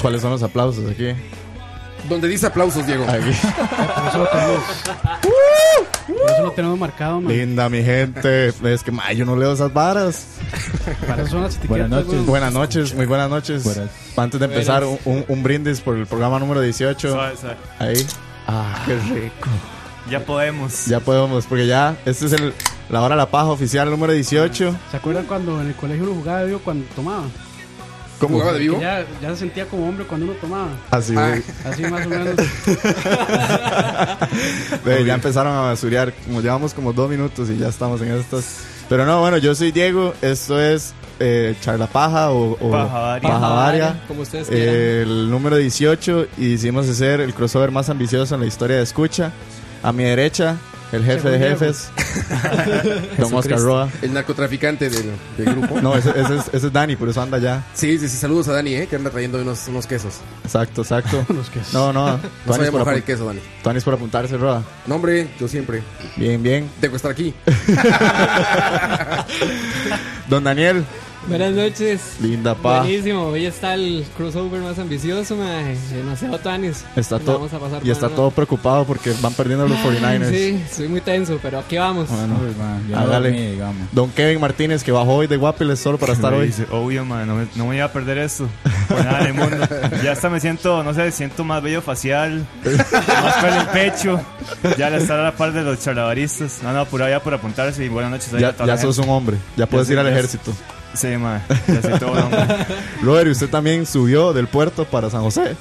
¿Cuáles son los aplausos aquí? Donde dice aplausos, Diego. Aquí. Por eso lo tenemos, ¡Uh! por eso lo tenemos marcado, man. Linda, mi gente. Es que ma, yo no leo esas varas. Para eso son las etiquetas. Buenas noches. weón. Buenas noches, muy buenas noches. Buenas. Antes de empezar, un, un- un brindis por el programa número 18. Suave, suave. Ahí. Ah, qué rico. Ya podemos. Ya podemos, porque ya, este es el, la hora de la paja oficial número 18. ¿Se acuerdan cuando en el colegio uno jugaba de vivo cuando tomaba? ¿Cómo? ¿Jugaba de vivo? Ah. Que ya, ya se sentía como hombre cuando uno tomaba. Así, güey. Así más o menos. Ve, ya empezaron a basurear. Como llevamos como dos minutos y ya estamos en estas. Pero no, bueno, yo soy Diego. Esto es eh, Charla Paja o, o Paja Varia. Paja Varia. Como ustedes quieran. Eh, el número 18 y hicimos hacer el crossover más ambicioso en la historia de escucha. A mi derecha, el jefe de Según jefes, Don Oscar Roa. El narcotraficante del, del grupo. No, ese, ese es, ese es Dani, por eso anda ya. Sí, sí, sí, saludos a Dani, ¿eh? que anda trayendo unos, unos quesos. Exacto, exacto. Los que No, no. No Tuanis sabía por, mojar el apu- queso, Dani. Tuanis por apuntarse, Roa. No, hombre, yo siempre. Bien, bien. Tengo que estar aquí. Don Daniel, Buenas noches. linda pa. Buenísimo, hoy está el crossover más ambicioso, mae. Demasiado tanis. Está La todo vamos a pasar y está mal, todo preocupado porque van perdiendo los Ay, 49ers. Sí, estoy muy tenso, pero aquí vamos. Bueno, Uy, man, yo no Hágale. dormí, digamos. Don Kevin Martínez que bajó hoy de Guapiles solo para estar Me hoy. dice, obvio, man, no me, no me iba a perder esto. Por nada del mundo. Ya hasta me siento, no sé, siento más bello facial, más pelo en pecho. Ya al estar a la par de los charlavaristas. No, no, por allá por apuntarse y buenas noches. ahí a Ya, toda ya la sos gente. un hombre, ya puedes soy- ir al ya- ejército. Sí, man, ya soy todo un hombre. Robert, y usted también subió del puerto para San José.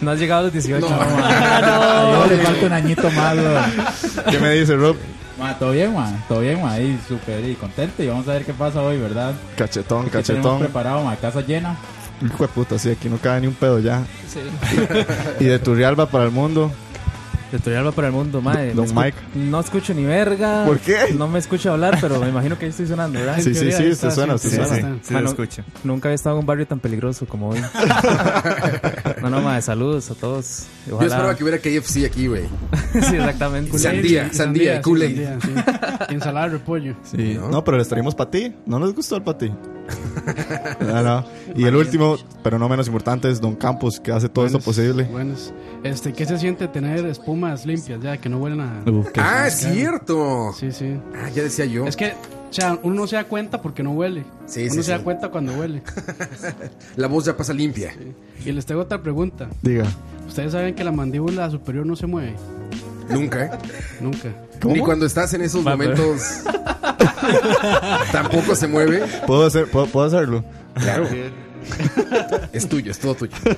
No has llegado a los 18. No, le falta un añito más, weón. ¿Qué me dice Rob? Man, todo bien, man. Todo bien, man. Ahí súper y contento. Y vamos a ver qué pasa hoy, ¿verdad? Cachetón, ¿Qué tenemos cachetón. preparado, man? Casa llena. Hijo de puta, sí, aquí no cabe ni un pedo ya. Sí. Y de Turrialba para el mundo, Tutorial para el mundo, madre. Don Mike. No escucho ni verga. ¿Por qué? No me escucho hablar, pero me imagino que ahí estoy sonando, ¿verdad? En Sí, sí, teoría, sí, ahí usted está, suena, sí. usted Sí, suena. sí, sí, Mano, lo escucho. Nunca había estado en un barrio tan peligroso como hoy. No, no, madre. Saludos a todos. Yo Ojalá. esperaba que hubiera KFC aquí, güey. sí, exactamente. Sandía, sandía, y culé. Kool-Aid. Ensalada de repollo. Sí, ¿no? pero les traímos para ti. ¿No les gustó el para ti? No, no. Y el último, pero no menos importante, es Don Campos, que hace todo esto posible. Buenas. Este, ¿qué se siente tener espumas limpias ya que no huelen a Ah, es cierto. Sí, sí. Ah, ya decía yo. Es que o sea, uno no se da cuenta porque no huele. Sí, uno sí, se da sí. cuenta cuando huele. La voz ya pasa limpia. Y les tengo otra pregunta. Diga. Ustedes saben que la mandíbula superior no se mueve. Nunca, ¿eh? Nunca. Ni cuando estás en esos pues. pues. momentos tampoco se mueve. ¿Puedo, hacer, puedo, puedo hacerlo? Claro. Es tuyo, es todo tuyo.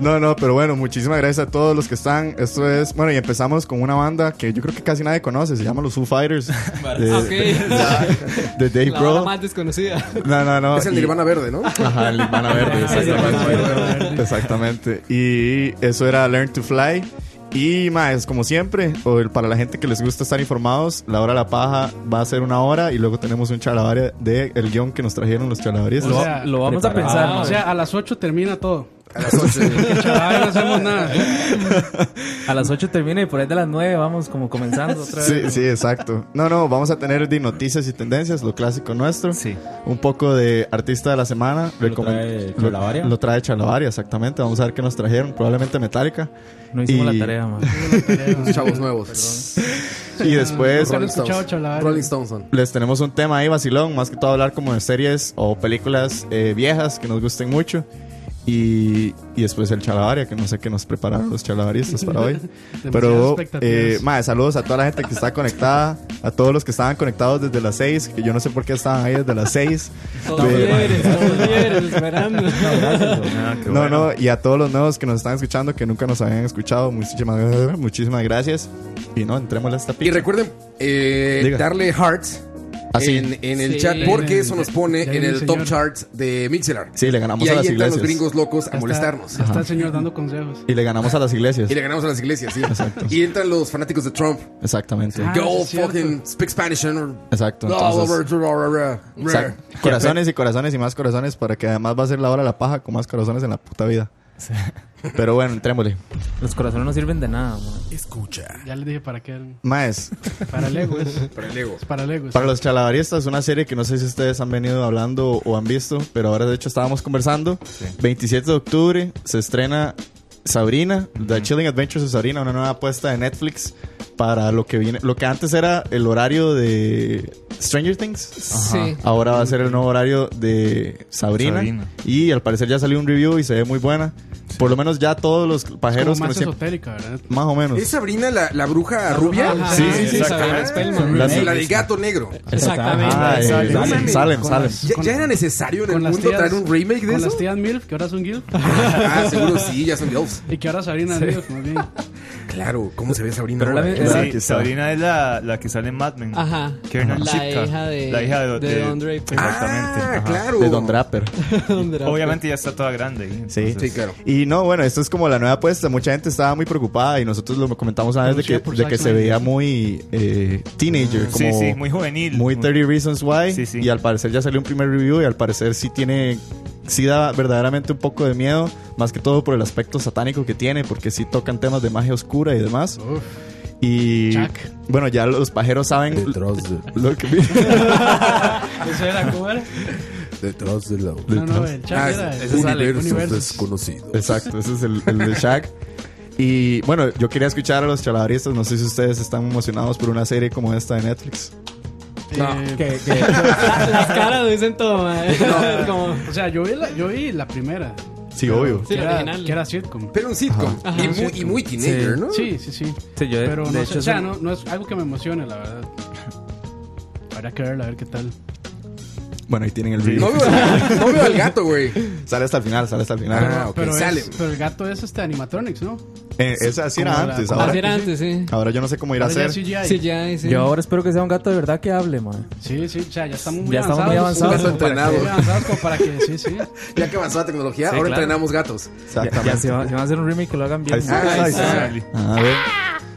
No, no, pero bueno, muchísimas gracias a todos los que están. Esto es, bueno, y empezamos con una banda que yo creo que casi nadie conoce, se llama los Foo Fighters. De, Ok. de Dave La hora Grohl. más desconocida. No, Ah, no, no. Es el y- Nirvana Verde, ¿no? Ajá, el Nirvana Verde, exactamente. Exactamente. Y eso era Learn to Fly. Y más, como siempre, o el- para la gente que les gusta estar informados, la hora de la paja va a ser una hora y luego tenemos un charlavaria de el guión que nos trajeron los charlavaristas. O sea, Lo vamos a Ah, pensar. o sea, a las 8 termina todo. A las 11. Chalada, no hacemos nada. A las 8 termina y por ahí de las 9 vamos como comenzando otra vez. Sí, sí, exacto. No, no, vamos a tener de noticias y tendencias, lo clásico nuestro. Sí. Un poco de artista de la semana. Lo Recomend- trae Charlavaria. Lo, lo trae Charlavaria, exactamente. Vamos a ver qué nos trajeron. Probablemente Metallica. No hicimos Y- la tarea, man. Chavos nuevos. Y después Rolling Rolling escuchado Stones. charlar. Rolling Stones son. les tenemos un tema ahí, vacilón. Más que todo hablar como de series o películas eh, viejas que nos gusten mucho. Y, y después el Charlavaria, que no sé qué nos prepararon los Charlavaristas para hoy. Demasiadas Pero, expectativas. eh, mae, saludos a toda la gente que está conectada, a todos los que estaban conectados desde las 6, que yo no sé por qué estaban ahí desde las 6. Todos viernes, todos viernes, esperando. Ah, qué No, bueno. no, y a todos los nuevos que nos están escuchando, que nunca nos habían escuchado, muchísimas, muchísimas gracias. Y no, entrémosle a esta Y pica. recuerden eh, Diga. Ah, darle hearts Así. en, en el Sí. chat porque eso nos pone Ya en viene el el top señor. charts de Mixelar. Sí, le ganamos Y a ahí las entran iglesias. los gringos locos a Ya está- molestarnos. ya Está, el señor dando consejos. Y le ganamos a las iglesias. Y le ganamos a las iglesias, sí. Y entran los fanáticos de Trump. Exactamente. Ah, sí Go es cierto. fucking speak Spanish and Exacto. No, entonces, blah, blah, blah, blah, blah. exacto. corazones y corazones y más corazones para que además va a ser la hora de la paja con más corazones en la puta vida. Pero bueno, entrémosle. Los corazones no sirven de nada, man. Escucha. Ya les dije para qué. eran. Maes, Para Lego es. Para el ego. Es Para Lego. es. Para los chalabaristas, una serie que no sé si ustedes han venido hablando o han visto, pero ahora de hecho estábamos conversando. 27 de octubre se estrena Sabrina, The Chilling Adventures of Sabrina, una nueva apuesta de Netflix para lo que viene, lo que antes era el horario de Stranger Things. Sí. Ahora va a ser el nuevo horario de Sabrina, Sabrina. y al parecer ya salió un review y se ve muy buena. Por lo menos ya todos los Es pajeros como que más nos siempre- esotérica, ¿verdad? más o menos. ¿Es Sabrina la, la bruja rubia? Ajá, Sí, sí, sí, Sabrina exactamente. Spellman. La- Sí, la del gato negro. Exactamente. Ah, eh, Salem. Salem, Salem, Salem. ¿Ya, ya era necesario en el con las mundo tías- traer un remake de Con las eso? tías MILF, que ahora son GILF. Ah, seguro sí, ya son elves. Y que ahora Sabrina es MILF, más bien. Claro, ¿cómo se ve Sabrina? Pero la ahora? ve- Sí, Claro que está. Sabrina es la, la que sale en Mad Men. Ajá. Kiernan La Shipka. hija de- La hija de, de Don Draper. Exactamente. Ah, Ajá. claro. De Don Draper. ¿Dónde era? Obviamente ya está toda grande. ahí, Sí. entonces- Sí, claro. Y no, bueno, esto es como la nueva apuesta. Mucha gente estaba muy preocupada y nosotros lo comentamos una vez de que, Producida por de Zack que se Snyder. veía muy eh, teenager, Sí, como sí, muy juvenil. muy 30 Reasons Why. Sí, sí. Y al parecer ya salió un primer review y al parecer sí tiene, sí da verdaderamente un poco de miedo, más que todo por el aspecto satánico que tiene, porque sí tocan temas de magia oscura y demás. Y Chuck. bueno, ya los pajeros saben lo que... ¿Eso era cómo era? Detrás de la... No, no, el chat Ah, era. ese el sale. universo. desconocido. Exacto, ese es el, el de Shaq. Y bueno, yo quería escuchar a los chalabaristas. No sé si ustedes están emocionados por una serie como esta de Netflix. Eh, Que, que- Las caras lo dicen todo, man. Como- O sea, yo vi la, yo vi la primera. Sí, obvio. que Sí, la era- original. Que era sitcom. Pero un sitcom. Ajá. y, Ajá, muy, y muy teenager, Sí. ¿no? Sí, sí, sí. sí, yo de, Pero de no sé, hecho o sea, sí- no, no es algo que me emocione, la verdad. Habrá que verla, a ver qué tal. Bueno, ahí tienen el video. No veo, al- no veo al gato, güey. Sale hasta el final, sale hasta el final. Ah, ok, pero, es- sale. pero el gato es este animatronics, ¿no? Eh, eso así era Como la- antes. como Ahora, Así era antes, sí. ahora yo no sé cómo ir a Ahora ya hacer. es CGI. Sí, ya, sí. Yo ahora espero que sea un gato de verdad que hable, man. Sí, sí, o sea, ya estamos muy Ya estamos muy avanzados. Un gato avanzados. como para entrenado. Muy avanzados como para que, sí, sí. Ya que avanzó la tecnología, Sí, ahora claro. entrenamos gatos. que- Ya, ya, Exactamente. si, va- si van a hacer un remake que lo hagan bien. Ahí está. Ah, Ahí sí, está. sí. A ver.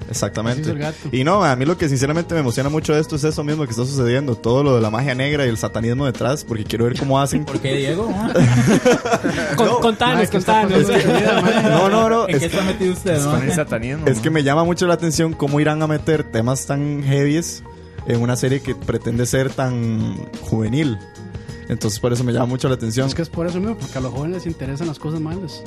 Así Exactamente. es el gato. Y no, a mí lo que sinceramente me emociona mucho de esto es eso mismo que está sucediendo, todo lo de la magia negra y el satanismo detrás, porque quiero ver cómo hacen. ¿Por qué Diego? man? Con- Contanos, contanos. Es que- No, no, no. ¿En es qué está metido usted, Con el man? satanismo. Es que ¿no? me llama mucho la atención cómo irán a meter temas tan heavies en una serie que pretende ser tan juvenil. Entonces por eso me llama mucho la atención, Es que es por eso mismo, porque a los jóvenes les interesan las cosas malas.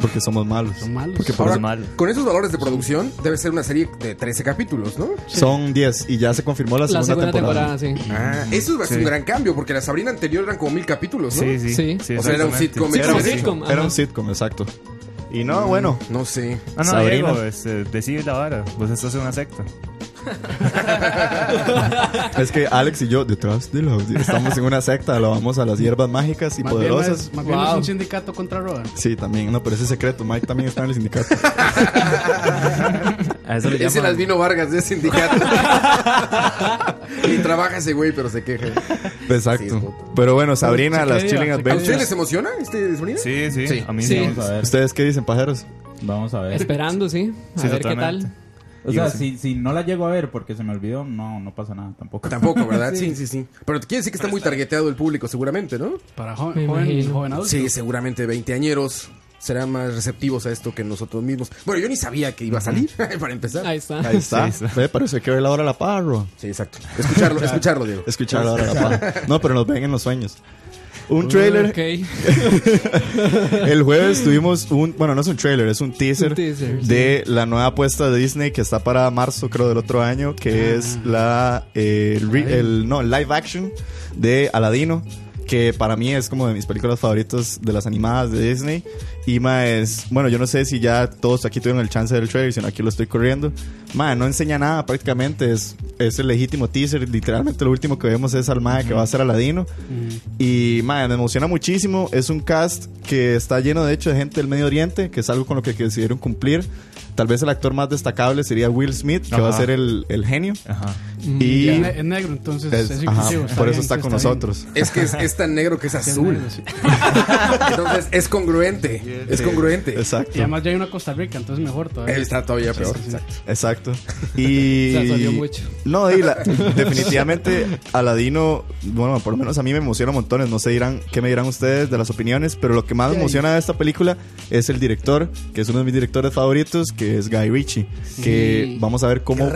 porque somos malos. Son malos. Porque por Ahora, eso- mal. con esos valores de producción, debe ser una serie de 13 capítulos, ¿no? son 10 y ya se confirmó la La segunda, segunda temporada. temporada, sí. Ah, eso es un gran cambio, porque la Sabrina anterior eran como mil capítulos, ¿no? Sí, sí. Sí. sí O sea, era un exactamente. sitcom. Sí, Como entonces. sitcom, Era ajá. un sitcom, exacto. Y no, bueno. Mm, No sé. Ah, no, Sabrina. Diego, este, decide la vara. Vos estás en una secta. Es que Alex y yo, detrás de los. Estamos en una secta, lo vamos a las hierbas mágicas y Más bien, no poderosas. es, más bien no es Wow. un sindicato contra Roa. Sí, también, no, pero ese es secreto. Mike también está en el sindicato. A eso le Ese llaman. las vino Vargas de sindicato. y trabaja ese güey, pero se queja. Exacto. Sí, puto. pero bueno, Sabrina, Se las queda, Chilling se ¿A queda. ustedes Adventures. les emociona este sonido? Sí, sí, Sí. A mí Sí. sí. Vamos a ver. ¿Ustedes qué dicen, pajeros? Vamos a ver. Esperando, sí. A Sí, ver totalmente. O sea, si, si no la llego a ver porque se me olvidó, no, no pasa nada tampoco. Tampoco, ¿verdad? sí. sí, sí, Pero quiere decir que está muy targeteado el público, seguramente, ¿no? Para jo- Me joven, imagino. joven adulto. Sí, seguramente veinteañeros serán más receptivos a esto que nosotros mismos. Bueno, yo ni sabía que iba a salir, para qué empezar. tal. Ahí está. Ahí está. Ve, pero eso hay que ver la hora de la paja, bro. Sí, exacto. Escucharlo, escucharlo, Diego. Escuchar la hora de la paja. No, pero nos ven en los sueños. Un trailer. Ok. El jueves tuvimos un. Bueno, no es un trailer, es un teaser. Un teaser, de la nueva apuesta de Disney que está para marzo, creo, del otro año. Ah. Que es la. eh, el, re- el- no, el live action de Aladino. Que para mí es como de mis películas favoritas de las animadas de Disney. Y más es. Bueno, yo no sé si ya todos aquí tuvieron el chance del trailer, sino aquí lo estoy corriendo. Ma, no enseña nada prácticamente. Es, es el legítimo teaser. Literalmente lo último que vemos es al mae que va a ser Aladino. Y man, me emociona muchísimo. Es un cast que está lleno de hecho de gente del Medio Oriente, que es algo con lo que decidieron cumplir. Tal vez el actor más destacable sería Will Smith, que va a Ajá. ser el, el genio. Ajá. Y Es, ne- Mm, es negro, entonces es- es, ajá, inclusivo. por eso bien, está sí, con bien. nosotros. Es que es, es tan negro que es azul. Entonces es congruente. Es congruente. Y Exacto. además ya hay una Costa Rica, entonces mejor todavía. Él está todavía peor. Exacto. Y. Se asolió mucho. No, y la- definitivamente Aladino, bueno, por lo menos a mí me emociona montones. No sé dirán qué me dirán ustedes de las opiniones, pero lo que más me emociona de esta película es el director, que es uno de mis directores favoritos, que es Guy Ritchie. Que Sí. vamos a ver cómo,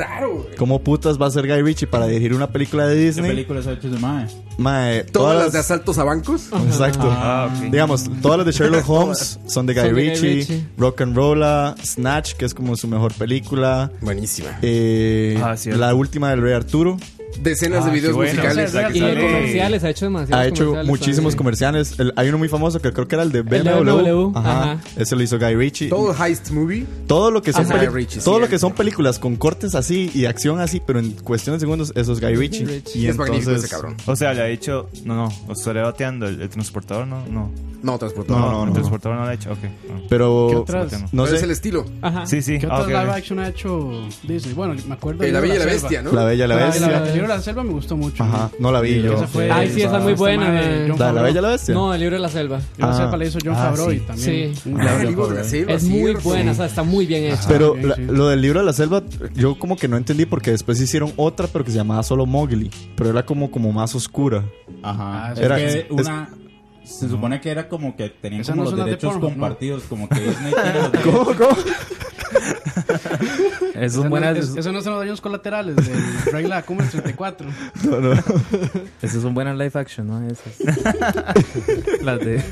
cómo putas va a ser Guy Ritchie para dirigir una película de ¿Qué Disney. películas ha hecho ese mae? Mae, Todas las de asaltos a bancos. Exacto. Ah, ok. Digamos, todas las de Sherlock Holmes son de Guy Son de Guy Ritchie, Ritchie. Rock and Rolla, Snatch, que es como su mejor película, Buenísima. eh, Ah, cierto. la última del Rey Arturo, Decenas de Ah, videos qué bueno. musicales. O sea, Y de Sale- comerciales, ha hecho demasiados ha hecho comerciales muchísimos también. comerciales. El- hay uno muy famoso que creo que era el de BMW. El de BMW, Ajá. ajá. Ese lo hizo Guy Ritchie. Todo heist movie. Todo lo que son, Ajá. peli- Guy Ritchie, todo sí, lo que es- son películas con cortes así y acción así, pero en cuestión de segundos, eso es Guy Ritchie. Ritchie. Y es magnífico ese entonces, cabrón. O sea, le ha dicho. No, no. Os estaré bateando. El, el transportador no. No, No, No, transportador. no, El no. transportador no lo ha hecho. Ok. no. ¿Qué Pero otras? ¿por qué no Pero es sé, el estilo. Ajá. Sí, sí. ¿Qué ah, otras ok. live action ha hecho Disney? Bueno, me acuerdo Eh, de la Bella y la Selva. Bestia, ¿no? La Bella y La la Bella y Bestia. la- el libro de la selva me gustó mucho. Ajá, no la vi yo. Esa fue- Ay, sí, esa es muy esta buena, madre de John eh. ¿La de la Favreau. Bella y la Bestia? No, el libro de la selva. Yo no Ah. sé cuál hizo John Ah, Favrew sí. y también. Sí. un- Ah, Amigos de la Selva, Es muy cierto. buena, o sea, está muy bien hecha. Pero Ah, ok, la- sí. lo del libro de la selva, yo como que no entendí porque después hicieron otra, pero que se llamaba solo Mowgli. Pero era como, como más oscura. Ajá. Ah, es era- que es- una. Se supone que era como que tenían Esas como los no son las de derechos Pornhub, ¿no? compartidos, como que Disney tiene los derechos. Esas Esas son no- buenas, es- Esos no son los daños colaterales del regla como el 34. No, no. esas son buenas live action, ¿no? Esas. Las de.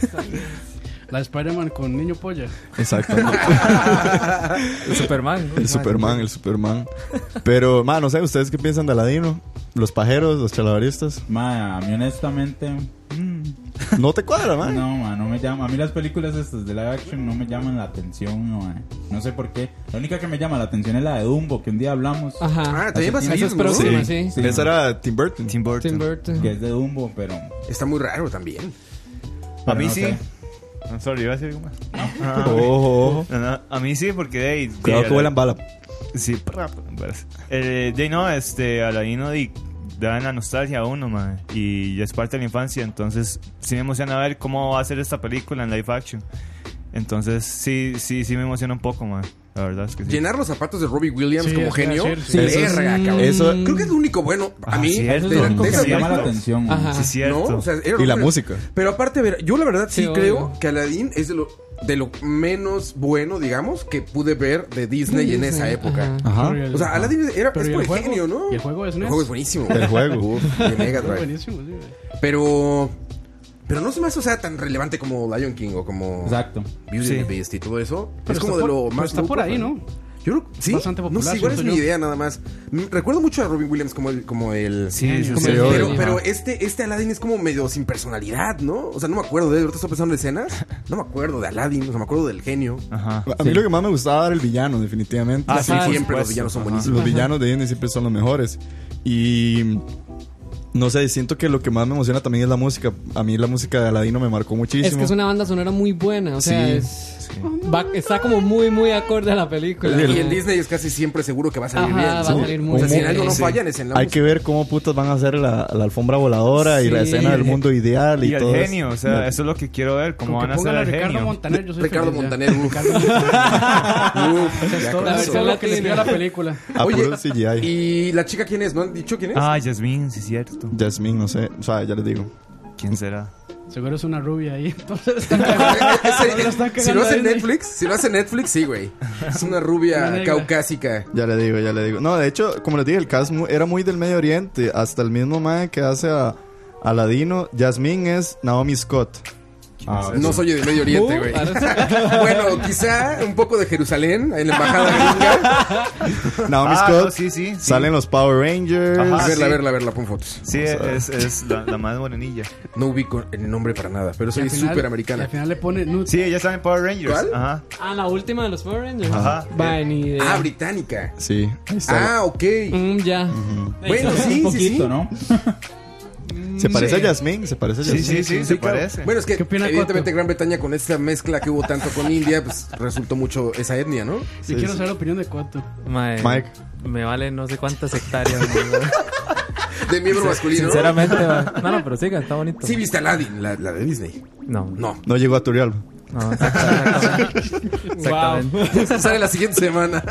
La de Spider-Man con niño polla. Exacto. El Superman. ¿no? El Superman, el Superman. Pero, man, no sé, ¿ustedes qué piensan de Aladino? ¿Los pajeros, los chalabaristas? Mae, a mí honestamente. mm, No te cuadra, man. No, ma, no me llama. A mí las películas estas de live action no me llaman la atención, ma. No sé por qué. La única que me llama la atención es la de Dumbo, que un día hablamos. Ajá. Ah, también va a Hace salir, Esa es ¿no? próxima, sí. Sí, Esa era Tim Burton. Tim Burton. Tim Burton. Que es de Dumbo, pero. Está muy raro también. pero A mí Ah, no sí. sé. No, sorry, iba a decir algo más. Ojo, ojo. No, no, a mí sí, porque de ahí. Cuidado de- que vuelan bala. Sí, pra- pues. Eh, de ahí no, este, Aladino di- da la nostalgia a uno, man. Y ya es parte de la infancia, entonces sí me emociona ver cómo va a ser esta película en live action. Entonces sí, sí, sí me emociona un poco, man. La verdad es que sí. Llenar los zapatos de Robbie Williams Sí, como eso iba a genio. decir, sí. verga, Eso es- cabrón. Eso, Creo que es lo único bueno a Ah, mí. sí, Eso eso es de- lo de único que esas me llama la películas. atención, ma. Ajá. Sí, cierto. ¿No? O sea, era- Y la música. Pero aparte, ver, yo la verdad sí, Sí, obvio. creo que Aladdin es de lo, de lo menos bueno, digamos, que pude ver de Disney en esa época. Ajá. Ajá. Pero el- O sea, Aladdin era, Pero es ¿y por el el juego? genio, ¿no? ¿Y el juego es El NES? juego es buenísimo. El juego. Uf, de Mega Es Drive. buenísimo, sí. Pero. Pero no se me hace, o sea, tan relevante como Lion King o como Exacto. Beauty Sí. and the Beast y todo eso. Pero es como está de por- lo pero más. está por ahí, popular. ¿no? Yo creo- sí, Bastante popular, no sé, igual es siento mi yo. idea nada más. Mm, Recuerdo mucho a Robin Williams como el, como el Sí, sí, Como sí. el pero, Ajá. pero este, este Aladdin es como medio sin personalidad, ¿no? O sea, no me acuerdo de él. Ahorita estoy pensando en escenas. No me acuerdo de Aladdin, o sea, me acuerdo del genio. Ajá. A mí lo que más me gustaba era el villano, definitivamente. Ah, sí, por siempre los supuesto. villanos son Ajá. buenísimos. Los villanos de Disney siempre son los mejores. Y no sé, siento que lo que más me emociona también es la música. A mí la música de Aladino me marcó muchísimo. Es que es una banda sonora muy buena, o sea, Sí, es- va- está como muy, muy acorde a la película. Y Mm. en Ajá. Disney es casi siempre seguro que va a salir Ajá, bien. va a ¿no? salir muy O sea, si en bien. algo no Sí. fallan es en la Hay música. que ver cómo putas van a hacer la, la alfombra voladora y la Sí. escena del mundo ideal y, Y el todo. eso. genio, o sea, eso es lo que quiero ver, cómo Con van que a hacer pongan a al Ricardo genio. Montaner, yo soy Ricardo feliz, ya. Montaner, uf. Uf, ya con eso. La versión Todo lo que le dio a la película. A Oye, puro CGI. ¿Y la chica quién es? ¿No han dicho quién es? Ah, Jasmine, sí es cierto. Jasmine, no sé. O sea, ya les digo. ¿Quién será? Seguro es una rubia ahí. Entonces Ese- si están cagando. están lo cagando hace ahí. Netflix, si lo hace Netflix, sí, güey. Es una rubia Una negra. caucásica. Ya le digo, ya le digo. No, de hecho, como les dije, el cast mu- era muy del Medio Oriente. Hasta el mismo mae que hace a Aladino. Jasmine es Naomi Scott. Ah, No sí. soy de Medio Uh, Oriente, güey. Bueno, quizá un poco de Jerusalén en la embajada gringa. Naomi Ah, Scott. no, sí, sí, sí. Salen los Power Rangers. Ajá. A Ah, verla, sí. a verla, a verla, pon fotos. Sí, es, es la, la más morenilla. No ubico el nombre para nada, pero Y al soy final- súper y americana. Al final le pone nude. Sí, ella está en Power Rangers. ¿Cuál? Ajá. Ah, la última de los Power Rangers. Ajá. Va, ni idea. Ah, británica. Sí. ahí está. Ah, ok. Mm, ya. Bueno, sí, sí, sí. Poquito, ¿no? se parece a Jasmine, se parece a Sí, Jasmine. sí, sí, se Sí, claro. parece. Bueno, es que ¿Qué opina evidentemente Coto? Gran Bretaña con esa mezcla que hubo tanto con India, pues resultó mucho esa etnia, ¿no? Si quiero saber la opinión de Coto. Mae, Mike. Me vale no sé cuántas hectáreas. mae. De miembro masculino. Sinceramente, mae. no, no, pero siga, está bonito. Sí, viste Aladdin, la, la de Disney. No, no, No. No llegó a Turrialba. exactamente. Exactamente. Sale la siguiente semana.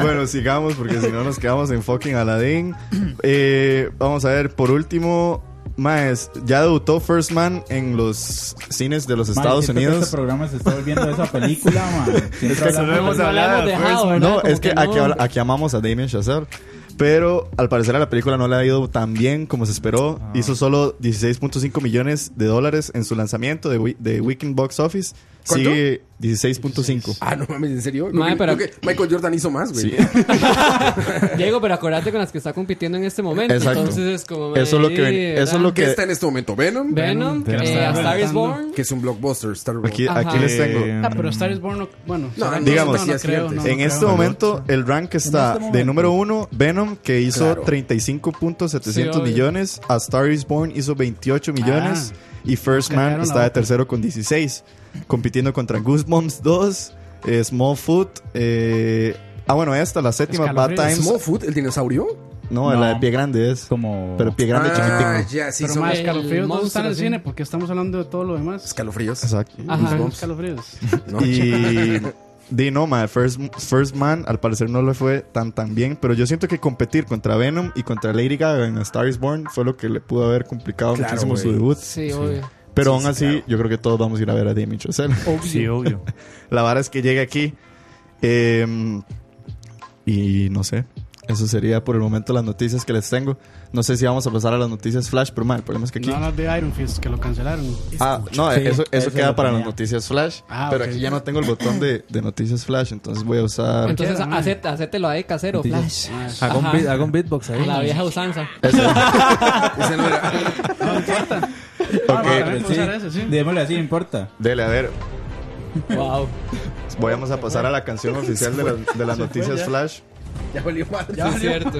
Bueno, sigamos porque si no nos quedamos en fucking Aladdin. Eh, vamos a ver, por último, Maes, ya debutó First Man en los cines de los Mae, Estados siento que Unidos. Este programa se está volviendo esa película, man. Siempre solo hablamos hemos de- No la hablado hemos de dejado, First- ¿verdad? pues, No, Como es que, aquí, no. habla- aquí amamos a Damien Chazelle. Pero al parecer a la película no le ha ido tan bien como se esperó. Ah. Hizo solo 16.5 millones de dólares en su lanzamiento de, wi- de Weekend Box Office. ¿Cuánto? Sigue 16.5. Ah, no mames, ¿en serio? Creo que- Mae, pero- creo que Michael Jordan hizo más, güey. ¿Eh? Sí. Diego, pero acuérdate con las que está compitiendo en este momento. Exacto. Entonces es como. Eso es lo que ven- ahí, eso es lo ¿Qué que- está en este momento? Venom, Venom, Venom. eh, A Star is Venom. Born. que es un blockbuster, Star Wars. Aquí, aquí Ajá. les tengo. Eh, Ah, pero Star is Born, no- bueno. No, será- digamos, no, sí no es creo, cierto. no, no en creo. este momento, el rank está este de momento. número uno, Venom, que hizo Claro. 35.700 Sí, obvio. millones. A Star is Born hizo 28 millones. y First callaron Man la está de boca. tercero con 16. Compitiendo contra Goosebumps 2, eh, Small Foot. eh, ah, bueno, esta, la séptima, Bad Escalofríos. Times. ¿Small Food, el dinosaurio? No, No. la de pie grande es. Como. Pero pie grande ah, chiquitico. ya, sí, Pero son más el escalofríos no están en el monstruo, cine sí. porque estamos hablando de todo lo demás. escalofríos. Exacto. Ajá. Son Escalofríos. No, Y di no, ma, First, First Man al parecer no le fue tan tan bien, pero yo siento que competir contra Venom y contra Lady Gaga en A Star is Born fue lo que le pudo haber complicado Claro, muchísimo su güey. debut. Sí, obvio. Pero Sí, aún sí, así, claro. yo creo que todos vamos a ir a ver a Damien Chazelle. Sí, obvio. La vara es que llegue aquí. eh, y no sé. Eso sería por el momento las noticias que les tengo. No sé si vamos a pasar a las noticias Flash, pero ma, el problema es que aquí. No las de Iron Fist, que lo cancelaron. Ah, no, Sí, eso, eso eso queda lo para las tenía. noticias Flash. Ah, pero ok. aquí ya no tengo el botón de, de noticias Flash, entonces voy a usar. Entonces, Cualquiera, man. hacete- hacételo ahí casero, Flash. Hago un, Ajá. beat- hago un beatbox A ahí. la vieja usanza. ese no era. Ah, Ok. también puedo usar ese, sí. Démosle así, no importa. Dele, a ver. wow. Vamos a pasar a la canción oficial de, las- de las noticias Flash. Ya valió madre. Sí, es cierto.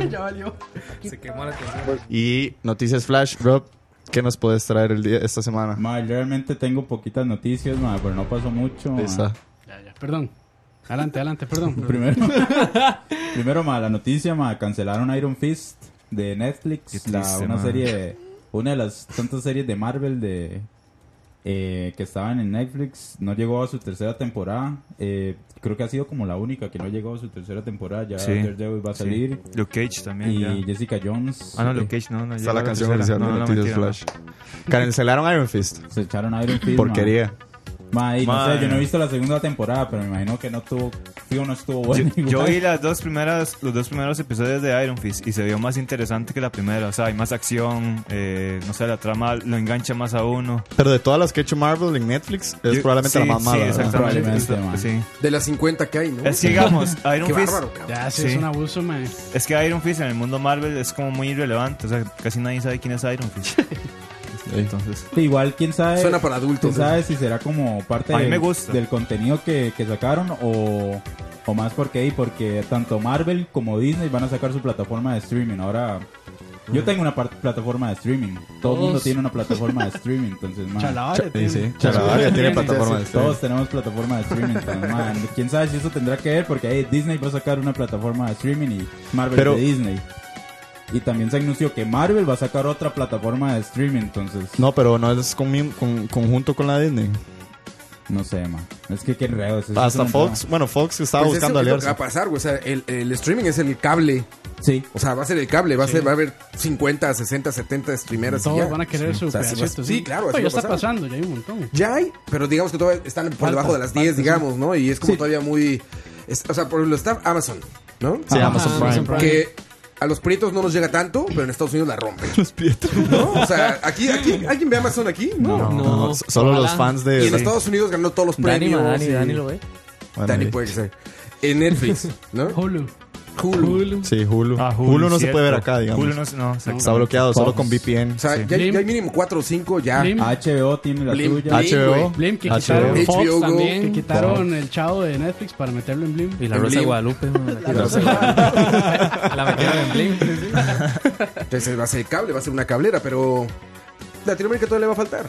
Se quemó la atención. Y noticias Flash, Rob, ¿qué nos puedes traer el día, esta semana? Mae, yo realmente tengo poquitas noticias, mae, pero no pasó mucho. mae. Ahí está. Ya, ya, Perdón. Adelante, adelante, perdón. Primero, primero ma, la noticia, ma, cancelaron Iron Fist de Netflix, Qué la- triste, una ma. serie, de- una de las tantas series de Marvel de eh, que estaban en Netflix, no llegó a su tercera temporada, eh, creo que ha sido como la única que no llegó a su tercera temporada, ya Sí. Daredevil va a Sí. salir Luke Cage también. y ya. Jessica Jones, Ah, no, eh, Luke Cage no, no. Está llega la a canción tercera. oficial de No, no, noticias mentira, Flash. Cancelaron Iron Fist. se echaron Iron Fist, ma. Porquería. Ma, y no Ma. sé, yo no he visto la segunda temporada, pero me imagino que no tuvo Pío no estuvo bueno. Yo, yo igual. vi las dos primeras, los dos primeros episodios de Iron Fist y se vio más interesante que la primera. O sea, hay más acción, eh, no sé, la trama lo engancha más a uno. Pero de todas las que ha hecho Marvel en Netflix, es Yo- probablemente sí, la más mala. Sí, ¿verdad? exactamente. Probablemente, Esta- man. sí. De las 50 que hay, Eh, ¿no? Es que digamos, Iron Qué Fist. bárbaro, cabrón. Ya, sí, Sí. es un abuso, mae. Es que Iron Fist en el mundo Marvel es como muy irrelevante. O sea, casi nadie sabe quién es Iron Fist. Entonces, Igual, quién sabe. Suena para adultos. ¿Quién sabe si será como parte A mí del, me gusta. del contenido que, que sacaron o, o más porque ahí? Porque tanto Marvel como Disney van a sacar su plataforma de streaming. Ahora, yo tengo una par- plataforma de streaming. Todo el mundo Todos. tiene una plataforma de streaming. Entonces, man, Chalabale, Sí, tiene. sí. Chalabaria tiene plataforma de streaming. todos tenemos plataforma de streaming. entonces, man, quién sabe si eso tendrá que ver porque ahí Disney va a sacar una plataforma de streaming y Marvel Pero- de Disney. Y también se anunció que Marvel va a sacar otra plataforma de streaming. Entonces, No, pero no es con, mi- con- conjunto con la Disney. no sé, man. Es que qué enredo. eso sí es Hasta una Fox, bueno, Fox estaba Pues buscando eso es lo que va aliarse. a pasar, güey. O sea, el, el streaming es el cable. entrada. Sí. O sea, va a ser el cable. Va a, ser, va a haber 50, 60, 70 streameras. y Todos ya. van a querer su O sea, sí, pedacito, va- sí, claro, Pues así ya va a está pasar. pasando, ya hay un montón. Ya hay, pero digamos que todavía están por Falta, debajo de las 10, falta, sí. digamos, ¿no? Y es como Sí. todavía muy. es- o sea, por lo está Amazon, ¿no? Sí, Amazon Ajá, Prime. Amazon Prime. Que a los prietos no nos llega tanto, pero en Estados Unidos la rompen. Los prietos. ¿No? O sea, aquí, aquí, ¿alguien ve Amazon aquí? No. No, No, s- solo los ojalá. fans Y de. en Estados Unidos ganó todos los Dani, premios. ma, Dani, y- Dani lo ve. bueno, Dani ahí. puede que sea. En Netflix, ¿no? Hulu. Hulu. Sí, Hulu. Ah, Hulu, no se cierto. puede ver acá, digamos. Hulu no, se- no, exacto. Está bloqueado, solo Fox. con VPN. O sea, Sí. ya, ya hay Blim. mínimo 4 o 5 ya. Blim, HBO tiene la Blim. tuya. Ah, HBO. Blim, que HBO. quitaron Fox HBO Go. también, que Blim. quitaron el chavo de Netflix para meterlo en Blim. Y la En Rosa de Blim. Guadalupe. man, la- La metieron en Blim. Entonces va a ser cable, va a ser una cablera, pero Latinoamérica todavía le va a faltar.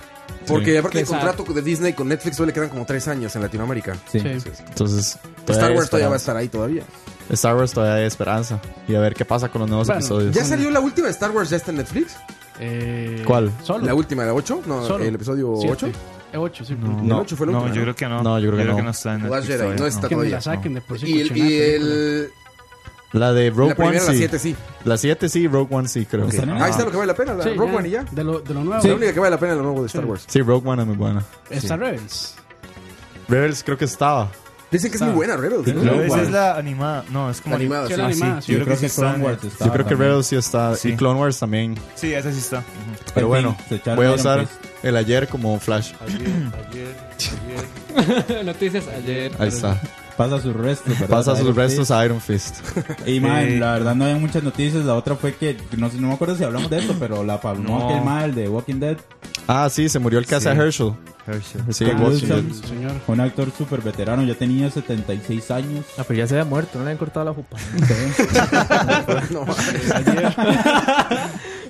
Porque aparte del Qué sad. contrato de Disney con Netflix todavía le quedan como 3 años en Latinoamérica. Sí. Sí. Entonces, Star hay Wars todavía va a esperanza. estar ahí todavía. Star Wars todavía hay esperanza. Y a ver qué pasa con los nuevos Bueno, episodios. ¿Ya salió la última de Star Wars? ¿Ya está en Netflix? Eh, ¿Cuál? Solo. ¿La última, la 8? No, Solo. el episodio 8. Siete. Eh, ocho, sí. No, No, el 8 fue la No, última. yo creo que no. No, yo creo que no. está en Last Netflix Jedi, todavía, no está Que me todavía. la saquen de por sí. Y el. cochonada Y película. el La de Rogue la primera, One la sí. 7, sí. La 7 sí, Rogue One sí, creo. Están en- Ahí Ah. está lo que vale la pena, la Sí, Rogue One y ya. De lo, de lo nuevo. La única que vale la pena es lo nuevo de Star Wars. Sí, Rogue One es muy buena. Está Rebels. Rebels creo que estaba. Dicen que es muy buena, Rebels. ¿eh? No, Clone esa Wars. es la animada. No, es como. La animada, Sí, sí. la Ah, Yo animada, Yo creo creo que que sí está Clone en- Wars Yo creo que Rebels Rebels sí está. Sí. Y Clone Wars también. Sí, esa sí está. Ujú. Pero bueno, se echaron voy a Iron usar Fist. el ayer como flash. Noticias ayer. Ahí está. Pasa sus restos, ¿verdad? Pasa sus Iron restos a Iron Fist. Fist. Y, man, la verdad no hay muchas noticias. La otra fue que, no, sé- no me acuerdo si hablamos de esto, pero la palmó No. aquel mal de Walking Dead. Ah, sí, se murió el que hace a Sí. Herschel. Sí, Ah, Walking Wilson. Dead. Sí, señor. Un actor súper veterano, ya tenía 76 años. Ah, pero ya se había muerto, no le han cortado la jupa. No,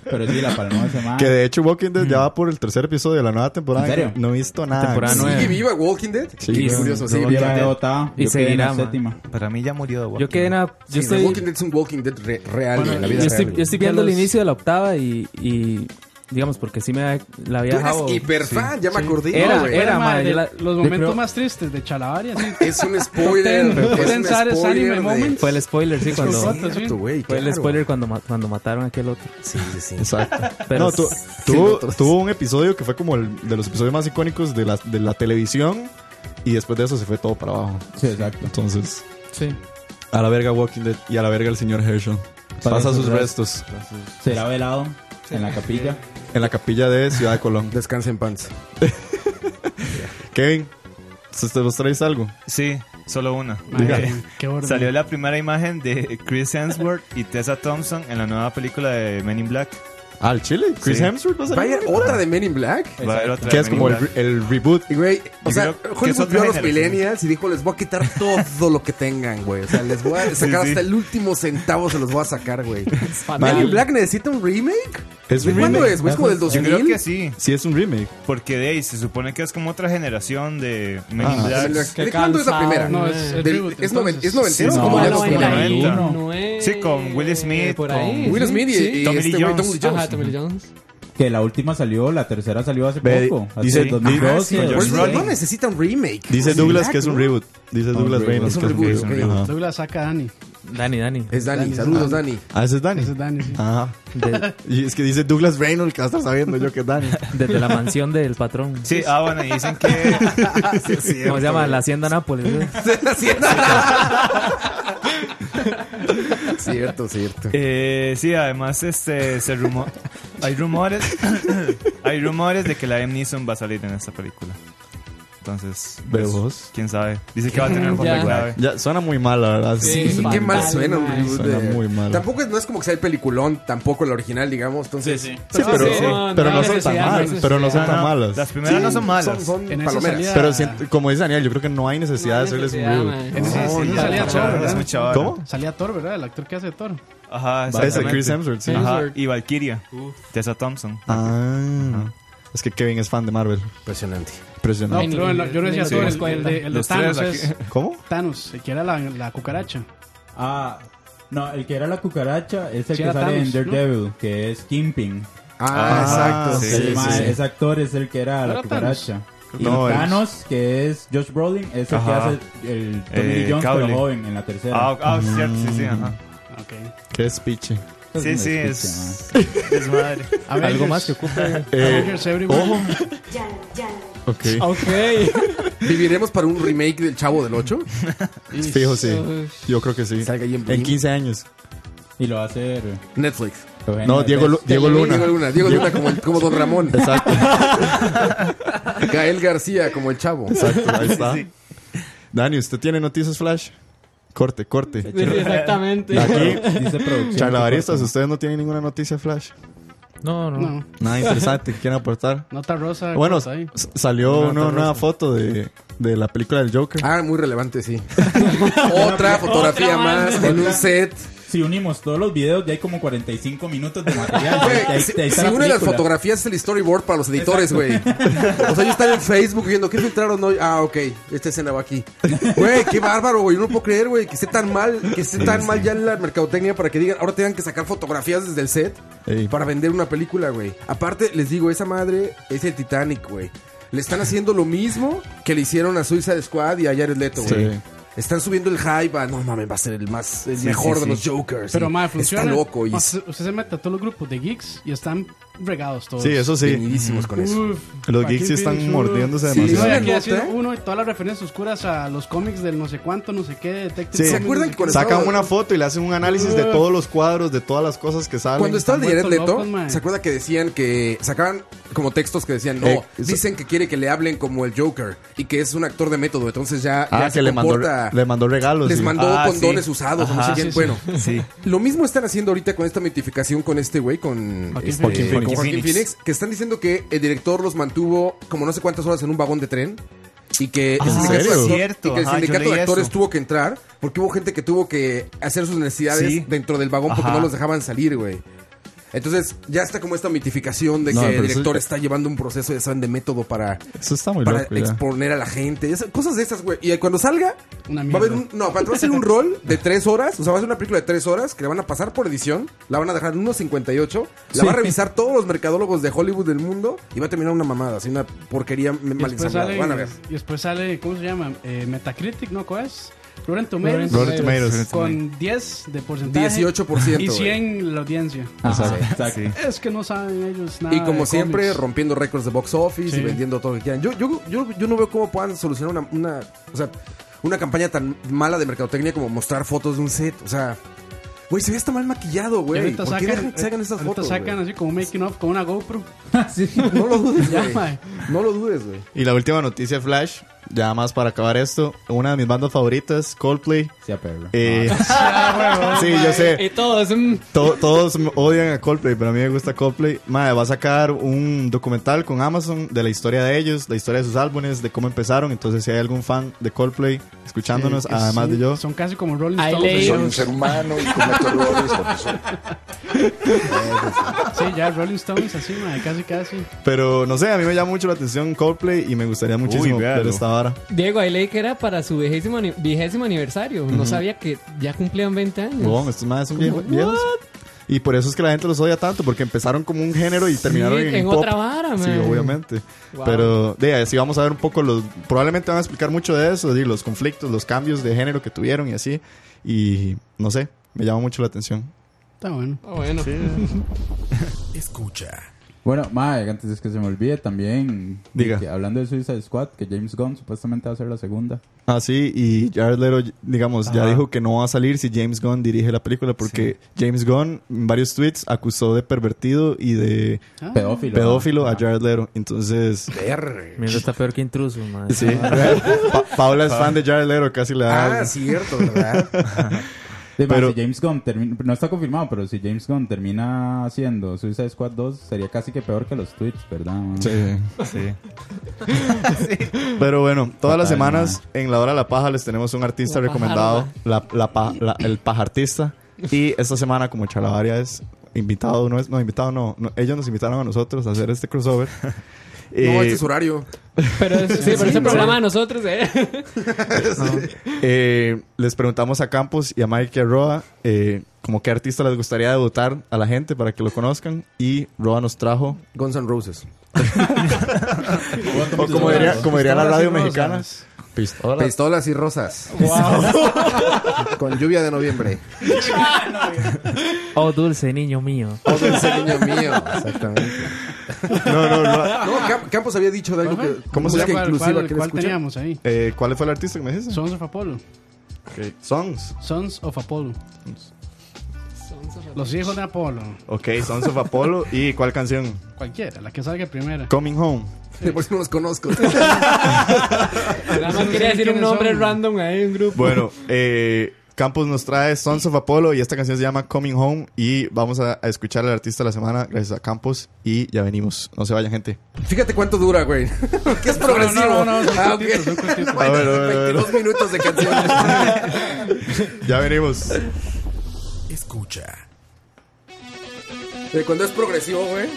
Pero sí, la palmó ese mal. Que de hecho Walking Dead ya va por el tercer episodio de la nueva temporada. ¿En serio? No he visto nada. Temporada nueva. ¿Sigue viva Walking Dead? Sí, Qué sí. curioso, sigue Yo viva. quedé votado. Y Yo quedé en la seguirá, man. séptima. Para mí ya murió de Yo quedé en la- Sí, Yo The estoy. Walking Dead es un Walking Dead re- real, Bueno, güey, en la yo vida estoy, real. yo estoy viendo Ya los- el inicio de la octava y, y digamos porque sí me ha- la había Tú eres dejado. hiperfan, ya me acordé. Era, güey. era. Mae, madre, de yo la- los yo momentos creo- más tristes de Chalabaria. Sí. Es un spoiler. Top ten, top es ten un saddest spoiler anime de- moments. Fue el spoiler, sí, cuando Es Exacto, cierto, sí. güey, fue el claro. spoiler cuando ma- cuando mataron a aquel otro. Sí, sí, sí. Exacto. Pero no, tu- es- tuvo, sí, no, tuvo un episodio que fue como el de los episodios más icónicos de la, de la televisión. Y después de eso se fue todo para abajo. Sí, exacto. Entonces, Sí. a la verga Walking Dead y a la verga el señor Herschel. Pasa sus restos Será velado en la capilla. en la capilla de Ciudad de Colón. Descansa en pants. Kevin, ¿ustedes vos traes algo? Sí, solo una. Ah, Eh, Mae, qué orden. Salió la primera imagen de Chris Hemsworth y Tessa Thompson en la nueva película de Men in Black. ¿Al Chile? ¿Chris Sí. Hemsworth va a salir? Vaya, otra de Men in Black. Va a haber otra Que es de Men in como el, Black. re- el reboot. Y, güey, o Yo sea, creo que Hollywood son vio a los generaciones. millennials y dijo, les voy a quitar todo lo que tengan, güey. O sea, les voy a sacar sí. hasta el último centavo, se los voy a sacar, güey. fatal. ¿Men in Black necesita un remake? Es ¿De un cuándo remake. es, güey? ¿Es como del Yo creo 2000? que sí, Sí, es un remake. porque de ahí se supone que es como otra generación de Men in Ah, Black. ¿De cuándo es la cansado, primera? No, es, es, Del- reboot, es noven- entonces. es noventero, Sí, ¿cómo no, le no, llamas? no, no. 91, noventa. nueve, Sí, con Will Smith, Eh, Por con ahí. Will sí, Smith y, sí. y Tommy Lee este güey, Jones. Tommy Lee Ajá, Jones. Tommy Lee Jones. Que la última salió, la tercera salió hace Ve, poco. Hace dice- Ah, sí, 2012. con Pues Josh no, Brolin. no necesita un remake. Men Dice in Douglas Black, que es un ¿no? reboot. Dice Douglas reboot. Reynolds Es un que es un reboot, reboot. ok. Ajá. Douglas saca a Dani. Dani, Dani. Es Dani, Dani, saludos es Dani. Ah, ese es Dani. Ese es Dani, sí. Ajá. De- Y es que dice Douglas Reynolds, que va a estar sabiendo yo que es Dani. desde la mansión del patrón. Sí, ah, bueno, y dicen que. ¿Cómo se llama? La hacienda Nápoles. güey. Cierto, cierto. Eh, sí, además este se rumo- hay rumores hay rumores de que la Liam Neeson va a salir en esta película. Entonces, Ve pues, vos. quién sabe. Dice que va a tener eh. un papel Ya. clave. Ya, suena muy mal, la verdad. Sí. Sí, qué fatal, mal suena un mae. reboot Suena de- muy mal. Tampoco es- no es como que sea el peliculón, tampoco el original, digamos. Entonces, pues, Sí, pero, Sí, no, pero no no hay son necesidad, no tan hay malas. Pero no son No, tan no, malas. Las primeras no son malas. Son, son En esa palomeras. salida- Pero siento- como dice Daniel, yo creo que no hay necesidad de hacerles un necesidad, reboot. mae. Sí, No, sí, no ya, salía ya, Thor, ¿verdad? es muy chaval. ¿Cómo? Salía Thor, ¿verdad? El actor que hace de Thor. Ajá, Ah, Ese exactamente. Chris Hemsworth, sí. Ajá, Hemsworth. y Valkyria. Tessa Thompson. Ah, es que Kevin es fan de Marvel. Impresionante. No, Impresionante. pero el- yo no decía Sí. Thor, el, el de, el de Los tres Thanos aquí. es ¿Cómo? Thanos, el que era la, la cucaracha. Ah, no, el que era la cucaracha es el Sí, que era sale en Thanos, ¿no? Daredevil, que es Kimping. Ah, exacto. sí, El sí, ma- sí. Ese actor es el que era la ¿Era Thanos? cucaracha. Y No, es- Thanos, que es Josh Brolin, es el Ajá. que hace el Tommy Ah. Eh, Lee Jones, Cowley. pero joven, en la tercera. Ah, ah, cierto, sí, sí, ajá. Ok. Qué speech. Es Sí, una sí, es descripción, desmadre. Avengers. ocupa. Avengers Everywhere. Ojo. Ok. Ok. ¿Viviremos para un remake del Chavo del 8? Fijo, sí. Ush. Yo creo que sí. Salga ahí en En Blim. 15 años. ¿no? Y lo va a hacer. Netflix. Eugenio No, Diego, Lu- Derbez. Diego Luna. Diego Luna, Diego Luna como, el- como Don Ramón. Exacto. Gael García como el Chavo. Exacto, ahí está. Dani, ¿usted tiene noticias flash? Corte, corte. Sí, exactamente. Aquí, Dice producción. charlavaristas, ustedes no tienen ninguna noticia flash. No, no. No. Nada interesante, ¿quieren aportar? Nota rosa. Bueno, ¿cómo está ahí? s- salió una nueva foto de, de la película del Joker. Ah, muy relevante, sí. Otra fotografía más en un set. Si unimos todos los videos, ya hay como 45 minutos de material. Güey, Ahí- ahí- ahí si está si la una de las película. fotografías es el storyboard para los editores, güey. O sea, yo estaba en Facebook viendo, ¿qué filtraron hoy? Ah, ok, esta escena va aquí. Güey, qué bárbaro, güey. Yo no puedo creer, güey, que esté tan mal, que esté tan mal ya la mercadotecnia para que digan, ahora tengan que sacar fotografías desde el set Ey. para vender una película, güey. Aparte, les digo, esa madre es el Titanic, güey. Le están haciendo lo mismo que le hicieron a Suicide Squad y a Jared Leto, Sí. güey. Están subiendo el hype a, no mames, va a ser el más, el Sí, mejor sí, de sí. los Jokers. Pero, Y madre, funciona. Está loco y Ma, Usted usted se mete a todos los grupos de geeks y están regados todos. Sí, eso sí. peñidísimos con eso. Uf, Los Joaquín geeks sí están Phoenix, uf. mordiéndose Sí, Y ¿no? demasiado. ahora Sí, que nota, haciendo ¿eh? uno y todas las referencias oscuras a los cómics del no sé cuánto, no sé qué, Detective Sí. Comics, ¿Se acuerdan que no sé qué? cuando- Sacan una foto y le hacen un análisis de todos los cuadros, de todas las cosas que salen. Cuando estaba el de están Jared vueltos Leto, locos, mae. ¿se acuerda que decían que sacaban como textos que decían, no, Eh, eso- dicen que quiere que le hablen como el Joker y que es un actor de método, entonces ya, Ah, ya que le mandó, le mandó regalos. les sí. mandó Ah, condones sí. usados, o no sé Ajá, quién. sí, sí. Bueno, Sí. lo mismo están haciendo ahorita con esta mitificación con este güey, con Joaquín este, Phoenix. con Joaquín Joaquín Phoenix. Phoenix, que están diciendo que el director los mantuvo como no sé cuántas horas en un vagón de tren. Y que el sindicato, ¿serio? de, actor- Cierto, y que el ajá, yo sindicato de leí actores eso. tuvo que entrar porque hubo gente que tuvo que hacer sus necesidades Sí. dentro del vagón porque Ajá. no los dejaban salir, güey. Entonces, ya está como esta mitificación de No, que el pero eso- director está llevando un proceso, ya saben, de método para, Eso está muy para loco. ya. exponer a la gente. Esa- cosas de esas, güey. Y cuando salga, Una va a haber mierda. un. No, va a ser un rol de tres horas. O sea, va a ser una película de tres horas que la van a pasar por edición. La van a dejar en 1.58. La va a revisar todos los mercadólogos de Hollywood del mundo. Y va a terminar una mamada, así una porquería Y mal después, ensamblada. sale, Van a ver. y después sale, ¿cómo se llama? Eh, Metacritic, ¿no? ¿Cuál es? Rotten Tomatoes. Rotten Tomatoes. Con 10 de porcentaje. 18%. Y güey. 100 la audiencia. Ajá, exacto. Sí. Es que no saben ellos nada. Y como de siempre, cómics. rompiendo récords de box office y Sí. vendiendo todo lo que quieran. Yo, yo, yo, yo no veo cómo puedan solucionar una, una, o sea, una campaña tan mala de mercadotecnia como mostrar fotos de un set. O sea, güey, se ve hasta mal maquillado, Y güey. ahorita ¿Por qué dejan que sacan esas ahorita fotos? sacan güey? así como un making of con una GoPro. Ah, No lo dudes, Ya, güey. mae. No lo dudes, güey. Y la última noticia Flash, ya más para acabar esto, una de mis bandas favoritas, Coldplay. Sí, a perro. eh, sí, yo sé. Y todo es un. to- todos me odian a Coldplay, pero a mí me gusta Coldplay. Madre, va a sacar un documental con Amazon de la historia de ellos, la historia de sus álbumes, de cómo empezaron. Entonces, si hay algún fan de Coldplay escuchándonos, Eh, que además son- de yo, Son casi como Rolling Ahí Stones. leí. Soy un ser humano y cometo errores porque soy- Sí, ya Rolling Stones así, mae, casi casi. pero no sé, a mí me llama mucho la atención Coldplay y me gustaría muchísimo ver véalo. esta vara. Diego, ahí leí que era para su vigésimo, ani- vigésimo aniversario. No sabía que ya cumplían 20 años. Huevón, estos madres son vie- viejos. Y por eso es que la gente los odia tanto, porque empezaron como un género y terminaron en, en pop. otra vara, Sí, man. obviamente. Wow. Pero de ahí sí vamos a ver un poco los. Probablemente van a explicar mucho de eso, de los conflictos, los cambios de género que tuvieron y así. Y no sé, me llama mucho la atención. Está bueno. Ah, bueno. Escucha. Bueno, mae, antes de que se me olvide también. Diga. que hablando de Suicide Squad, que James Gunn supuestamente va a ser la segunda. Ah, sí, y Jared Leto, digamos, ya Ajá. dijo que no va a salir si James Gunn dirige la película, porque James Gunn en varios tweets acusó de pervertido y de Ah, Pedófilo. pedófilo a Ajá. Jared Leto. Entonces, Mierda, está peor que intruso, man. sí. Eh, Ah, Pa- Paula es fan de Jared Leto, casi le da. Ah, algo. cierto, ¿verdad? Sí, mae, Pero- si James Gunn termina. No está confirmado, pero si James Gunn termina haciendo Suicide Squad 2, sería casi que peor que los tweets, ¿verdad? mae? Sí. Pero bueno, todas Total, las semanas en la hora de la paja les tenemos un artista La recomendado, pajarda. la, la pa- la- el pajartista. Y esta semana, como Chalabaria es invitado, no es, no, invitado no, no, ellos nos invitaron a nosotros a hacer este crossover. Eh, No, este es horario. Pero es- sí, pero ese programa de nosotros, eh. eh, les preguntamos a Campos y a Mike y a Roa eh, como qué artista les gustaría debutar a la gente para que lo conozcan. Y Roa nos trajo, Guns N' Roses. o como diría, como diría la radio mexicana, pistola. Pistolas y rosas. Con lluvia de noviembre. Oh, dulce niño mío. Todo ese Oh, niño mío. Exactamente. No, no, no. No, Cam- Campos había dicho de algo que. ¿Cómo se música llama? ¿Cuál, inclusiva cuál, que él cuál escucha. teníamos ahí? Eh, ¿Cuál fue el artista que me dijiste? Sons of Apollo. Ok. Songs. Sons of Apollo. Los hijos de Apolo. Ok, Sons of Apollo. ¿Y cuál canción? Cualquiera, la que salga primera. Coming Home. De por si no los conozco. Nada más quería decir un ¿Quiénes nombre son? random ahí, un grupo. Bueno, eh, Campos nos trae Sons of Apollo y esta canción se llama Coming Home y vamos a, a escuchar al artista de la semana gracias a Campos y ya venimos. No se vayan, gente. Fíjate cuánto dura, güey. que es progresivo. No, no, no, son Ah, cortitos, ok. son cortitos. A ver, a ver, a ver. 22 minutos de canciones. Ya venimos. Escucha. De cuando es progresivo, güey.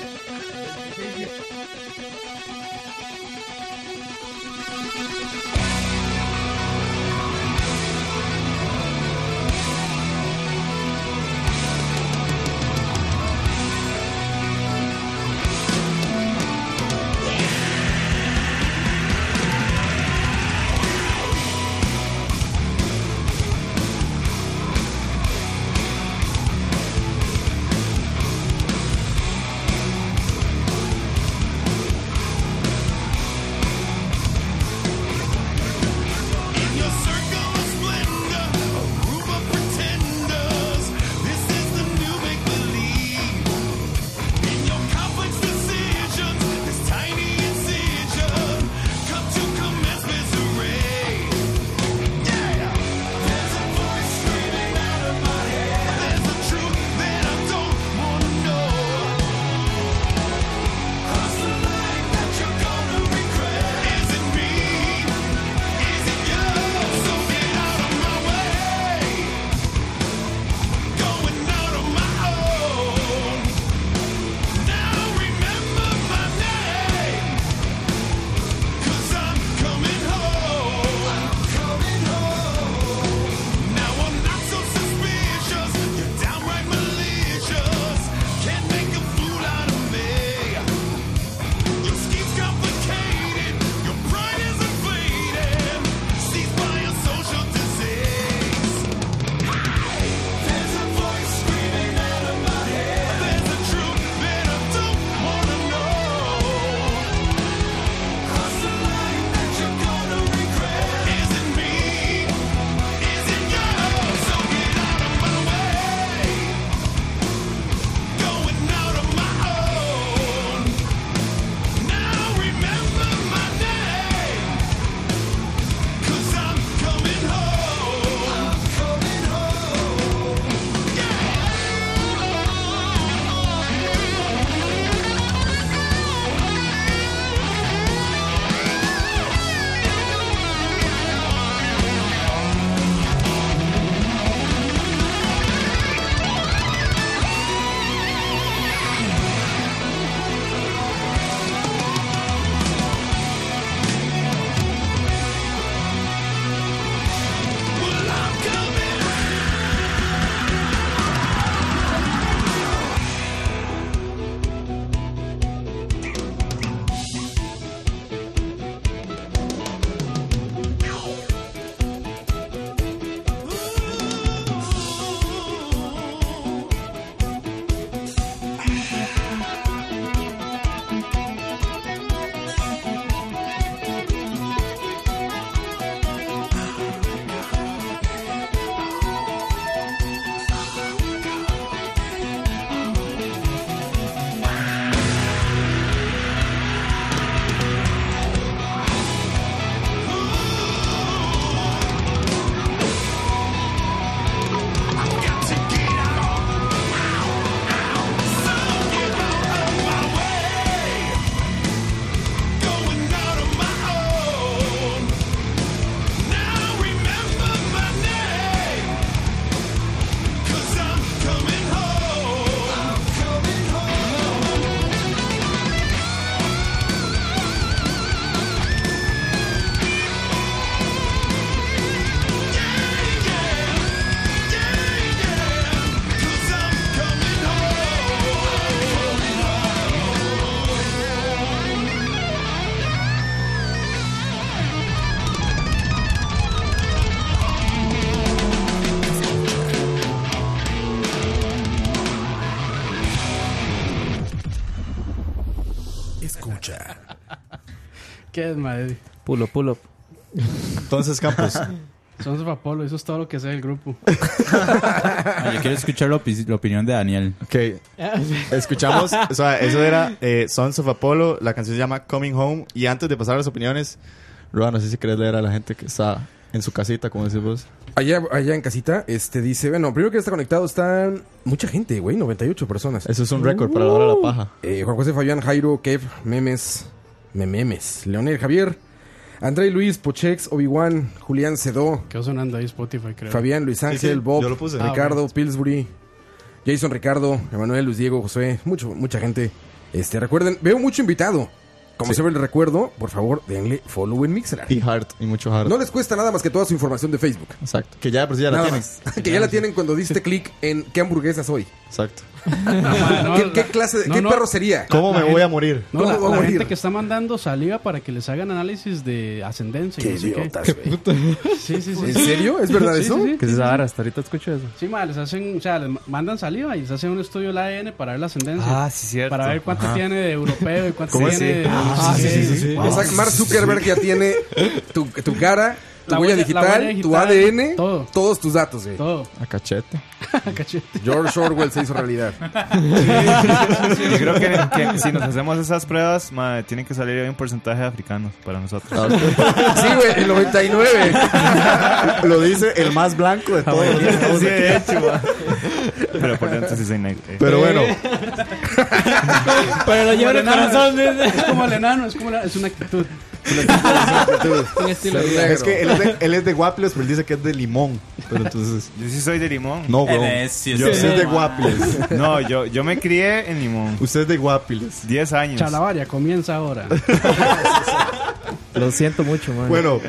Qué desmadre. Pull up, pull up. Entonces, Campos, Son para Polo, eso es todo lo que hace el grupo. Ah, yo quiero escuchar la, opi- la opinión de Daniel. ok, escuchamos, o sea, eso era eh, Sons of Apollo, la canción se llama Coming Home, y antes de pasar a las opiniones, Roa, no sé si querés leer a la gente que está en su casita, como decís vos. Allá, allá en casita, este dice, bueno, primero que está conectado están mucha gente, güey, 98 personas. Eso es un récord para la hora de la paja. Eh, Juan José Fabián, Jairo, Kev, Memes, Mememes, Leonel, Javier, André Luis, Pochex, Obi-Wan, Julián Cedó, Quedó sonando ahí Spotify, creo. Fabián, Luis Ángel, sí, Bob, yo lo puse. Ricardo, Ah, Pillsbury, Jason Ricardo, Emanuel, Luis Diego, José, mucho, mucha gente. Este, recuerden, veo mucho invitado. Como siempre les recuerdo, por favor, denle follow en Mixer. Y hard, y mucho hard. No les cuesta nada más que toda su información de Facebook. Exacto. Que ya de por sí ya la Nada tienes. más. que ya la tienen cuando diste clic en qué hamburguesa soy. Exacto. No, ¿Qué, la- qué clase de, no, qué no. perro sería? ¿Cómo me voy a morir? No, la, ¿Cómo va a la morir? gente que está mandando saliva para que les hagan análisis de ascendencia. y Qué no sé idiotas, güey. Qué. Sí, sí, sí. ¿En sí. serio? ¿Es verdad Sí, eso? Sí, ¿Qué es esa vara? Hasta ahorita escucho eso. Sí, ma, les hacen, o sea, les ma- mandan saliva y les hacen un estudio del ADN para ver la ascendencia. Ah, sí, cierto. para ver cuánto tiene de europeo y cuánto ¿Cómo tiene es? de. Ah, sí, sí, sí, sí. O sea, Mark Zuckerberg ya tiene tu, tu cara, tu La huella, huella- la digital, huella tu digital, ADN, todo. todos tus datos, güey. Todo. A cachete. Cachete. George Orwell se hizo realidad. Yo creo que, que si nos hacemos esas pruebas, madre, tienen que salir ahí un porcentaje de africanos para nosotros. Ah, Sí, güey, el 99. Lo dice el más blanco de todos. los que estamos Ah, Sí, aquí. de hecho, ma. Pero por dentro sí soy negro. eh. Pero bueno, Pero lo llevo en el Bueno, no, corazón, Es como el enano, es como la- es una actitud. un estilo de Pero vida. negro. es que él es, de, él es de Guapiles, pero él dice que es de limón. Pero entonces, Yo sí soy de limón. no, bro. Él es, sí, es Yo de soy de limón. Guapiles. No, yo, yo me crié en limón. Usted es de Guapiles. 10 años. Chalabaria, comienza ahora. Lo siento mucho, man. Bueno,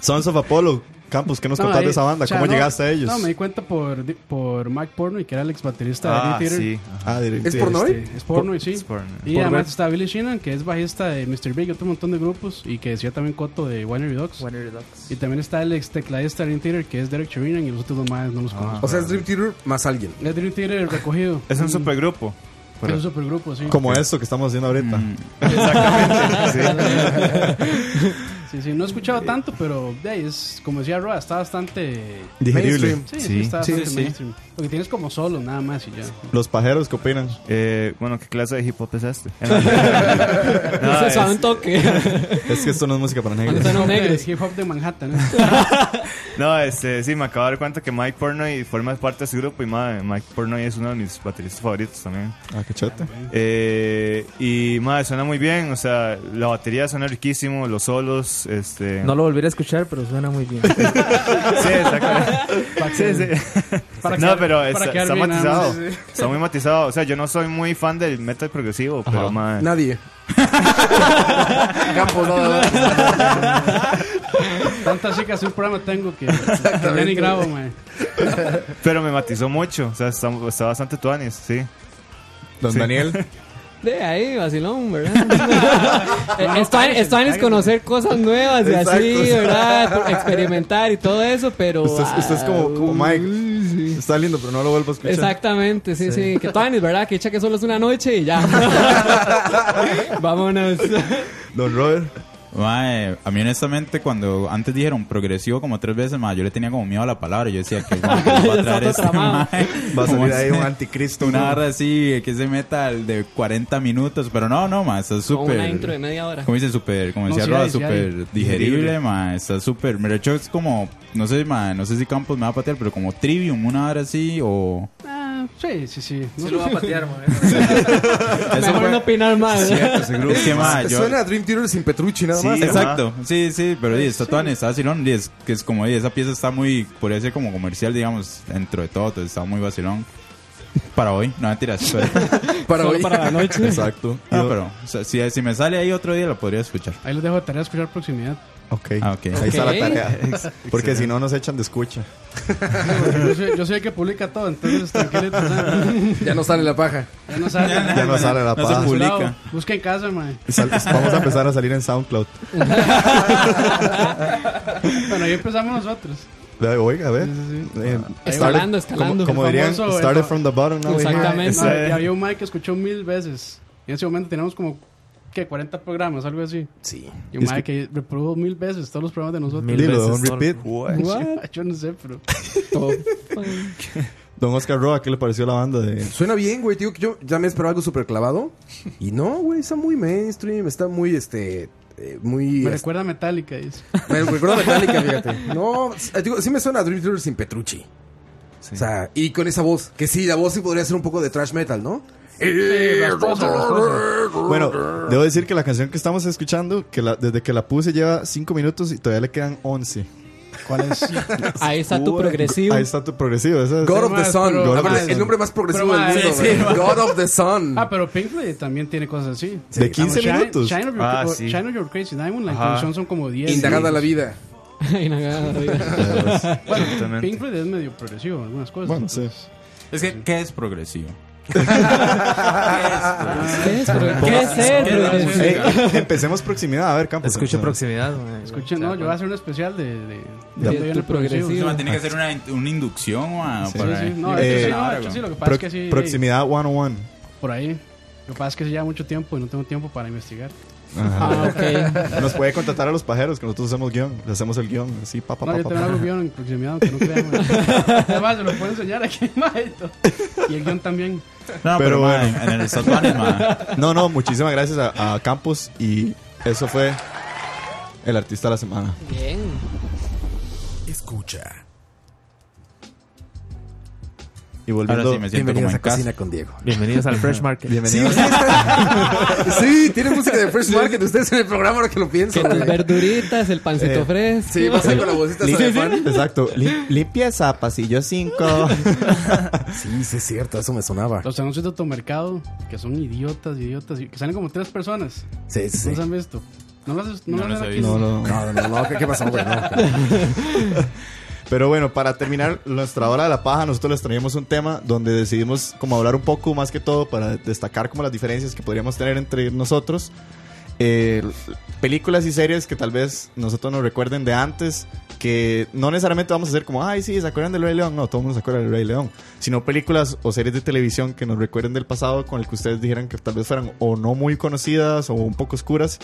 Sons of Apollo. Campos, ¿qué nos No, contás de ahí- esa banda? o sea, ¿Cómo no, llegaste a ellos? No, me di cuenta por, di- por Mike Porno y que era el ex baterista Ah, de Dream sí. Theater. Ah, directo. ¿Es porno? Este, es porno y sí. Es porno. Y Por además ver. está Billy Sheenan, que es bajista de Mr. Big y otro montón de grupos. Y que decía también Coto de Winery Dogs. Winery Dogs. Y también está el ex tecladista de Dream Theater, que es Derek Cherinan. Y los otros dos más no Ah. los conozco. O sea, es Dream Theater más alguien. Ah. Es Dream Theater recogido. Es un Mm, supergrupo. Es un supergrupo, sí. Como esto que estamos haciendo ahorita. Mm. Sí, sí, no he escuchado tanto, pero de ahí es, como decía Roa, está bastante. Digerible. Mainstream. Sí, sí, Sí. está Sí, bastante sí. mainstream. Porque tienes como solo, nada más y ya. Los pajeros, ¿qué opinan? Eh, bueno, ¿qué clase de hip hop es este? Se No, es- suave un toque. Es que esto no es música para negros. ¿Dónde están los Hip-hop de- negros? Hip-hop de Manhattan, ¿eh? no, este, sí, me acabo de dar cuenta que Mike Pornoy forma parte de ese grupo y madre, Mike Pornoy es uno de mis bateristas favoritos también. Ah, cachete. Eh, y madre, suena muy bien, o sea, la batería suena riquísimo, los solos, este... No lo volveré a escuchar, pero suena muy bien. Sí, exacto. Sí, sí. Para no, quedar- pero para está, quedar está bien, nada matizado. más, Está muy matizado. O sea, yo no soy muy fan del metal progresivo, pero madre. Nadie. Campos, no, no. Tantas chicas, un programa tengo que, que ya ni grabo, man. Pero me matizó mucho. O sea, está, está bastante tuanis, sí. Don Daniel. De ahí, vacilón, Eh, ¿verdad? Eh, esto, esto es conocer cosas nuevas y así, Exacto. ¿verdad? Experimentar y todo eso, pero. Usted, es- usted es como, como ah, Mike. Está lindo, pero no lo vuelvo a escuchar. Exactamente, sí, sí. Que Tuanis, ¿verdad? Que echa que solo es una noche y ya. Vámonos. Don Robert. Mae, a mí honestamente cuando antes dijeron progresivo como tres veces, mae, yo le tenía como miedo a la palabra. Yo decía que guau, ¿qué va a traer todo este tramado. mae? Va Como a salir ahí ese- un anticristo. una ¿no? barra así que se meta al de 40 minutos, pero no, no, mae, está Con súper. una intro de media hora. Como dicen, súper, como No, decía sí Roa, hay, sí hay. súper digerible, ma, está súper. Mira, de hecho es como, no sé, ma, no sé si Campos me va a patear, pero como Trivium, una hora así, o. Ah, sí, sí, sí. No, Se lo va a patear, man. Mejor no opinar mal. Es que, ma, yo- Suena a Dream Theater sin Petrucci nada Sí, más. Exacto, sí, sí, pero di, está tan, está vacilón, di, es, que es como, di, esa pieza está muy, por ese como comercial, digamos, dentro de todo, entonces está muy vacilón. Para hoy, no mentiras, pero, Para Solo hoy. para la noche. Exacto. no, pero o sea, si, si me sale ahí otro día, lo podría escuchar. Ahí les dejo de tarea escuchar proximidad. Ok. Ah, ok. Ahí está la Ok. tarea. Porque si no, nos echan de escucha. Yo soy, yo soy el que publica todo, entonces tranquilito. o sea, Ya no sale la paja. Ya no sale. Ya no sale la No se paja. publica. Cuidado, Busca en casa, man. Sal- Vamos a empezar a salir en SoundCloud. Bueno, ahí empezamos nosotros. Ve, Oiga, a ver. Sí, Eh, Escalando, started- escalando. Como, como El dirían, famoso- el started fa- from the bottom. now we here. Exactamente. No, y había un Mike que escuchó mil veces. Y en ese momento teníamos como ¿qué? 40 programas, algo así. Sí. Y un madre que reprodujo mil veces todos los programas de nosotros. Mil Dilo, veces, un repeat. Yo no sé, pero. Don Oscar Roa, ¿qué le pareció la banda de Suena bien, güey. Digo que yo ya me esperaba algo súper clavado. Y no, güey, está muy mainstream. Está muy, este. eh, muy. Me este, recuerda a Metallica, dice. Me recuerda Metallica, fíjate. No, eh, digo, sí me suena a Dream Theater sin Petrucci. O sea, y con esa voz. Que sí, la voz sí podría ser un poco de trash metal, ¿no? Bueno, debo decir que la canción que estamos escuchando, que la- desde que la puse lleva 5 minutos y todavía le quedan 11. ¿Cuál es? Ahí está tu progresivo. Ahí está tu progresivo. esa es- God of the más, Sun. pero- La God of verdad, the Sun. el nombre más progresivo Pero, del mundo, madre, güey. sí, God of the Sun. Ah, pero Pink Floyd también tiene cosas así. de 15 Shine- minutos. Shine of Your, Ah, o sí. Shine of Your Crazy Diamond, la Ajá. introducción son como 10. Indagada la vida. Ay, no, no, no, no. Exactamente. Pink Floyd es medio progresivo en algunas cosas. Bueno, sí. Es que, ¿qué es progresivo? ¿Qué es? pro- ¿Qué es ser progresivo? Ey, empecemos proximidad. A ver, Campos. Escucho empecemos. proximidad, mae. Escuchen, no, yo voy a hacer un especial de. de, de, De dónde viene tu el progresivo. progresivo. No, tiene que ser una, una inducción o a- Sí, para- sí, no, Eh, de hecho sí, no, de hecho sí, lo que pasa es Pro- que sí. proximidad 101. hey, por ahí. Lo que pasa es que sí lleva mucho tiempo y no tengo tiempo para investigar. Ah, ok. Nos puede contratar a los pajeros que nosotros hacemos guión. Le hacemos el guión. Así, pa, pa, No, pa, yo pa, también pa. hago guión en proximidad, aunque no crean. man. Además, se lo puedo enseñar aquí, maito. Y el guión también. No, pero, Pero mae, en el Sot Bunny, mae. No, no, muchísimas gracias a, a Campos. Y eso fue el artista de la semana. Bien. Escucha. Y volviendo. Ahora sí me siento como Bienvenidos en a casa. Cocina con Diego. Bienvenidos al Fresh Market. Sí, sí, está- sí, tiene música de Fresh Market. Ustedes en el programa ahora que lo Que pienso, tus güey. verduritas, el pancito Eh, fresco. Sí, va a ser con la vocita Lim- de fan. Exacto. Lim- limpia esa pasillo 5. Sí, sí, es cierto, eso me sonaba. Los anuncios de automercado, que son idiotas, idiotas, que salen como tres personas. Sí, sí, ¿No se sí. han visto? ¿No las has- no No los las he ven aquí? visto. No, no. No, no, no, ¿qué, qué pasó, güey? No. Pero bueno, para terminar nuestra hora de la paja, nosotros les traíamos un tema donde decidimos como hablar un poco más que todo para destacar como las diferencias que podríamos tener entre nosotros. Eh, películas y series que tal vez nosotros nos recuerden de antes, que no necesariamente vamos a hacer como, ay, sí, ¿se acuerdan del Rey León? No, todo el mundo se acuerda del Rey León. Sino películas o series de televisión que nos recuerden del pasado con el que ustedes dijeran que tal vez fueran o no muy conocidas o un poco oscuras.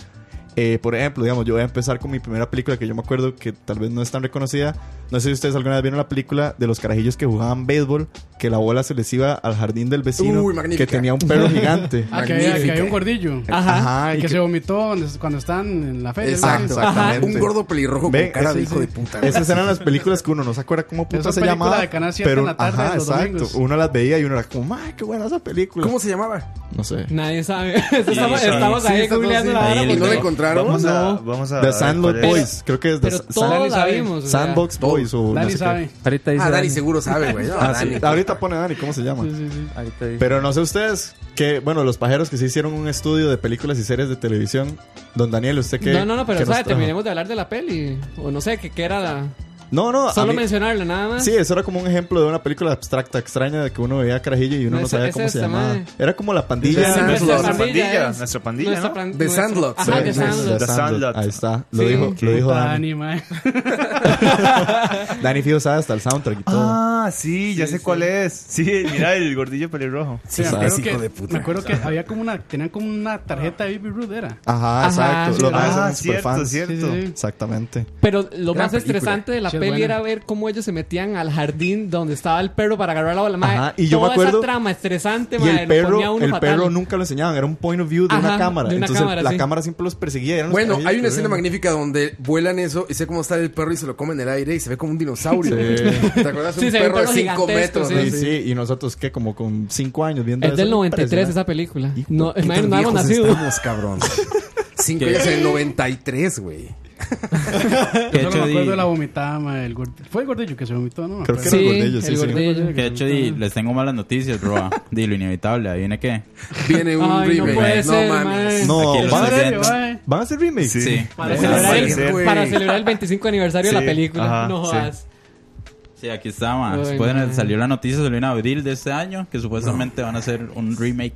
Eh, por ejemplo, digamos, yo voy a empezar con mi primera película que yo me acuerdo que tal vez no es tan reconocida. No sé si ustedes alguna vez vieron la película de los carajillos que jugaban béisbol, que la bola se les iba al jardín del vecino, Uy, magnífica. que tenía un perro gigante. Ah, que había, que Magnífica. había un gordillo. Ajá. Ajá, y y que, que- se vomitó cuando- cuando están en la feria. Exacto. ¿no? Exactamente. Un gordo pelirrojo Ve, con cara de ese- hijo de puta. güey. Esas eran las películas que uno no se acuerda cómo puta Esa se película llamaba. de Canal 7 en la tarde de los domingos. Uno las veía y uno era como, ¡ay, qué buena esa película! ¿Cómo se llamaba? No sé. Nadie sabe. Estamos, sí, estamos sí, ahí estamos googleando así. la hora. Ahí ¿Y porque- no la encontraron? Vamos a, No. vamos a The ver Sandlot cuál es. Boys, creo que es The Pero Sa- todos la sabe. vimos. o sea. Sandbox Boys o no Dani sé qué. sabe. Ahorita dice. Ah, Dani Dani. seguro sabe, güey. No, Ah, sí. Dani. Ahorita pone Dani, ¿cómo se llama? Sí, sí, sí. Ahorita dice. Pero no sé ustedes que, bueno, los pajeros que sí hicieron un estudio de películas y series de televisión. Don Daniel, ¿usted qué? No, no, no, pero qué o nos sea, trajo? terminemos de hablar de la peli. O no sé, que, que era la... No, no, a Solo mí- mencionarla, nada más. Sí, eso era como un ejemplo de una película abstracta, extraña, de que uno veía carajillo y uno No, no, ese- sabía ese cómo se es esta llamaba. madre. Era como la pandilla. Ese- Sí, ese- Nuestra Nuestra pandilla, es- nuestra pandilla, nuestra ¿no? plan- The nuestra- Sandlot, Ajá, sí. The The Sandlot. The Sandlot. Sandlot. Ahí está, lo Sí. dijo, lo dijo Puta Dani. Dani, mae. Dani Fijo sabe hasta el soundtrack y todo. Ah, sí, ya sé cuál es. Sí, mira el gordillo pelirrojo. Sí, me sabes, acuerdo hijo que- de puta. Me acuerdo que había como una... Tenían como una tarjeta de Baby Ruth, era. Ajá, exacto. sí, Los lo- más Ah, eran cierto, superfans. cierto. Sí, sí, sí. Exactamente. Pero lo Gran más película. estresante de la Sí, es peli buena. era ver cómo ellos se metían al jardín donde estaba el perro para agarrar la bola. Madre, Ajá, y yo me toda acuerdo- esa trama estresante, Y madre, el Este lo ponía a perro, uno el fatal. perro nunca lo enseñaban, era un point of view de Ajá, una cámara. de una Entonces cámara, la sí. cámara siempre los perseguía. eran los Bueno, carajillos hay que una escena veían. magnífica donde vuelan eso y sé cómo está el perro y se lo come en el aire y se ve como un dinosaurio. ¿Te acuerdas? Sí, un se ve un perro de perro 5 gigantesco, metros. sí. ¿no? Sí, sí, y nosotros que como con 5 años viendo Es eso, del 93 impresionante. esa película. Hijo, No, ¿Qué imagínate, tan no habíamos viejos nacido. estamos, cabrón? 5 años en el 93, güey. Que Yo de solo hecho, me acuerdo di- de la vomitada, mae, el gordillo. Fue el gordillo que se vomitó, ¿no? Creo que Sí, era el gordillo, sí, el sí. gordillo. que de hecho di- les tengo malas noticias, Roa. De lo inevitable, adivina qué. Viene un Ay, no remake. puede ser, mae. No, Aquí lo van a, estoy hacer, viendo. van a hacer remakes. Sí. Para Sí, celebrar, puede el, ser. güey. para celebrar el 25 aniversario de Sí, la película. ajá, no sí. jodas. Sí, aquí está, ma. Ay, Después no. salió la noticia, salió en abril de este año, que supuestamente van a hacer un remake.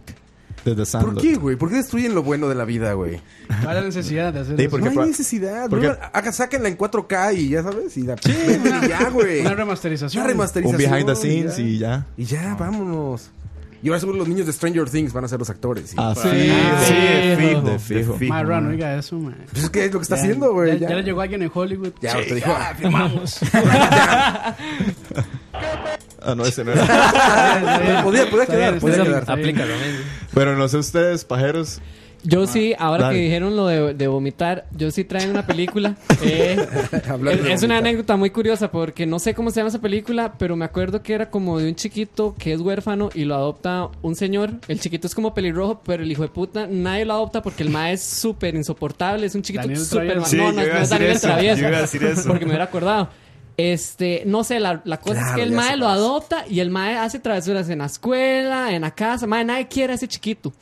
De The ¿Por Sandlot. qué, güey? ¿Por qué destruyen lo bueno de la vida, güey? ¿Cuál es la necesidad de hacer Sí, eso? porque- No hay proba- necesidad. porque- ¿no? Haga- Sáquenla en 4K y ya sabes. Y la venden y ya, güey. Una remasterización. Una remasterización. Un behind the scenes y ya. Y y ya. ya, vámonos. Y ahora seguro los niños de Stranger Things van a ser los actores. y- Ah, Sí, Sí, de fijo. fijo. De fijo. de fijo. Mae, Rano, oiga eso, mae. Pues es que es lo que está haciendo, Ya, güey. ya le llegó alguien en Hollywood. Ya, te dijo. "Ah, firmamos. Ah, no, ese no era. Pero podía, podía quedar, podía Entonces, quedar. aplica lo mismo. Bueno, no sé ustedes, pajeros. Ah, Yo sí, ahora dale. que dijeron lo de, de vomitar, yo sí traen una película. Eh, Hablar es, de es una vomitar. anécdota muy curiosa porque no sé cómo se llama esa película, pero me acuerdo que era como de un chiquito que es huérfano y lo adopta un señor. El chiquito es como pelirrojo, pero el hijo de puta nadie lo adopta porque el ma es súper insoportable, es un chiquito Daniel súper Travieso. Sí, no, yo no, iba no a es decir Daniel eso, Travieso. yo iba a decir eso. Porque me hubiera acordado. Este, no sé, la, la cosa es Claro, que el ya mae sé lo cuál es. adopta y el mae hace travesuras en la escuela, en la casa. Mae, nadie quiere a ese chiquito.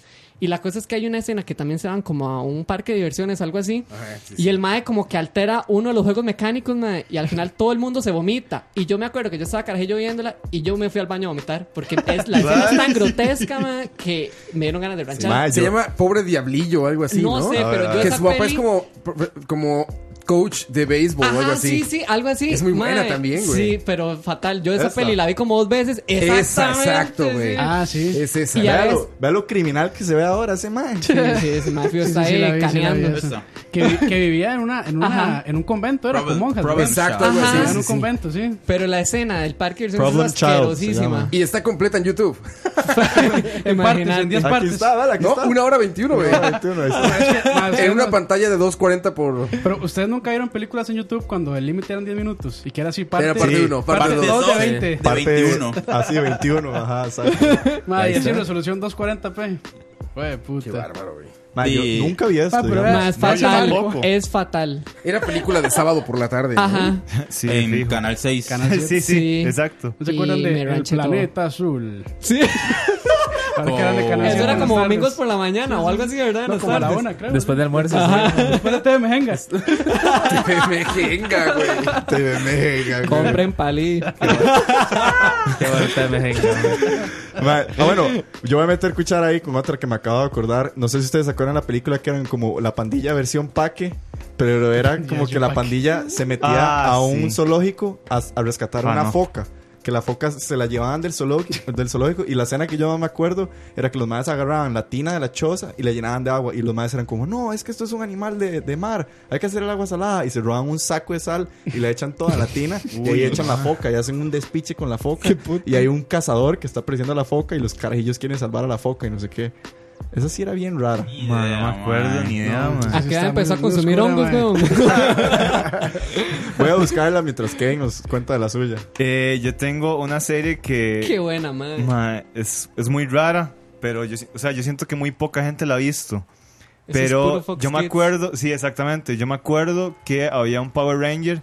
Y la cosa es que hay una escena que también se van como a un parque de diversiones, algo así. Y el mae como que altera uno de los juegos mecánicos, mae, y al final todo el mundo se vomita. Y yo me acuerdo que yo estaba carajillo viéndola y yo me fui al baño a vomitar porque es, la escena es tan grotesca, mae, que me dieron ganas de ranchar. Ma, Se yo- llama Pobre Diablillo o algo así, no, ¿no? sé, A ver, Ah, a pero yo Que esa su papá peli- es como, como coach de béisbol o algo Ajá, así. sí, sí, algo así. Es muy buena también, güey. Sí, pero fatal. Yo esa, Esa. peli la vi como dos veces. Esa, Exactamente. exacto, güey. sí. Ah, sí. Es esa. Y ya Vea ves. lo, vea lo criminal que se ve ahora ese man. Sí, sí, ese mafio Sí, sí, está sí, la ahí vi, sí, la vi caneando. esa. Que, vi- que vivía en una, en una, Ajá. en un convento, era con Proven- monjas. Proven- ¿verdad? Exacto, Ajá. algo así. Sí, sí, en un sí. convento, sí. Pero la escena del parque de Problem diversiones es Child se llama. asquerosísima. Em, Y está completa en YouTube. En partes, en 10 Imagínate. Aquí partes. está, dale, aquí ¿No? está. Una hora veintiuno, güey. Una hora 21, ahí está. Es que, mae, En ustedes una no- pantalla de 2.40 por... Pero ustedes nunca vieron películas en YouTube cuando el límite eran 10 minutos y que era así parte Era parte Sí. 1, parte parte 2. dos de doce. 20. De 21. Así, 21, Ah, ajá, exacto. Mae, Ahí y así está. resolución 240p. Güey, puta. Qué bárbaro, güey. Ma, yo Y- nunca vi esto. Ah, pero digamos. era- Más No, yo fatal. tampoco. es fatal. Era película de sábado por la tarde. ¿no? Ajá. Sí, de En fijo. Canal 6. Sí, sí, Sí. exacto. ¿No se Y acuerdan de me El ranché todo. Planeta Azul? Sí. Ahora que Oh. eran de Canal Eso Siete era en las como tardes. domingos por la mañana o algo así, ¿verdad? En No, las como a la tardes. una, creo. Después de almuerzo. Después de TV Mejengas. Te me jenga, güey. TV Mega, güey. Compren palí. sí. Qué bonita me Ma, ah, bueno, yo voy a meter cuchara ahí con otra que me acabo de acordar. No sé si ustedes se acuerdan la película que eran como la pandilla versión paque, pero era como que la pandilla se metía Ah, a un sí. zoológico a, a rescatar Ah, una no. foca. Que la foca se la llevaban del zoológico, del zoológico. Y la escena que yo más me acuerdo era que los madres agarraban la tina de la choza y la llenaban de agua. Y los madres eran como, no, es que esto es un animal de, de mar, hay que hacer el agua salada. Y se roban un saco de sal y le echan toda la tina. y ahí echan la foca y hacen un despiche con la foca. Y hay un cazador que está persiguiendo a la foca y los carajillos quieren salvar a la foca y no sé qué. Esa sí era bien rara. Man, no me acuerdo ni idea, man. ¿A sí qué edad está empezó a muy consumir oscura, hongos, mae. weón? Voy a buscarla mientras Kevin nos Pues, cuenta de la suya. Eh, yo tengo una serie que Qué buena, man. ma, es, es muy rara, pero yo, si- o sea, yo siento que muy poca gente la ha visto. Eso es Pero puro Fox yo me Kids. acuerdo, sí, exactamente. Yo me acuerdo que había un Power Ranger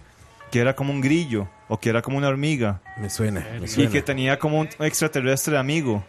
que era como un grillo o que era como una hormiga Me suena, me y suena. que tenía como un extraterrestre de amigo.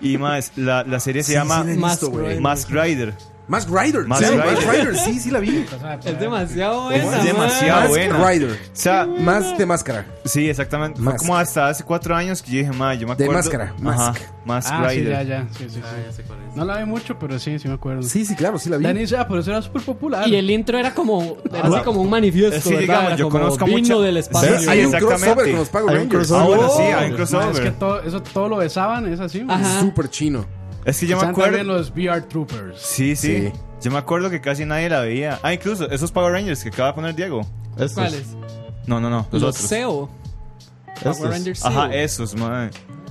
Y más, la, la serie se Sí, llama sí la he Mask visto, güey. Rider. Mask Rider. Mask Rider. Mask sí, Rider. Mask Rider, sí, sí la vi. Es demasiado buena. Es demasiado Mask buena. Rider. O sea, Más de máscara. sí, exactamente. Fue Mask. como hasta hace cuatro años que yo dije, ma, yo me De acuerdo. máscara, Mask. Mask Ah, sí, Rider. ya, ya. Sí, sí, sí. No la vi mucho, pero sí, sí me acuerdo. Sí, sí, claro, sí la vi. Dani dice, ah, pero eso era súper popular. Y el intro era como, era Ah, así como un manifiesto, Es que, ¿verdad? digamos, Era yo como conozco vino mucha- del Sí, espacio. Sí, hay un exactamente. crossover con los Power Hay un Rangers. Ah, crossover. bueno, sí, hay un Ma, crossover. es que todo, eso todo lo besaban, es así. ma. Ajá. Súper chino. Es que yo me Están acuerdo. también los VR Troopers. Sí, sí, Sí. Yo me acuerdo que casi nadie la veía. Ah, incluso esos Power Rangers que acaba de poner Diego. Estos, ¿Cuáles? No, no, no. Los, Los otros. SEO. estos. Power Rangers SEO. Ajá, esos, man.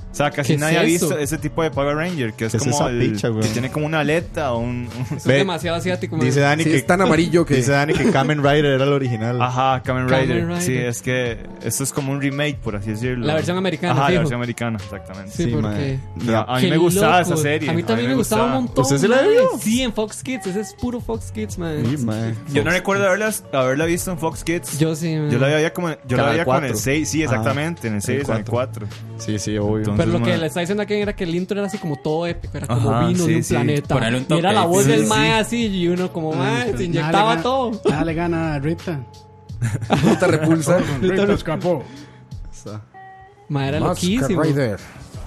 O sea, casi ¿Qué es nadie ha visto eso? ese tipo de Power Ranger, que es ¿Qué es como esa el- picha, que weón? tiene como una aleta o un... un- Eso es Ve, demasiado asiático. man. Dice Dani Sí, que es tan amarillo que... dice Dani que Kamen Rider era el original. Ajá, Kamen Kamen Rider. Rider. Sí, es que esto es como un remake, por así decirlo. La versión americana, Ajá, la fijo. versión americana, exactamente. Sí, porque... mae. Pero a mí Qué me gustaba loco. esa serie. A mí también me gustaba un montón. ¿Usted sí la man. vio? Sí, en Fox Kids. Ese es puro Fox Kids, man. Sí, mae. Yo no recuerdo haberla, haberla visto en Fox Kids. Yo sí, man. Yo la veía como... Yo la Canal veía con el cuatro. Ah, 6. Sí, exactamente. en el 6, en el 4. cuatro. Sí, sí, obvio. Entonces- Pero lo que man. le estaba diciendo aquí era que el intro era así como todo épico, era como Ajá, vino sí, de un sí. planeta. Ponerle un y era toque la ahí, voz sí, del sí. mae así y uno como mae, se Nada le inyectaba gana- todo. Nada le gana a Rita. Rita repulsa. Rita escapó. Mae, era Mask loquísimo. Rider.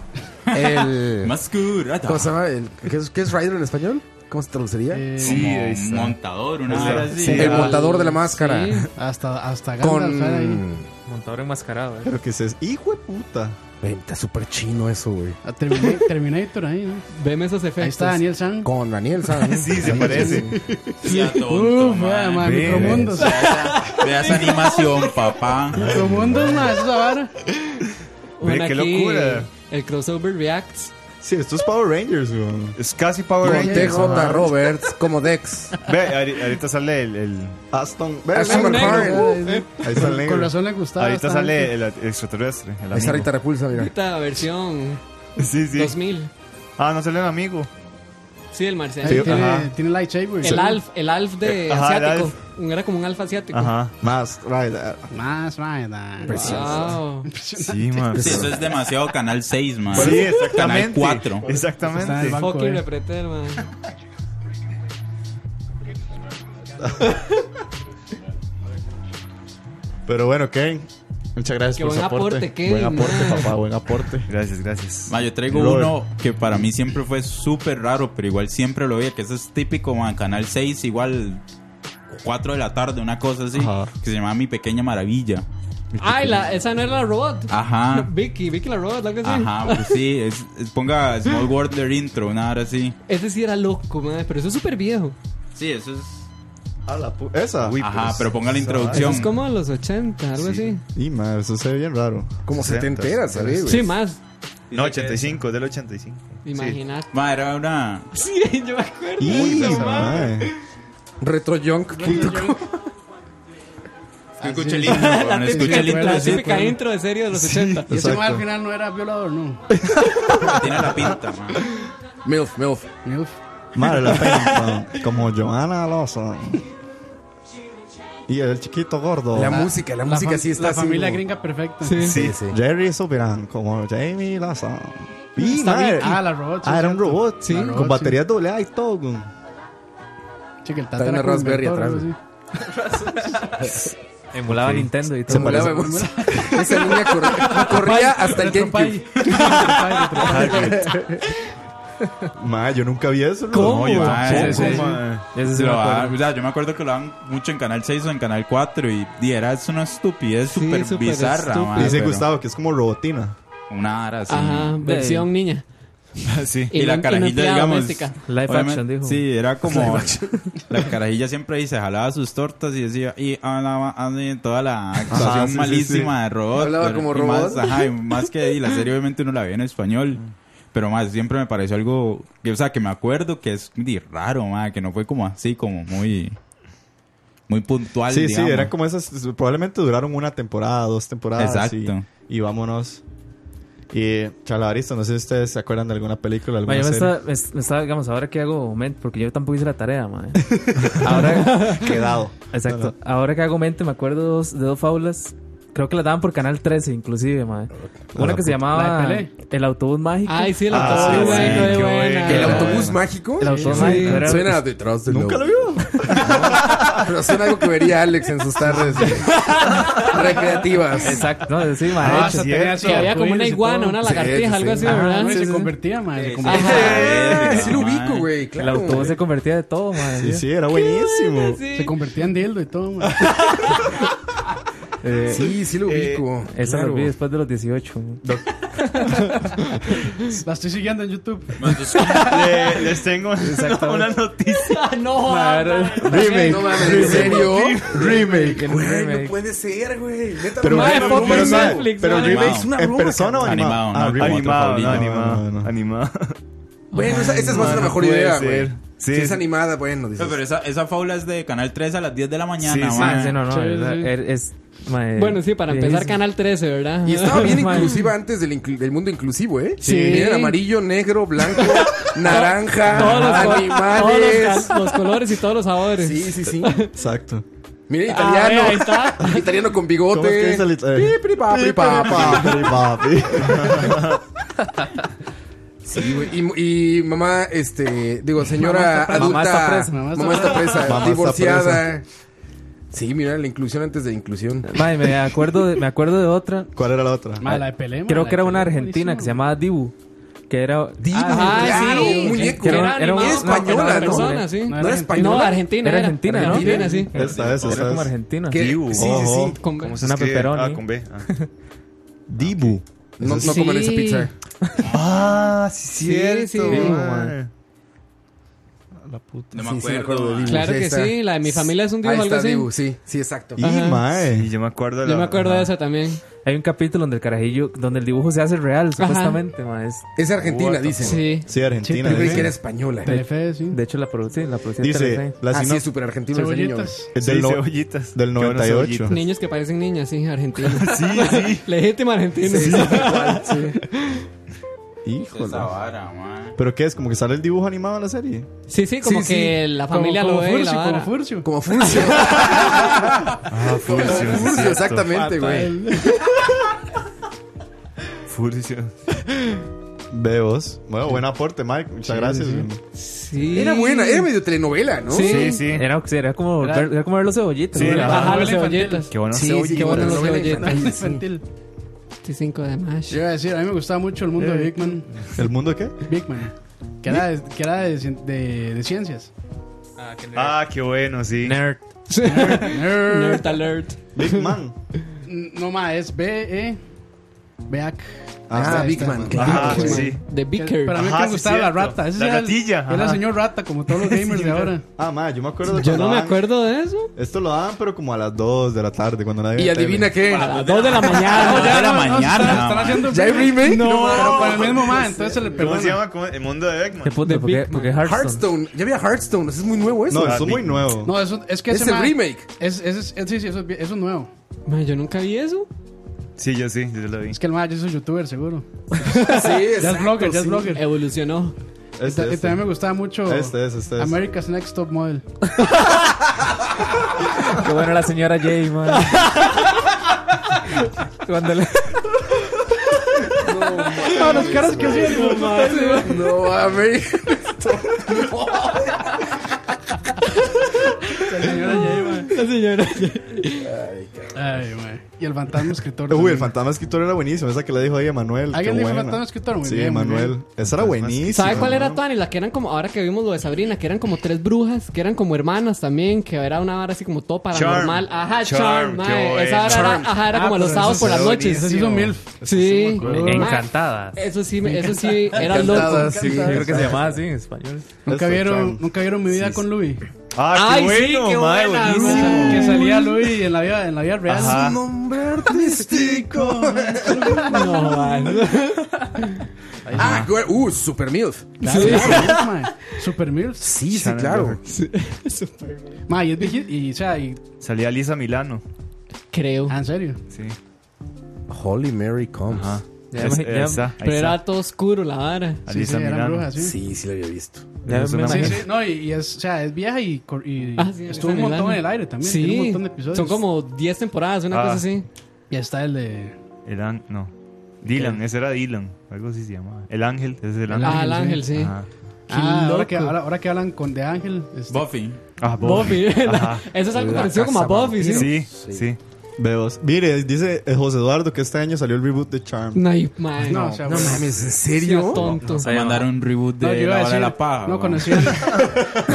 El... Mascurata. ¿Cómo se llama? El- ¿Qué es, qué es Rider en español? ¿Cómo se traduciría? Eh, Como ahí un está. montador, una Sí. vara así. Sí. el al- montador de la máscara. Ah, Sí. Hasta, hasta Gandalf era ahí. Con... Montador enmascarado, eh. Pero que se hijo de puta. Güey, Está súper chino eso, güey. A Termina- Terminator ahí, ¿no? Veme esos efectos. Ahí está Daniel San. Con Daniel San. Sí, se parece. Está tonto, Uf, mae. madre, madre, Ve, micromundos. Veas animación, papá. Micromundos, madre, eso es ahora. Bueno, qué aquí, locura. El crossover Reacts. Sí, esto es Power Rangers, weón. Es casi Power Con Rangers. TJ Roberts como Dex. Ve, ahori- ahorita sale el. el- Aston. Aston Ahí McCartney. Ah, está el Con negro. razón le gustaba. ahorita esta sale gente. el extraterrestre. El Ahí está amigo. Rita Repulsa, mira. Esta versión Sí, sí. 2000. Ah, no sale el amigo. Sí, el marciano. Ahí ajá. tiene, tiene lightsaber. El Alf, el Alf de Eh, ajá, el asiático. Era como un Alf asiático. Ajá. Más, right. ah, Más, madre, da. Wow. Sí, man. Eso es demasiado Canal 6, man. Sí, exactamente. Canal 4. Está en el Exactamente. banco, Fucking eh. repreter, man. Pero bueno, Kevin. Muchas gracias Qué por buen su aporte. aporte, Kevin, buen aporte, man. papá, buen aporte. Gracias, gracias. Ma, yo traigo Lord. uno que para mí siempre fue súper raro, pero igual siempre lo veía, que eso es típico, man, Canal 6, igual 4 de la tarde, una cosa así, Ajá. que se llamaba Mi Pequeña Maravilla. Ay, la, esa no era la robot. Ajá. Vicky, Vicky la robot, algo así. Ah. Ajá, pues sí, es, es- ponga Small World their intro, una hora así. Ese sí era loco, man. Pero eso es súper viejo. Sí, eso es... Ah, la pu- Esa. Uy, Ajá, pues, pero ponga la Eso introducción. es como a los 80, algo Sí. Y, man, eso se ve bien raro. Como se te Sesentas, entera, se ve, así. güey. Sí, más. No, 85, es del 85. Imagínate. Ma, era una... Sí, yo me acuerdo. Y, Eso, man. mae. Retrojunk.com. Ah, Escuché el intro, weón, escuché el intro, La sí, típica weón. intro de serie de los 80. Y ese Exacto. mae al final no era violador, no. tiene la pinta, man. MILF, MILF. Uf. Madre la pena, man. como Johanna Alonso. Y el chiquito gordo. La música, la, música fam- sí está La así, familia como- gringa perfecta. Sí, sí. Jerry Subirán, como Jamie Laza. Y, Está mae, Mickey. Ah, la robot. sí, Ah, era un cierto. robot, sí, La robot, con sí. baterías doble A y todo. güey. Sí, que el Está tata una era como Raspberry inventor, atrás, algo Emulaba Nintendo y todo. Se molaba mucho. Esa niña corría, corría hasta el GameCube. Ma, yo nunca vi eso. ¿Cómo? No, yo Ma, tampoco. Ah, ese- ese- Ese sí Sí, me lo daban, acuerdo. o sea, yo me acuerdo que lo daban mucho en Canal 6 o en Canal 4 y, y era es una estupidez Sí, súper súper bizarra. estúpido. madre, Dice pero Gustavo que es como robotina. Una ara así. Ajá, versión niña. Sí. Y Y, la un- carajilla, una empleada digamos. doméstica. Live obviamente- action, dijo. Sí, era como. La carajilla siempre ahí se jalaba sus tortas y decía. Y hablaba así, toda la actuación Ajá, sí, sí, malísima de robot. Hablaba pero- como y Más, robot. ajá, y más que ahí, la serie obviamente uno la veía en español. Pero más, siempre me pareció algo. Que, o sea, que me acuerdo que es di, raro, más, que no fue como así, como muy. Muy puntual. Sí, digamos. sí, eran como esas. Probablemente duraron una temporada, dos temporadas. Exacto. Y, y vámonos. Y Chalabarista, no sé si ustedes se acuerdan de alguna película, Ma, alguna yo me serie. estaba, me, me estaba, digamos, ahora que hago mente, porque yo tampoco hice la tarea, madre. Ahora, quedado. exacto. Ahora que hago mente, me acuerdo dos- de dos fábulas. Creo que las daban por Canal 13, inclusive, madre. Una que se La llamaba de Pelé. El Autobús Mágico. Ay, sí, el Ah, autobús. sí, sí, qué bueno, qué qué buena. bueno. El Ah. autobús mágico. El Autobús Sí. Mágico. Era- Suena detrás del Nunca lo lobo. vio. Ah, Pero suena algo que vería Alex en sus tardes eh. recreativas. Exacto, no, sí, madre. Ah, de hecho. sí, Que había como una iguana, una lagartija, sí, sí. algo así, Ah, ¿verdad? Güey, sí, se sí. convertía, madre. se Ajá. convertía. Verga, Sí lo ubico, man. güey, El claro. autobús se convertía de todo, madre. Sí, sí, era buenísimo. Se convertía en dildo y todo, madre. Sí, sí lo ubico. Esa la vi después de los 18. ma. La estoy siguiendo en YouTube. Le- les tengo una noticia. Ah, no, Ma, era- Remake. No mames, ¿en serio? Remake. el Güey, remake. no puede ser, güey. Neta, Pero, no Madre, mames, pero, fucking pero, ¿sabe? Netflix, pero ¿no? remake, Es una ¿en broma, persona o cabrón. animado? ah, Animado, no, remake. Animado, no, No, animado. no, no. Animado. Bueno, esa, esa es más No, la Ah, no mejor puede idea, ser. güey. Sí, Si es sí. animada, bueno, dices. No, pero esa, esa fábula es de Canal 3 a las 10 de la Sí, mañana, sí. man. Ah, sí, no, no. Sí, era- sí. era- es, ma, Bueno, sí, para empezar, viejísimo. Canal 13, ¿verdad? Y estaba bien Man. inclusiva antes del, inclu- del mundo inclusivo, ¿eh? Sí. Miren, amarillo, negro, blanco, naranja, todos los, col- animales. todos los, los colores y todos los sabores. Sí, sí, sí. Exacto. Miren, Ah, italiano. ahí está. Italiano con ¿Cómo es que dice el bigote. eh? italiano? Pi, pri, pa, pri, pa, pa. Papi, papi. Sí, güey. Y, y mamá, este, digo, señora Mamá está adulta. presa. Mamá está presa. Mamá está divorciada. Sí, mira, la inclusión antes de la inclusión. Ma, me, acuerdo de, me acuerdo de otra. ¿Cuál era la otra? Madre, la de Pelé, Creo que era una argentina que se llamaba Dibu. Que era. Ah, claro, sí. un muñeco. Que Era, Era animado. una española, No, era ¿no? persona, sí. ¿No era No, española? Argentina. Era argentina, ¿no? Argentina, sí. Esta, esa, Era esa. como es. argentina. ¿Qué? Sí, sí, sí. Con- Una Es que- pepperoni. Ah, con B. ah. Dibu. No, no Sí. comen esa pizza. Ah, sí, Sí, es sí. cierto. Sí, man. La puta. No me acuerdo. de Dibu, Claro ahí que está. sí, la de mi familia es un dibujo, Ahí algo está así. Dibu, sí, sí, exacto. Y Ajá. mae. Y yo me acuerdo. de Yo la- me acuerdo de Ajá. esa también. Hay un capítulo donde el carajillo, donde el dibujo se hace real, supuestamente, ma, es- Es What argentina, the dicen. Sí. Sí, Argentina. Yo creí dice. que era española. Telefe, sí. De hecho, la producción, la producción Dice, Telefe. la Así sino- es súper argentino ese niño. Cebollitas. es Sí, del, no- cebollitas. del Qué buenas 98. cebollitas. Niños que parecen niñas, sí, argentinos. Sí, sí. Legítimo argentino. Sí, sí, igual, sí. Híjole. Esa vara, man. Pero qué es, como que sale el dibujo animado en la serie. Sí, sí, como Sí, sí. que la familia como, lo ve y la Furcio, como vara. Furcio. Como Furcio. Ah, Furcio. sí, es Furcio, cierto. exactamente, güey. Furcio. Veos. Bueno, buen aporte, Mike. Muchas gracias. Sí. Era buena, ¿eh? era medio telenovela, ¿no? Sí. Sí, sí. Era, sí, era como, Era- ver, era como ver los cebollitos. Sí, ¿no? era- Ajá, Novela los infantil. cebolletas. Qué bueno. Sí, sí, qué como bueno los telenovela cebolletas. infantil, sí. Infantil. 25 de mayo. Yo iba a decir, a mí me gustaba mucho el mundo de Big Man. Eh, ¿El mundo qué? Big Man. Que era, de, que era de, cien- de- de ciencias. Ah, qué bueno, sí. Nerd. Nerd alert. Big Man. No más, es B, E, Beac. Ah, Big Man. Ajá, claro, güey. sí. The Bicker. Para mí Ajá, que sí, me gustaba la cierto. rata. Ese La era el- ratilla, Era el ajá. señor rata, como todos los gamers de ahora. Ah, mae, yo me acuerdo de Yo cuando no me daban- acuerdo de eso. Esto lo daban, pero como a las 2 de la tarde, cuando Ah, Y nadie veía adivina tele. qué. A las 2 de la mañana. de la se mañana, están- están man. haciendo ¿Ya hay remake, remake? No, Pero para el mismo man, entonces se le ¿Cómo perdona. se llama? ¿Cómo? El mundo de Beckman. Qué Pues puto, The porque, Big porque Hearthstone. Hearthstone. Ya había Hearthstone. Eso es muy nuevo eso. No, Ah, esto es muy Big nuevo. No, eso, es que es ese el man- remake. Es, es, es- sí, sí, eso, es vie- eso es nuevo. Ma, yo nunca vi eso. Sí, yo sí, yo lo vi. Es que el man, yo soy youtuber, seguro. Sí, Ya exacto, es blogger, ya es sí. Este, blogger. Evolucionó. Y ta- Este, y este. también me gustaba mucho Este es, este es. America's Next Top Model. Qué bueno la señora Jay, man. Cuando le... Ah, las caras que hacían. No, a ver. La señora. Ay, güey. Y el fantasma escritor. Uy, el también. fantasma escritor era buenísimo. Esa que le dijo ahí a Manuel. ¿Alguien dijo buena. fantasma escritor? Muy Sí, bien, muy Manuel. bien. Esa era buenísima. ¿Sabe cuál era ¿no? Tuani? La que eran como, ahora que vimos lo de Sabrina, que eran como tres brujas, que eran como hermanas también, que era una vara así como todo paranormal. Ajá, Charm, Charm, qué mae. bueno. Esa vara Charm. era, ajá, era Ah, como los pero sábados eso por las es noches. Ese sí es un MILF. Sí. acuerdo. Encantada. Eso sí, me- eso sí, era loco. Encantada, sí. Creo que se llamaba así en español. ¿Nunca Eso, vieron, Charm. nunca vieron mi vida con Louis. Ah, qué Ay, sí, bueno, qué mae, buena, buenísimo. mae. Que salía Louis en la vida, en la vida real. Ajá. Nombre artístico. No, man. Ah, güey, uh, Super MILF. Claro, Super MILF, mae. Super MILF. Sí, sí, claro. Ma, y es vieji- Y, o sea, y. Salía Lisa Milano. Creo. Ah, en serio. Sí. Holy Mary Comes. Ajá. Ya Es- me- ya- esa, ahí Pero está. era todo oscuro la vara. A Sí, sí, Lisa eran Milano. brujas, sí. Sí, Sí, sí lo había visto. Ya Eso me no me- sí. imagino. No, y, y es, o sea, es vieja y, cor- y Ah, sí, estuvo un Lisa montón Milano. en el aire también. Tiene un Sí, montón de episodios. son como 10 temporadas, una Ah. cosa así. Y está el de. El an- no. Dylan, ese era Dylan. Algo así se llamaba. El ángel, ese es el ángel. Ah, el ángel, sí. Ajá. Qué Ah, ahora loco. que, ahora, ahora que hablan con de Ángel. este, Buffy. Ah, Buffy. Ajá. Eso es algo parecido como a Buffy, ¿sí? Sí, sí. Veos. Mire, dice eh, José Eduardo que este año salió el reboot de Charm. No, y, man. no, o sea, No bueno. mames, ¿en sea serio? tonto. Se mandaron un reboot de No, yo iba La a Hora de decir, la Paja. No man. conocía. Fue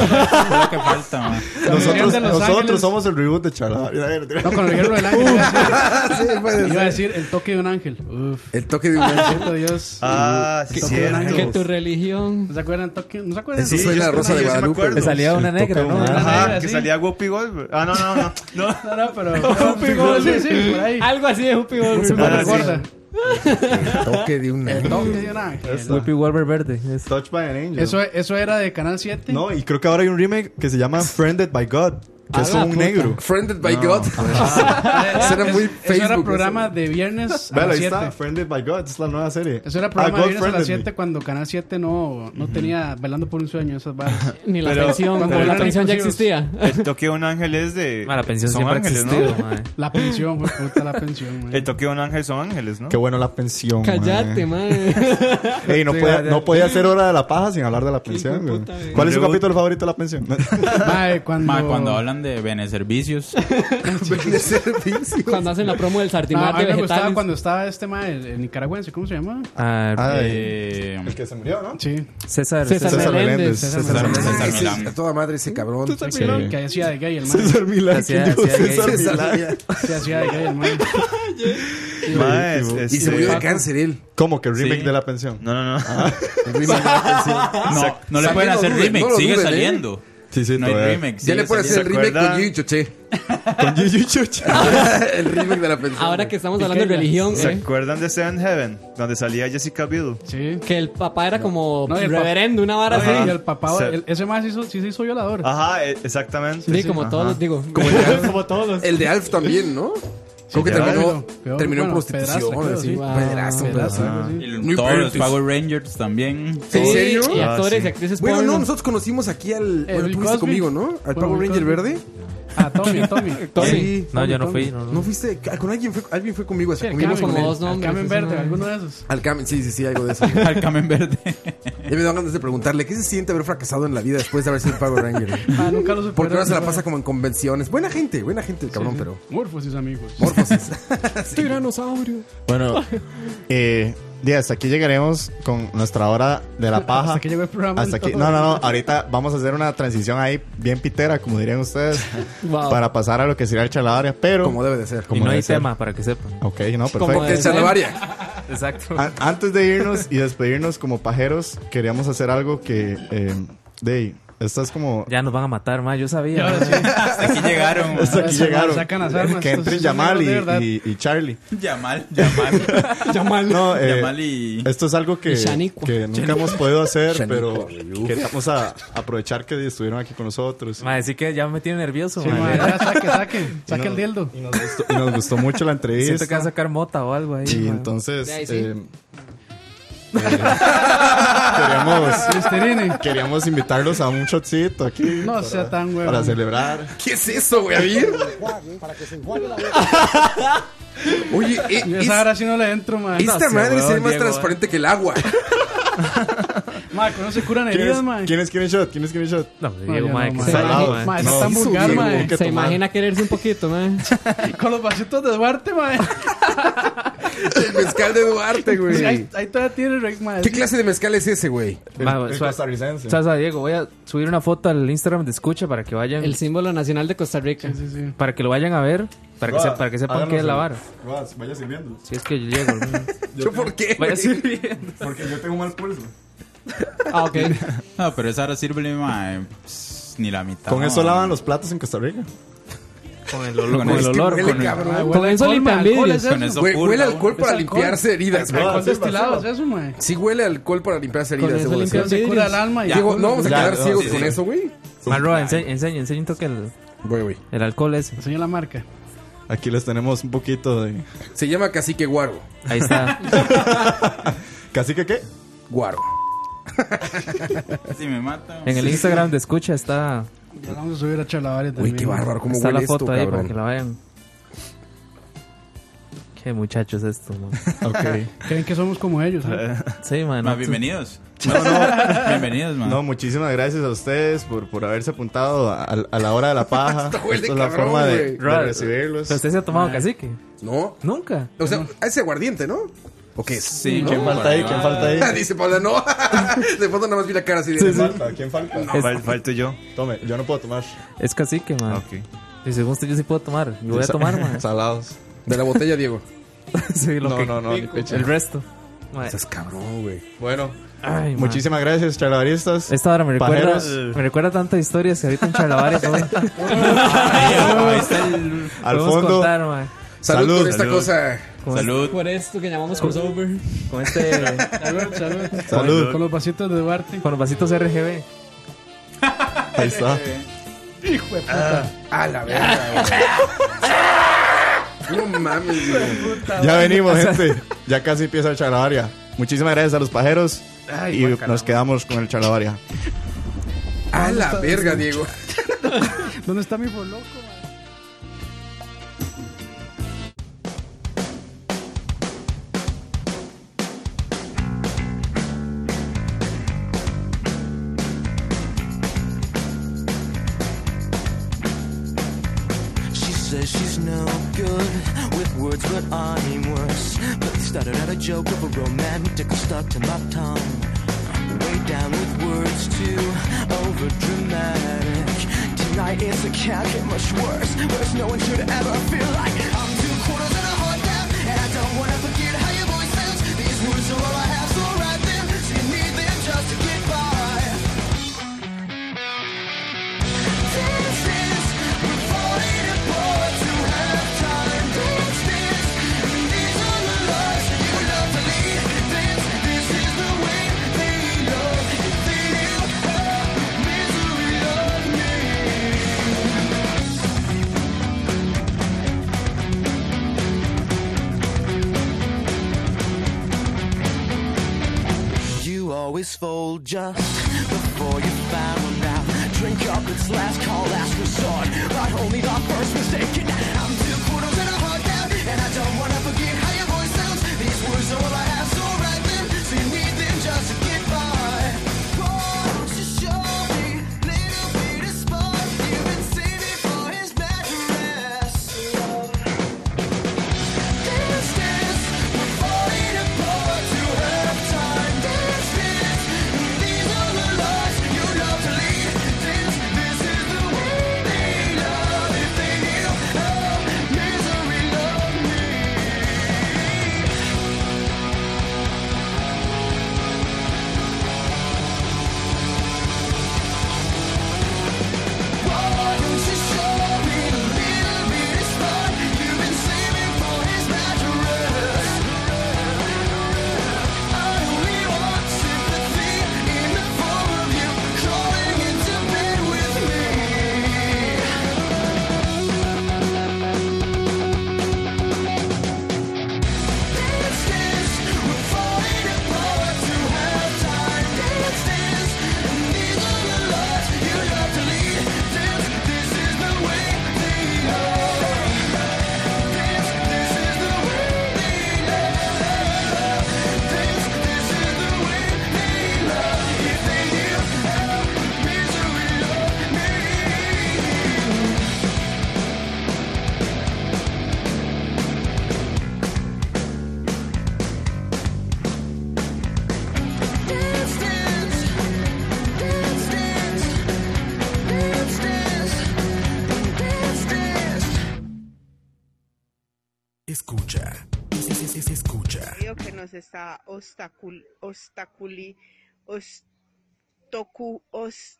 lo que falta, man. Nosotros, de Los Ángeles. nosotros somos el reboot de Charm. Ah, mira, mira, No, mira. con el guerrero del ángel. iba a decir- Sí, puede Iba a ser. decir el toque de un ángel. Uf. El toque de un ángel. Bendito Dios. Ah, sí, Tocó un ángel. cierto. Que tu religión. ¿No se acuerdan toque? ¿No se acuerdan? Eso Sí, suena yo a sí- Rosa yo de sí me Guadalupe. acuerdo. Le salía El una toque negra, ¿no? humano. Una Ajá, negra, que sí. salía Whoopi Goldberg. Ah, no, no, no. no. No, no, pero. Whoopi Goldberg. Sí, sí, por ahí. Algo así de Whoopi Goldberg. Se me Ah, sí. recuerda. El toque de un El ángel. toque de un ángel. Whoopi Warber Verde. es- Touched by an Angel. Eso, eh, eso era de Canal 7. No, y creo que ahora hay un remake que se llama Friended by God, que A es la un puta. negro. pues. Ah. Friended by God. Ah, eso era muy Eso era Facebook, programa de viernes a Vale, las ahí 7. está, Friended by God, es la nueva serie. Eso era Ah, programa de God viernes a las Friended 7 cuando Canal 7 no, no tenía Velando por un sueño esas barras. Ni la Pero- pensión. pero- Como la pero- pensión ya inclusivos. existía. El toque de un ángel es de. Ma, Ah, la pensión son siempre ha ángeles, existido, ¿no? man. La pensión, güey, puta la pensión, güey. El toque de un ángel son ángeles, ¿no? me. Qué bueno la pensión. Cállate, man. man. Ey, no, Sí, podía, ya- no podía hacer hora de la paja sin hablar de la pensión. hijo de güey. puta, güey. ¿Cuál es su Luego- capítulo favorito de la pensión? Mae, cuando. Ma, cuando hablan de beneservicios, De servicio. Cuando hacen la promo del No, a sartimar mí de me gustaba vegetales. cuando estaba este mae, el, el nicaragüense, ¿cómo se llama? Ah, Ay, eh, el que se murió, ¿no? Sí. César César. César. Meléndez. César Meléndez. César César Meléndez. Meléndez. Ay, César sí, Milán. a toda madre ese cabrón. Sí. Que hacía de gay el mae. César Milán. Hacía- ¿Quién dijo hacía gay. César Milán? César Milán. Que hacía de gay el mae. Mae, es- Y se este- murió de cáncer él. Ah. ¿Cómo que remake Sí. de la pensión? No, no, no. Ah, No, no le Saquen pueden los hacer duden, remake, no los sigue duden, ¿eh? saliendo. Sí, sí, No hay todavía. remake. Ya sigue le pueden hacer saliendo. pues el remake acuerdan? con Yuyu Choché. Con Yuyu Chucha. el remake de la pensión. Ahora que estamos hablando de religión, ¿Se ¿eh? acuerdan de Seven Heaven? Donde salía Jessica Biel. Sí. que el papá era como No, y el pap- reverendo, una vara Sí, así. el papá, Se- el- ese más hizo, sí se hizo violador. Ajá, e- exactamente. Sí, como todos los digo. como todos los. El de Alf también, ¿no? Creo que ya. terminó, Peor, terminó en bueno, prostitución. pedrasta, creo, así. sí. Wow. Pedrasta, un Pedrasta, pedazo. algo así. Y Muy Todos los British. Power Rangers también. Sí, ¿En serio? Y actores Ah, sí. y actrices Bueno, porno. no, nosotros conocimos aquí al. Bueno, Bill tú fuiste Cosby. conmigo, ¿no? Al Bueno, Power Bill Ranger Cosby. verde. Ah, Tommy, Tommy. Tommy. Sí. No, yo no fui. No, ¿No fuiste? Ah, Con alguien fue, alguien fue conmigo así. Sí, el convivimos con Carmen, como él. dos. nombres, Carmen es Verde, una- alguno de esos. Al Carmen, sí, sí, sí, algo de eso. Al Camen Verde. Ya me dan ganas de preguntarle, ¿qué se siente haber fracasado en la vida después de haber sido Power Ranger? Ah, nunca lo Porque ahora se la superaron, pasa como en convenciones. Buena gente, buena gente, el cabrón, pero. Morfos y sus amigos. Morfosis. Tiranosaurio. Bueno, eh, y hasta aquí llegaremos con nuestra hora de la paja. Hasta aquí llegó el programa. Hasta aquí- no, no, no. Ahorita vamos a hacer una transición ahí bien pitera, como dirían ustedes, Wow. para pasar a lo que sería el chalabaria. Pero, Ah. como debe de ser. y como no debe hay ser. tema, para que sepan. Ok, no, perfecto. Como Que el de- Chalabaria. Exacto. A- antes de irnos y despedirnos como pajeros, queríamos hacer algo que, eh, Dey, esta es como Ya nos van a matar, ma. Yo sabía. ma. Hasta aquí llegaron. hasta aquí Eso, llegaron. sacan las armas, que estos entre son Yamal negros de verdad. y, y- y Charlie. Yamal, Yamal. Yamal. No, eh, Yamal y. esto es algo que, Y Shaniqua. que nunca hemos podido hacer, pero queríamos a- aprovechar que estuvieron aquí con nosotros. Ma, sí que ya me tiene nervioso, Sí, ma. madre, ya saque, saque. Y Saque nos- el dildo. Y nos gustó, y nos gustó mucho la Siento entrevista. que va a sacar mota o algo ahí. Y ma. entonces De ahí sí. eh, eh, queríamos, Listerine. queríamos invitarlos a un shotcito aquí No sea tan huevo. para celebrar. ¿Qué es eso, güey? A ver. Oye, eh, Yo es- esa hora sí no le entro, man. esta sí, madre huevón, se ve más Diego, eh. transparente que el agua. Ma, que no se curan ¿Quiénes heridas, man. quiénes quieren shot? ¿Quiénes quieren shot? No, me digo, yo ma, no, que ma. salado, imagina- ma. Ma, está No, tan sí, vulgar, Diego, ma. que Se tomar. imagina quererse un poquito, man. Con los vasitos de Duarte, man. El mezcal de Duarte, Sí, güey. ahí, ahí todavía tiene Rick, man. ¿Qué clase de mezcal es ese, güey? Ma, El suave. costarricense. Sasa, Diego, voy a subir una foto al Instagram de escucha para que vayan, El símbolo nacional de Costa Rica. Sí, sí, sí. para que lo vayan a ver, para que, Roa, se- para que sepan háganos qué es la el- vara. Roa, vaya sirviendo. Si es que yo llego. ¿no? ¿Yo por qué? Vaya güey? sirviendo. Porque yo tengo mal pulso. Ah, ok. No, pero esa ahora sirve mae, pss, pues, ni la mitad. Con eso lavan los platos en Costa Rica. Con el olor. Con Con el este olor. Huele, con el- Ma, cabrón. huele Con eso alcohol, limpian ma, alcohol vidrios. es Con eso. eso Hue- purga Huele uno. alcohol para Es alcohol. limpiarse heridas, güey. Alcohol sí, destilado, es basura. eso, man. Sí huele alcohol para limpiarse Con heridas. eso debo decir. limpian Se cura vidrios. el alma. y Diego, el no vamos a Ya, quedar no, ciegos sí, con sí. eso, güey. Ma, Roa, ense- enseña, enseña un toque el, Güey, güey. el alcohol ese. Enseñó la marca. Aquí les tenemos un poquito de. Se llama Cacique Guaro. Ahí está. ¿Casi que qué? Guaro. Si me matan. En el Instagram de escucha está, Ya la vamos a subir a Chalabaria también. Güey, qué bárbaro. ¿Cómo está la huele foto esto, ahí para que cabrón? la vean. Qué muchachos esto, man. Ok. Creen que somos como ellos, ¿eh? Sí, man. Mae, bienvenidos. No, no, bienvenidos, man. No, muchísimas gracias a ustedes por, por haberse apuntado a, a la hora de la paja. Esto huele Esta es la cabrón, forma de, güey. de Right. recibirlos. ¿Usted se ha tomado cacique? No. Nunca. O sea, ese aguardiente, ¿no? ¿O qué es? Sí, ¿Quién falta ahí? ¿Quién falta ahí? Dice Paula, no. De fondo nada más vi la cara así de. ¿Quién falta? ¿Quién falta? Fal- Falto yo. Tome, yo no puedo tomar. Es cacique, man. Ok. Y según usted, yo sí puedo tomar. Yo voy a tomar, man. Salados. De la botella, Diego. sí, lo No, que- no, no, ni pecho. El resto. Ma, Estás cabrón, güey. Bueno, Ay, ma. muchísimas gracias, charlavaristas. Esta hora me recuerda, Pajeros. me recuerda tantas historias que ahorita en Chalabaria podemos, Ahí está el- Al podemos fondo, contar, ma. Salud, Salud. por esta Salud. cosa. Con, Salud. Por esto que llamamos crossover. con este, Salud, salud. Salud. Con los vasitos de Duarte. con los vasitos RGB. ahí está. Ah, A la verga, güey. No mames, güey. Ya venimos, gente. Ya casi empieza el charlavaria. Muchísimas gracias a los pajeros. y nos quedamos con el charlavaria. A la verga, Diego. ¿Dónde está mi boloco? She says she's no good with words, but I'm worse. But they started out a joke of a romantic stuck to my tongue. Way down with words too over dramatic. Tonight it's a can't get much worse. Worse no one should ever feel like I'm two quarters and a heart down, and I don't want always fold just before you found out. Drink up, it's last call, last resort. Right, only the first mistaken. I'm two quarters and a heart down, and I don't wanna forget how your voice sounds. These words are all I have, so right then, so you need them just to get by. Won't you show me little bit of sport? You've been saving for his mattress. Dance, dance, we're falling apart to halftime. Dance, dance, these are the lies you love to lead. Dance, this is the way they love. If they knew how misery loved me. Why don't you show me a little bit of spot? You've been saving for his mattress. I only want sympathy in the form of you crawling into bed with me. Dance, dance, we're falling apart to halftime. Dance, dance, these are the lies you love to lead. Dance, this is the way they love. Dance, this is the way they love. Dance, this is the way they love. If they knew how misery loved me. Dance, dance, dance, dance, dance, dance, dance, dance. Escucha. Es- es- es- Escucha. medio que nos está obstacul, obstaculi, obstocu- os-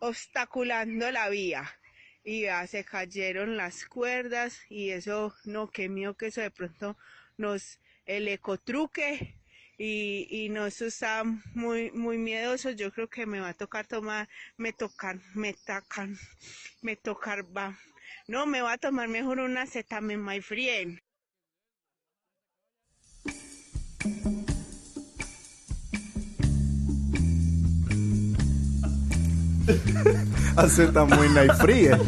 obstaculando la vía. Y ya se cayeron las cuerdas y eso, no, qué mío que eso de pronto nos, el ecotruque y, y nos está muy, muy miedoso. Yo creo que me va a tocar tomar, me tocar, me tacan, me tocar, va. No, me va a tomar mejor una cetamin, my friend. Acepta muy night fría.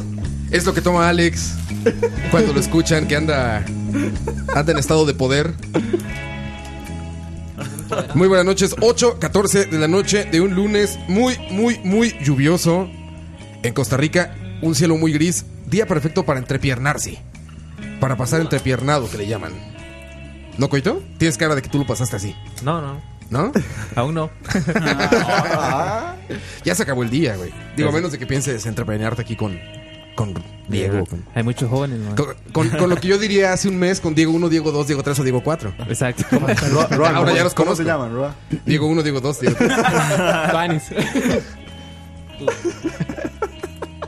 Es lo que toma Alex cuando lo escuchan que anda anda en estado de poder. Muy buenas noches, 8:14 de la noche de un lunes muy muy muy lluvioso en Costa Rica, un cielo muy gris, día perfecto para entrepiernarse. Para pasar entrepiernado que le llaman. ¿No coito? Tienes cara de que tú lo pasaste así. No, no. ¿No? Aún no. ya se acabó el día, güey. Digo, a Ya se- menos de que pienses entreprenarte aquí con, con Diego. Con, Hay muchos jóvenes, man. con- con- con lo que yo diría hace un mes con Diego 1, Diego 2, Diego 3 o Diego 4. Exacto. Roa- Roa, Ahora ¿cómo- ya los cómo se conozco. llaman, Roa? Diego 1, Diego 2, Diego 3.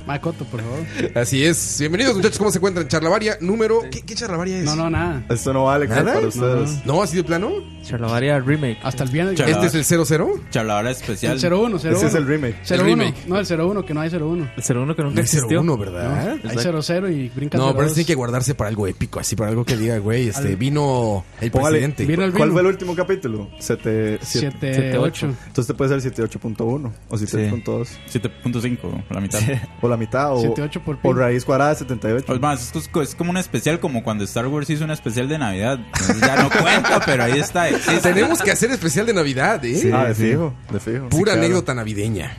Macoto, por favor. Así es. Bienvenidos, muchachos. ¿Cómo se encuentran? Charlavaria número. ¿Qué, qué charlavaria es? No, no, nada. Esto no vale ¿Nada? para ustedes. No, así de plano. Charlavaria Remake. Hasta el viernes. ¿Este es el 00? Charlavara especial. El 01, 01. Ese es el remake. El 01. remake. No, el 01, que no hay 01. El 01 que No nunca hay existió. 01, ¿verdad? Hay 00 y brinca No, el pero 02. eso tiene que guardarse para algo épico, así para algo que diga, güey, este Al- vino el Póngale, presidente. ¿Cuál fue el último capítulo? 7, Siete, ocho. Entonces te puede ser 7.8.1 o 7.2. 7.5, la mitad. O la mitad, o, 7.8 por o raíz cuadrada de 78. Es más, esto es, co- es como un especial, como cuando Star Wars hizo un especial de Navidad. Entonces ya no cuenta, pero ahí está. existe. Tenemos que hacer especial de Navidad, ¿eh? Sí, ah, de fijo, de fijo. Pura Sí, claro. anécdota navideña.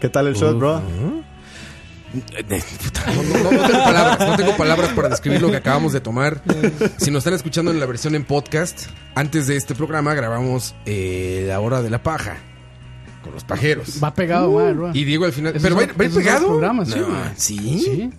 ¿Qué tal el shot, bro? No, no tengo palabras, no tengo palabras para describir lo que acabamos de tomar. Si nos están escuchando en la versión en podcast, antes de este programa grabamos eh, La Hora de la Paja con los pajeros. Va pegado, madre, Roa. Uh. Y Diego al final. Esos ¿Pero va a son- ir- va a ir esos son los pegado? programas, sí, No, güey. ¿sí?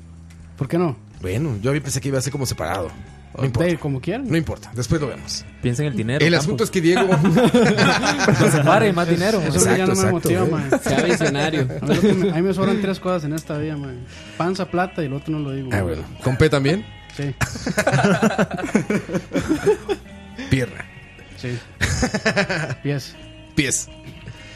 ¿Por qué no? Bueno, yo pensé que iba a ser como separado. No importa. como quieran. No importa, después lo vemos. Piensa en el dinero. El Campos. asunto es que Diego. No Pues se pare, más dinero. Eso ya no me motiva, man. Sea visionario. A mí, lo que me, a mí me sobran tres cosas en esta vida, man. Panza, plata y el otro no lo digo. Ah, bueno. ¿Con P también? Sí. Pierna. Sí. Pies. Pies.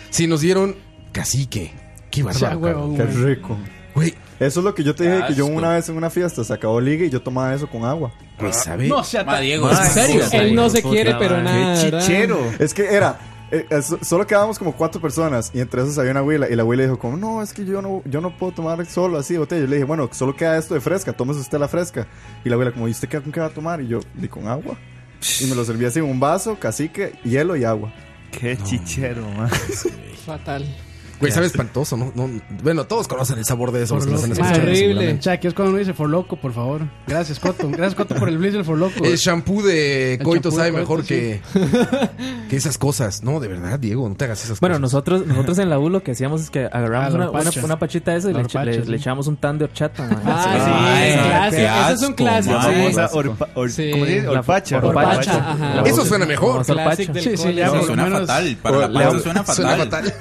Si nos dieron cacique. Qué bárbaro. sea, huevón, Qué güey. rico. Güey. Eso es lo que yo te dije, que yo Asco. una vez en una fiesta se acabó liga y yo tomaba eso con agua. Güey, sabe. No, No, Ah, o sea, Ma, Diego, ¿en serio? Él no se quiere, pero Qué nada, ¿verdad? Es que era eh, eh, so- solo quedábamos como cuatro personas y entre esas había una abuela y la abuela dijo como, no, es que yo no, yo no puedo tomar solo así botella. Yo le dije, bueno, solo queda esto de fresca, tómese usted la fresca. Y la abuela como, ¿y usted qué, con qué va a tomar? Y yo, di con agua. Y me lo serví así en un vaso, cacique, hielo y agua. Qué chichero, man. Fatal. Güey, sabe espantoso, ¿no? No- Bueno, todos conocen el sabor de eso. los que nos han Ah, escuchado, horrible. seguramente. O sea, que es cuando uno dice for loco, por favor. Gracias, Coto. Gracias, Coto, por el blizzard for loco. El shampoo de El coito shampoo de sabe coito, mejor sí. que, que esas cosas. No, de verdad, Diego, no te hagas esas Bueno, cosas. nosotros, nosotros en la U lo que hacíamos es que Ah, agarramos la una, una, horpacha. una pachita de eso y La le, echa- horpacha, le- sí. le echábamos un tan de horchata. man. Ah, sí, es clásico. Ese es un clásico. man. sí. Famosa orpa- or- Sí. ¿cómo se dice? La Orpacha. orpacha, ajá. La Eso orpacha. suena mejor. Famosa horpacha. del cole. No, suena fatal. Para la panza suena fatal.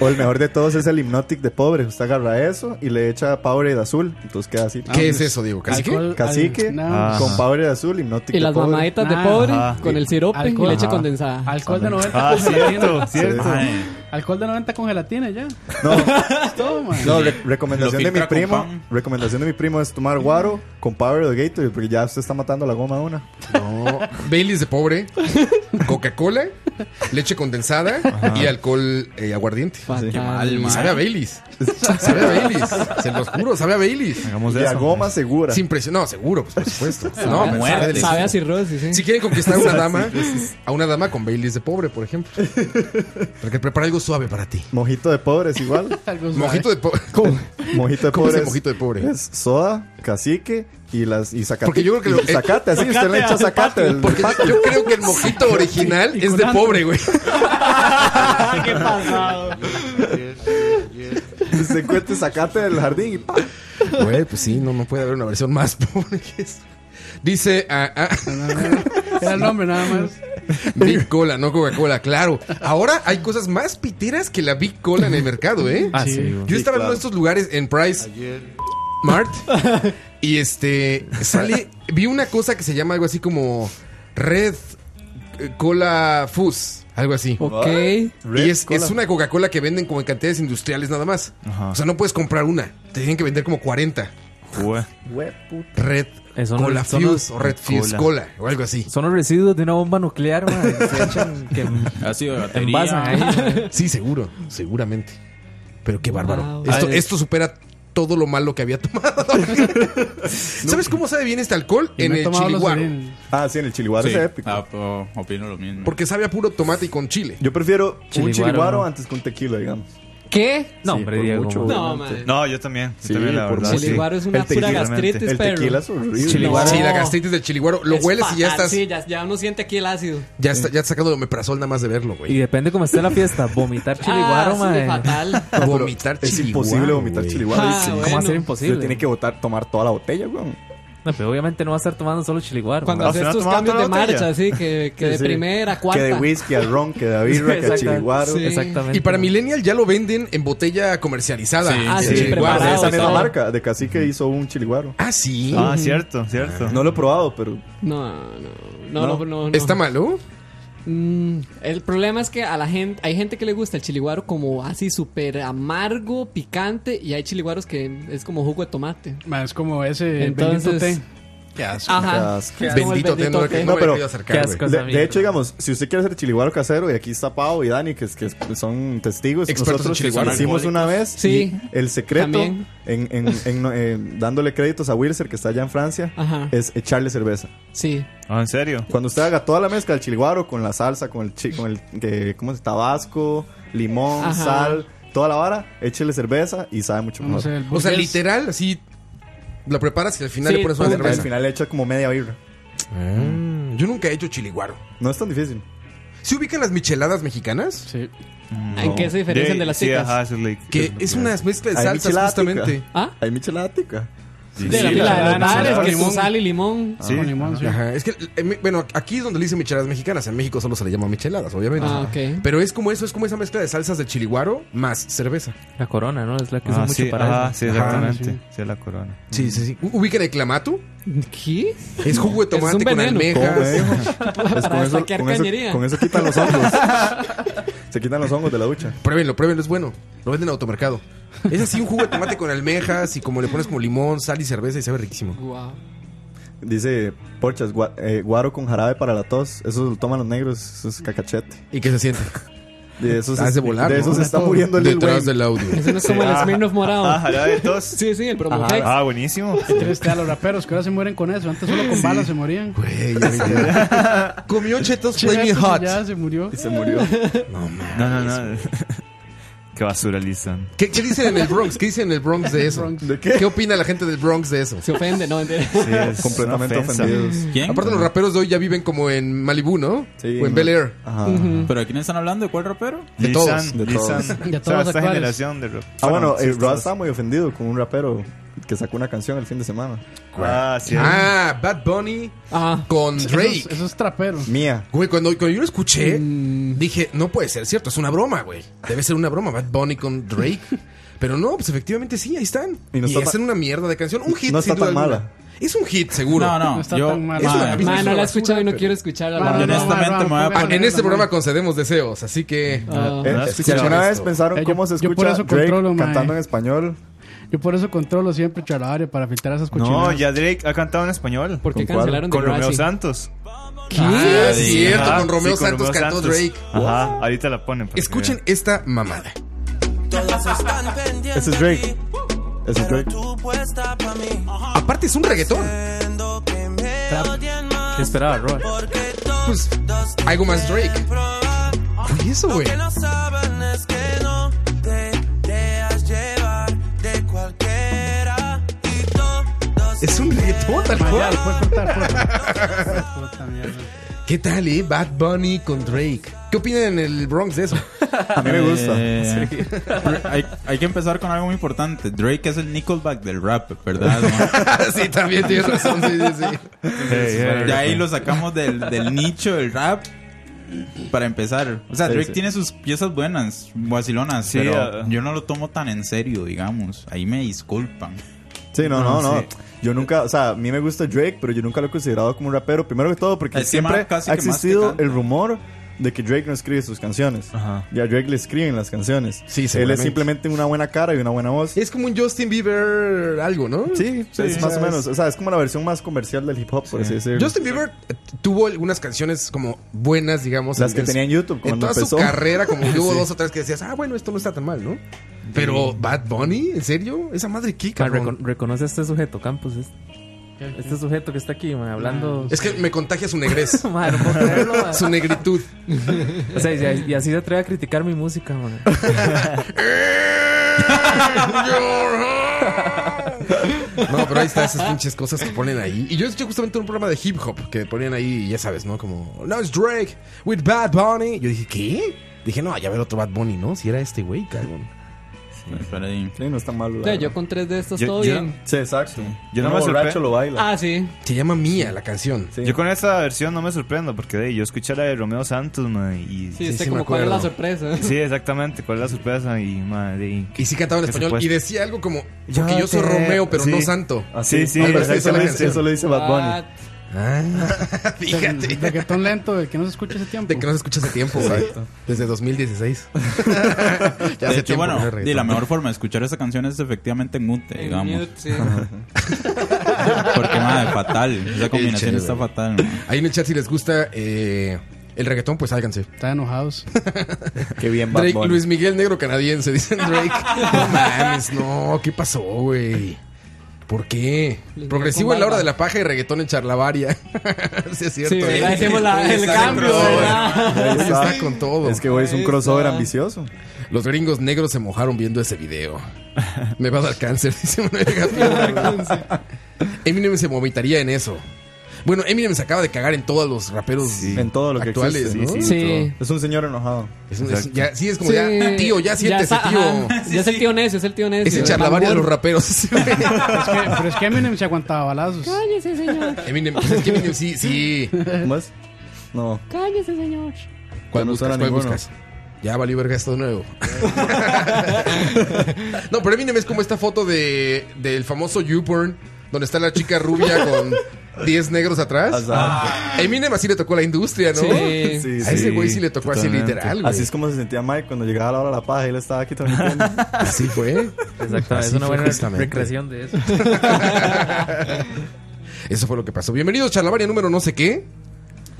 O el mejor de todos es el hipnotic de pobre. Usted agarra eso y le echa pobre de azul. Entonces queda así. ¿Qué es eso, Diego? ¿Cacique? Alcohol, Cacique Ah. al- no. con pobre de azul, hipnotic Y de las pobre. mamaditas de Ah, pobre ajá. con el sirope Alcohol. y leche Ajá. condensada. Alcohol de 90 Ah, con gelatina. cierto, cierto. Ay. Alcohol de 90 con gelatina ya. No. Es todo, man. No, re- recomendación Lo de mi filtra con primo. pan. Recomendación de mi primo es tomar guaro con Power de Gatorade porque ya usted está matando la goma a una. No. Baileys de pobre, Coca-Cola, leche condensada y alcohol eh, aguardiente. Fatal. man. Sabe a Baileys. Sabe a Baileys. Se los juro, sabe a Baileys. Hagamos Y a eso. goma segura. Es impresionante. No, seguro, pues por supuesto. No, pero sabe muerte. delicioso. Sabe a cirrosis, sí. Si quieren conquistar a una dama, a una dama con Baileys de pobre, por ejemplo. Porque prepara algo suave para ti. Mojito de pobre es igual. Algo suave. Mojito de pobre. Pues, Mojito de ¿Cómo es pobre. el mojito de pobre? Es soda, cacique y las y zacate. Porque yo creo que lo- y zacate, así usted le echa zacate. del Porque pack. yo, yo creo que el mojito original es de pobre, güey. qué pasado. Y se encuentra zacate del jardín y pa. Güey, pues sí, no, no puede haber una versión más pobre que eso. Dice ah, ah, Era el nombre nada más. Big Cola, no Coca-Cola, claro. Ahora hay cosas más piteras que la Big Cola en el mercado, ¿eh? Ah, sí, güey. Yo estaba en uno de estos lugares en Price Mart y este sale vi una cosa que se llama algo así como Red eh, Cola Fuzz, algo así. Ok. Red y es, Cola. es una Coca-Cola que venden como en cantidades industriales nada más. O sea, no puedes comprar una. Te tienen que vender como 40. Jue- Red Eso no- Cola eso no- Fuse o Red Fuse Cola o algo así. Son los residuos de una bomba nuclear, man, que se echan, que Ha sido de batería. envasan ahí. man. Sí, seguro, seguramente. Pero qué bárbaro. Wow. Esto, Ay, esto supera todo lo malo que había tomado. ¿Sabes cómo sabe bien este alcohol? Y en me he el tomado los chiliguaro. orines. Ah, sí, en el chiliguaro Sí, es épico. ah, po- opino lo mismo. Porque sabe a puro tomate y con chile. Yo prefiero un Chiliguaro, chiliguaro ¿no? antes que un tequila, digamos. ¿Qué? No, Sí, hombre, por Diego. mucho. man. No, man. No, yo también. Yo Sí, también, la por verdad. mucho. sí. Chiliguaro es una El tequila, pura realmente. gastritis, El perro. tequila es horrible. Chiliguaro. Sí, la No. gastritis del chiliguaro. Lo Es hueles y ya fatal, estás. Sí, ya, ya uno siente aquí el ácido. Ya, está, ya está sacando el omeprazol nada más de verlo, Y güey. depende cómo esté la fiesta, vomitar ah, chiliguaro, sí, man. fatal. Vomitar Es chiliguaro, imposible vomitar güey. chiliguaro. Ah, Sí. ¿Cómo va a Bueno. ser Se imposible? tiene que botar, tomar toda la botella, weón. No, pero obviamente no va a estar tomando solo chiliguaro. Cuando man. Ah, haces ¿se no estos tomaba cambios toda de la botella? marcha, así que, que de Sí. primera a cuarta. Que de whisky al ron, que de birra, que de Exacto. chiliguaro. Sí. Exactamente. Y para Millennial ya lo venden en botella comercializada. Sí, El sí, chiliguaro. Ah, de preparado. esa misma todo. marca, de cacique hizo un chiliguaro. Ah, sí. Ah, cierto, cierto. No lo he probado, pero No, no, no, no, no, no. ¿Está malo? Mm, el problema es que a la gente, hay gente que le gusta el chiliguaro como así súper amargo, picante, y hay chiliguaros que es como jugo de tomate. Man, es como ese Entonces- bendito Qué asco. Ajá. asco. que es como el Bendito, te- no, té. no me pero- he querido acercar, Qué güey. asco. Cosa de, mía. de hecho, digamos, si usted quiere hacer chiliguaro casero, y aquí está Pau y Dani, que, es- que es- son testigos, Expertos en nosotros chiliguaro. lo hicimos una vez. Sí. y el secreto, en, También. en- en- no, eh, dándole créditos a Wilson, que está allá en Francia, Ajá. es echarle cerveza. Sí. Ah, ¿En serio? Cuando usted haga toda la mezcla del chiliguaro con la salsa, con el, chi- con el que- ¿cómo se tabasco, limón, Ajá. sal, toda la vara, échele cerveza y sabe mucho No mejor. sé, el O sea, burgués. literal, así la preparas y al final Sí, le pones una pum, Al cerveza. final le echa como media birra. Mm, Yo nunca he hecho chiliguaro. No es tan difícil. ¿Se ubican las micheladas mexicanas? Sí. Mm, ¿En qué se diferencian de las sí, chicas? ajá, eso es like- Que es una mezcla de Hay salsas michelada justamente. tica. ¿Ah? Hay michelada tica. Sí, De la sí, pila de la- banales, la- que limón. es sal y limón. Sí. Con limón, sí. Ajá, es que, eh, me- bueno, aquí es donde le dicen micheladas mexicanas. En México solo se le llama micheladas, obviamente. Ah, ok. Pero es como eso, es como esa mezcla de salsas de chiliguaro más cerveza. La corona, ¿no? Es la que Ah, usan mucho sí, para ajá, eso. sí, exactamente. Sí, la corona. Sí, sí, sí. U- ¿Ubican el clamato? ¿Qué? Es jugo de Es un tomate con veneno. eh? ¿Cómo almejas. es? Es Para saquear con, eso, cañería. con eso quitan los hongos. Se quitan los hongos de la ducha. Pruébenlo, pruébenlo, es bueno. Lo venden en automercado. Es así un jugo de tomate con almejas y como le pones como limón, sal y cerveza y sabe riquísimo. Guau. Dice Porchas, gua- eh, guaro con jarabe para la tos. Eso lo toman los negros, eso es cacachete. ¿Y qué se siente? De esos, Ah, ese volar, de ¿no? esos se está muriendo el Detrás del audio. Ese no es como el Ajá. Smirnoff morado. Ah, jarabe de tos. Sí, sí, el Promotex. Ah, buenísimo. Qué triste a los raperos que ahora se mueren con eso. Antes solo con balas se morían. Güey, ahorita- Comió chetos flaming Chetos y hot. Ya se murió. Y se murió. No, no, no. Qué basura, Lisan. ¿Qué, qué dicen en el Bronx? ¿Qué dicen en el Bronx de eso? ¿De qué? opina la gente del Bronx de eso? Se ofende, no, entiende. Sí, es Completamente una ofensa. ofendidos. ¿Quién? Aparte, los raperos de hoy ya viven como en Malibu, ¿no? Sí, o en no. Bel Air. Ajá. ¿Pero de quién están hablando? ¿De cuál rapero? De Lisan, todos, de Lisan. todos. O sea, De todos esta actuales. generación de rap. Ah, bueno, sí, el Rod todos. estaba muy ofendido con un rapero que sacó una canción el fin de semana. Ah, sí. Ah, Bad Bunny Ah, con Drake. Eso es, eso es trapero. Mía. Güey, cuando, cuando yo lo escuché, Mm. dije, no puede ser cierto, es una broma, güey. Debe ser una broma, Bad Bunny con Drake. Pero no, pues efectivamente sí, ahí están. Y Y, no está hacen una mierda de canción. Un hit, no está sin duda tan alguna. mala. Es un hit, seguro. No, no. No está yo, tan mal. Ah, Es una- Mae, Mae, man, no la basura, he escuchado y no pero- quiero escucharla. Mae, la Ah, no, verdad. no, mae, honestamente, mae, me voy a mae, Ah, poner- mae, en este mae, programa concedemos deseos, así que... Ah. Eh, No, si escucha alguna vez esto. pensaron Eh, yo- cómo se yo por escucha eso Drake controlo, mae. cantando en español, Yo por eso controlo siempre Charlavaria para filtrar esas cochinadas. No, ya Drake ha cantado en español. ¿Por qué ¿Con cuál? cancelaron Con The Romeo Razzie? Santos. Ah, es sí. cierto, Ajá, con Romeo sí, con Santos Romeo cantó Santos. Drake. Ajá, ahorita la ponen. para que Escuchen esta mamada. Todos están pendientes Ese es Drake. ese es Pero Drake. tú puesta pa' mí pues. Aparte es un reggaetón. Siendo que me odian más ¿Qué esperaba, Roa? Porque todos Pues algo más Drake. probar Oye, eso, güey. Que no saben es que no te dejas llevar De cualquiera Y todos Es un reggaetón tal Mae, ya, cual. lo puede cortar, puede cortar. Puta mierda. ¿Qué tal, eh? Bad Bunny con Drake. ¿Qué opinan en el Bronx de eso? A mí me gusta. Eh, pero hay, hay que empezar con algo muy importante. Drake es el Nickelback del rap, ¿verdad? mae? sí, también tienes razón. Sí, sí, sí. Hey, hey, De ahí lo sacamos del, del nicho del rap. Para empezar, o sea, Sí, Drake sí. tiene sus piezas buenas, guasilonas, Sí, pero ah. yo no lo tomo tan en serio, digamos. Ahí me disculpan. Sí, no, no, no. sí. Yo nunca, o sea, a mí me gusta Drake, pero yo nunca lo he considerado como un rapero. Primero que todo, porque Es que siempre más- casi ha que más que existido canta. el rumor de que Drake no escribe sus canciones. Ajá. Y a Drake le escriben las canciones. Sí, Él es seguramente. simplemente una buena cara y una buena voz. Es como un Justin Bieber algo, ¿no? Sí, es más o menos. O sea, es como la versión más comercial del hip hop, por así decirlo. Justin Bieber eh, tuvo algunas canciones como buenas, digamos. Las en- que en- tenía en YouTube En cuando toda su empezó. carrera, como que hubo dos o tres que decías, ah, bueno, esto no está tan mal, ¿no? Pero Bad Bunny, ¿en serio? Esa madre qué, Mae, cabrón? recon- reconoce a este sujeto, Campos. Este, este sujeto que está aquí, mae, hablando. Es que me contagia su negrez, Mae, no puedo creerlo, mae. su negritud. O sea, y, y así se atreve a criticar mi música, mae. No, pero ahí está esas pinches cosas que ponen ahí. Y yo escuché justamente un programa de hip hop que ponían ahí, ya sabes, ¿no? Como, no, es Drake with Bad Bunny. Yo dije, ¿qué? Dije, no, ya ver otro Bad Bunny, ¿no? Si era este güey, cabrón. Pero ahí- Sí, no está malo. la Ya, yo verdad. con tres de estos Yo- todo yo- bien. Sí, exacto. Yo no Uno me sorpre- borracho lo baila. Ah, sí. Se llama Mía la canción. Sí. Yo con esta versión no me sorprendo porque de, ahí, yo escuché la de Romeo Santos, man, y Sí, Sí, este sí me como cuál es la acuerdo. sorpresa. Sí, exactamente, cuál es la sorpresa y madre. y- Y sí cantaba en Por español. supuesto. Y decía algo como, Yo porque yo soy te- Romeo, pero sí. no santo. Ah, Sí, sí, Ah, eso, exactamente. lo dice, eso lo dice Bad Bunny. What? Ah, fíjate. El reggaetón lento, el que no se escucha ese tiempo. De que no se escucha hace tiempo, güey. Desde 2016. ya de hace hecho, tiempo bueno, que no hay de la reggaetón. mejor forma de escuchar esa canción es efectivamente en mute, En digamos. mute, sí. Porque, madre, fatal. Esa combinación chévere. está fatal, mae. Ahí en el chat si les gusta eh, el reggaetón, pues sálganse. Están enojados. Qué bien, Bad Drake, Bunny. Luis Miguel Negro Canadiense, dicen Drake. No mames, no, ¿qué pasó, güey? ¿Por qué? Luis Progresivo Miguel con en la hora barba. de la paja y reggaetón en charlavaria. sí, es cierto. Sí, ¿eh? ¿verdad? Hicimos la- Sí, el está cambio, dentro, ¿verdad? Ahí Hoy está. está con todo. Es que hoy es un Ahí crossover está. ambicioso. Los gringos negros se mojaron viendo ese video. Me va a dar cáncer, dice Manuel Gaspar. Eminem se vomitaría en eso. Bueno, Eminem se acaba de cagar en todos los raperos En todo lo que actuales, existe. ¿no? Sí, Sí. Es un señor enojado. Es un- es- ya- sí, es como ya, tío, ya siéntese, está- tío. ajá. Ya es el tío necio, es el tío necio. Ese charlavaria de los raperos. Es que- Eh, pero es que Eminem se aguantaba balazos. Cállese, señor. Eminem, pues es que Eminem sí, sí. ¿Cómo es? No. Cállese, señor. ¿Cuál no buscas? suena ¿Cuál ninguno. buscas? Ya valió verga esto de nuevo. no, pero Eminem es como esta foto de del famoso YouPorn, donde está la chica rubia con 10 negros atrás. Ah. O sea, Eminem así le tocó a la industria, ¿no? Sí. sí, A ese sí. güey sí le tocó así totalmente. literal, güey. Así es como se sentía Mike cuando llegaba la hora de la paja y él estaba aquí también. Así fue. Exactamente, es Así una fue buena justamente. recreación de eso. Eso fue lo que pasó. Bienvenidos, Charlavaria número no sé qué.